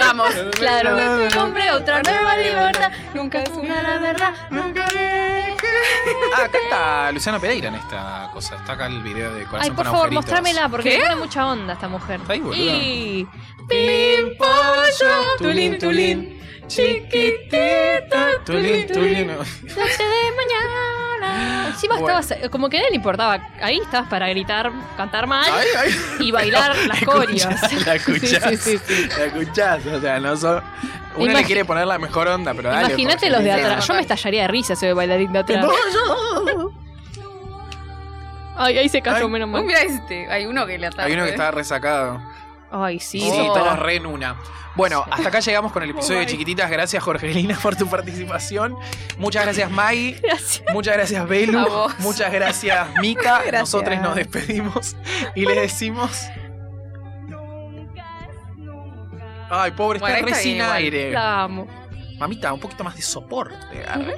[SPEAKER 2] Vamos.
[SPEAKER 5] Claro, compré otra nueva libertad. Nunca es una la verdad. Nunca
[SPEAKER 1] Ah,
[SPEAKER 4] Este.
[SPEAKER 1] acá está Luciana Pereira en esta cosa. Está acá el video de Corazón
[SPEAKER 4] Ay, por
[SPEAKER 1] con
[SPEAKER 4] favor,
[SPEAKER 1] agujeritos.
[SPEAKER 4] mostrámela porque me pone mucha onda esta mujer.
[SPEAKER 1] Está ahí, boluda.
[SPEAKER 4] Y
[SPEAKER 5] Pim, pollo,
[SPEAKER 1] Tulín, tulín.
[SPEAKER 5] chiquitita.
[SPEAKER 1] Tulín, tulín.
[SPEAKER 5] Noche de mañana.
[SPEAKER 4] encima
[SPEAKER 1] Bueno.
[SPEAKER 4] estabas, eh, como que a él le importaba, ahí estabas para gritar, cantar mal
[SPEAKER 1] Ay, ay.
[SPEAKER 4] y bailar las
[SPEAKER 1] Escuchás,
[SPEAKER 4] corias.
[SPEAKER 1] La escuchás.
[SPEAKER 4] Sí, sí, sí, sí.
[SPEAKER 1] La escuchás. O sea, no son. Una le
[SPEAKER 4] Imagi-
[SPEAKER 1] quiere poner la mejor onda, pero dale.
[SPEAKER 4] Imagínate
[SPEAKER 1] Jorge,
[SPEAKER 4] los de
[SPEAKER 1] dale.
[SPEAKER 4] atrás. Yo me estallaría de risa ese bailarín de atrás. Ay, ahí se cayó,
[SPEAKER 1] Ay.
[SPEAKER 4] menos
[SPEAKER 2] Uy,
[SPEAKER 4] mal.
[SPEAKER 2] mira este. Hay uno que le ataca.
[SPEAKER 1] Hay uno que está resacado.
[SPEAKER 4] Ay, sí,
[SPEAKER 1] Sí,
[SPEAKER 4] sí,
[SPEAKER 1] todos
[SPEAKER 4] pero-
[SPEAKER 1] re en una. Bueno, hasta acá llegamos con el episodio de Chiquititas. Gracias, Jorgelina, por tu participación. Muchas gracias, Mai.
[SPEAKER 4] Gracias.
[SPEAKER 1] Muchas gracias, Belu.
[SPEAKER 2] A vos.
[SPEAKER 1] Muchas gracias, Mika.
[SPEAKER 3] Gracias.
[SPEAKER 1] Nosotros nos despedimos y les decimos. Ay, pobre,
[SPEAKER 2] Bueno,
[SPEAKER 1] está
[SPEAKER 2] está
[SPEAKER 1] re sin
[SPEAKER 2] bien, igual.
[SPEAKER 1] aire.
[SPEAKER 4] La amo.
[SPEAKER 1] Mamita, un poquito más de soporte. Arre.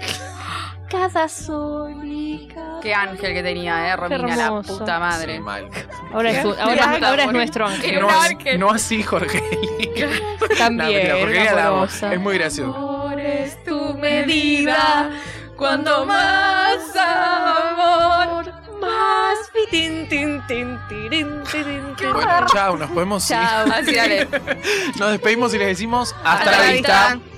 [SPEAKER 5] Cada sol y cada.
[SPEAKER 2] Qué ángel que tenía, eh, Romina, la
[SPEAKER 4] hermoso.
[SPEAKER 2] puta madre.
[SPEAKER 1] Sí, mal.
[SPEAKER 4] Ahora es, su- ahora, ahora es nuestro ángel.
[SPEAKER 2] Era
[SPEAKER 1] No,
[SPEAKER 2] un
[SPEAKER 1] as-
[SPEAKER 2] ángel.
[SPEAKER 1] no así, Jorgelina. No,
[SPEAKER 4] También.
[SPEAKER 1] mentira, Jorgelina
[SPEAKER 4] una
[SPEAKER 1] la amo.
[SPEAKER 4] amorosa.
[SPEAKER 1] Es muy gracioso.
[SPEAKER 5] Amor es tu medida. Cuanto más amor, más
[SPEAKER 3] Tin, tin, tin, tirin, tirin, tirin.
[SPEAKER 1] Bueno, chao, nos podemos ir.
[SPEAKER 4] Chao.
[SPEAKER 2] Así, dale.
[SPEAKER 1] Nos despedimos y les decimos hasta,
[SPEAKER 2] Hasta
[SPEAKER 1] la
[SPEAKER 2] la
[SPEAKER 1] vista.
[SPEAKER 3] vista.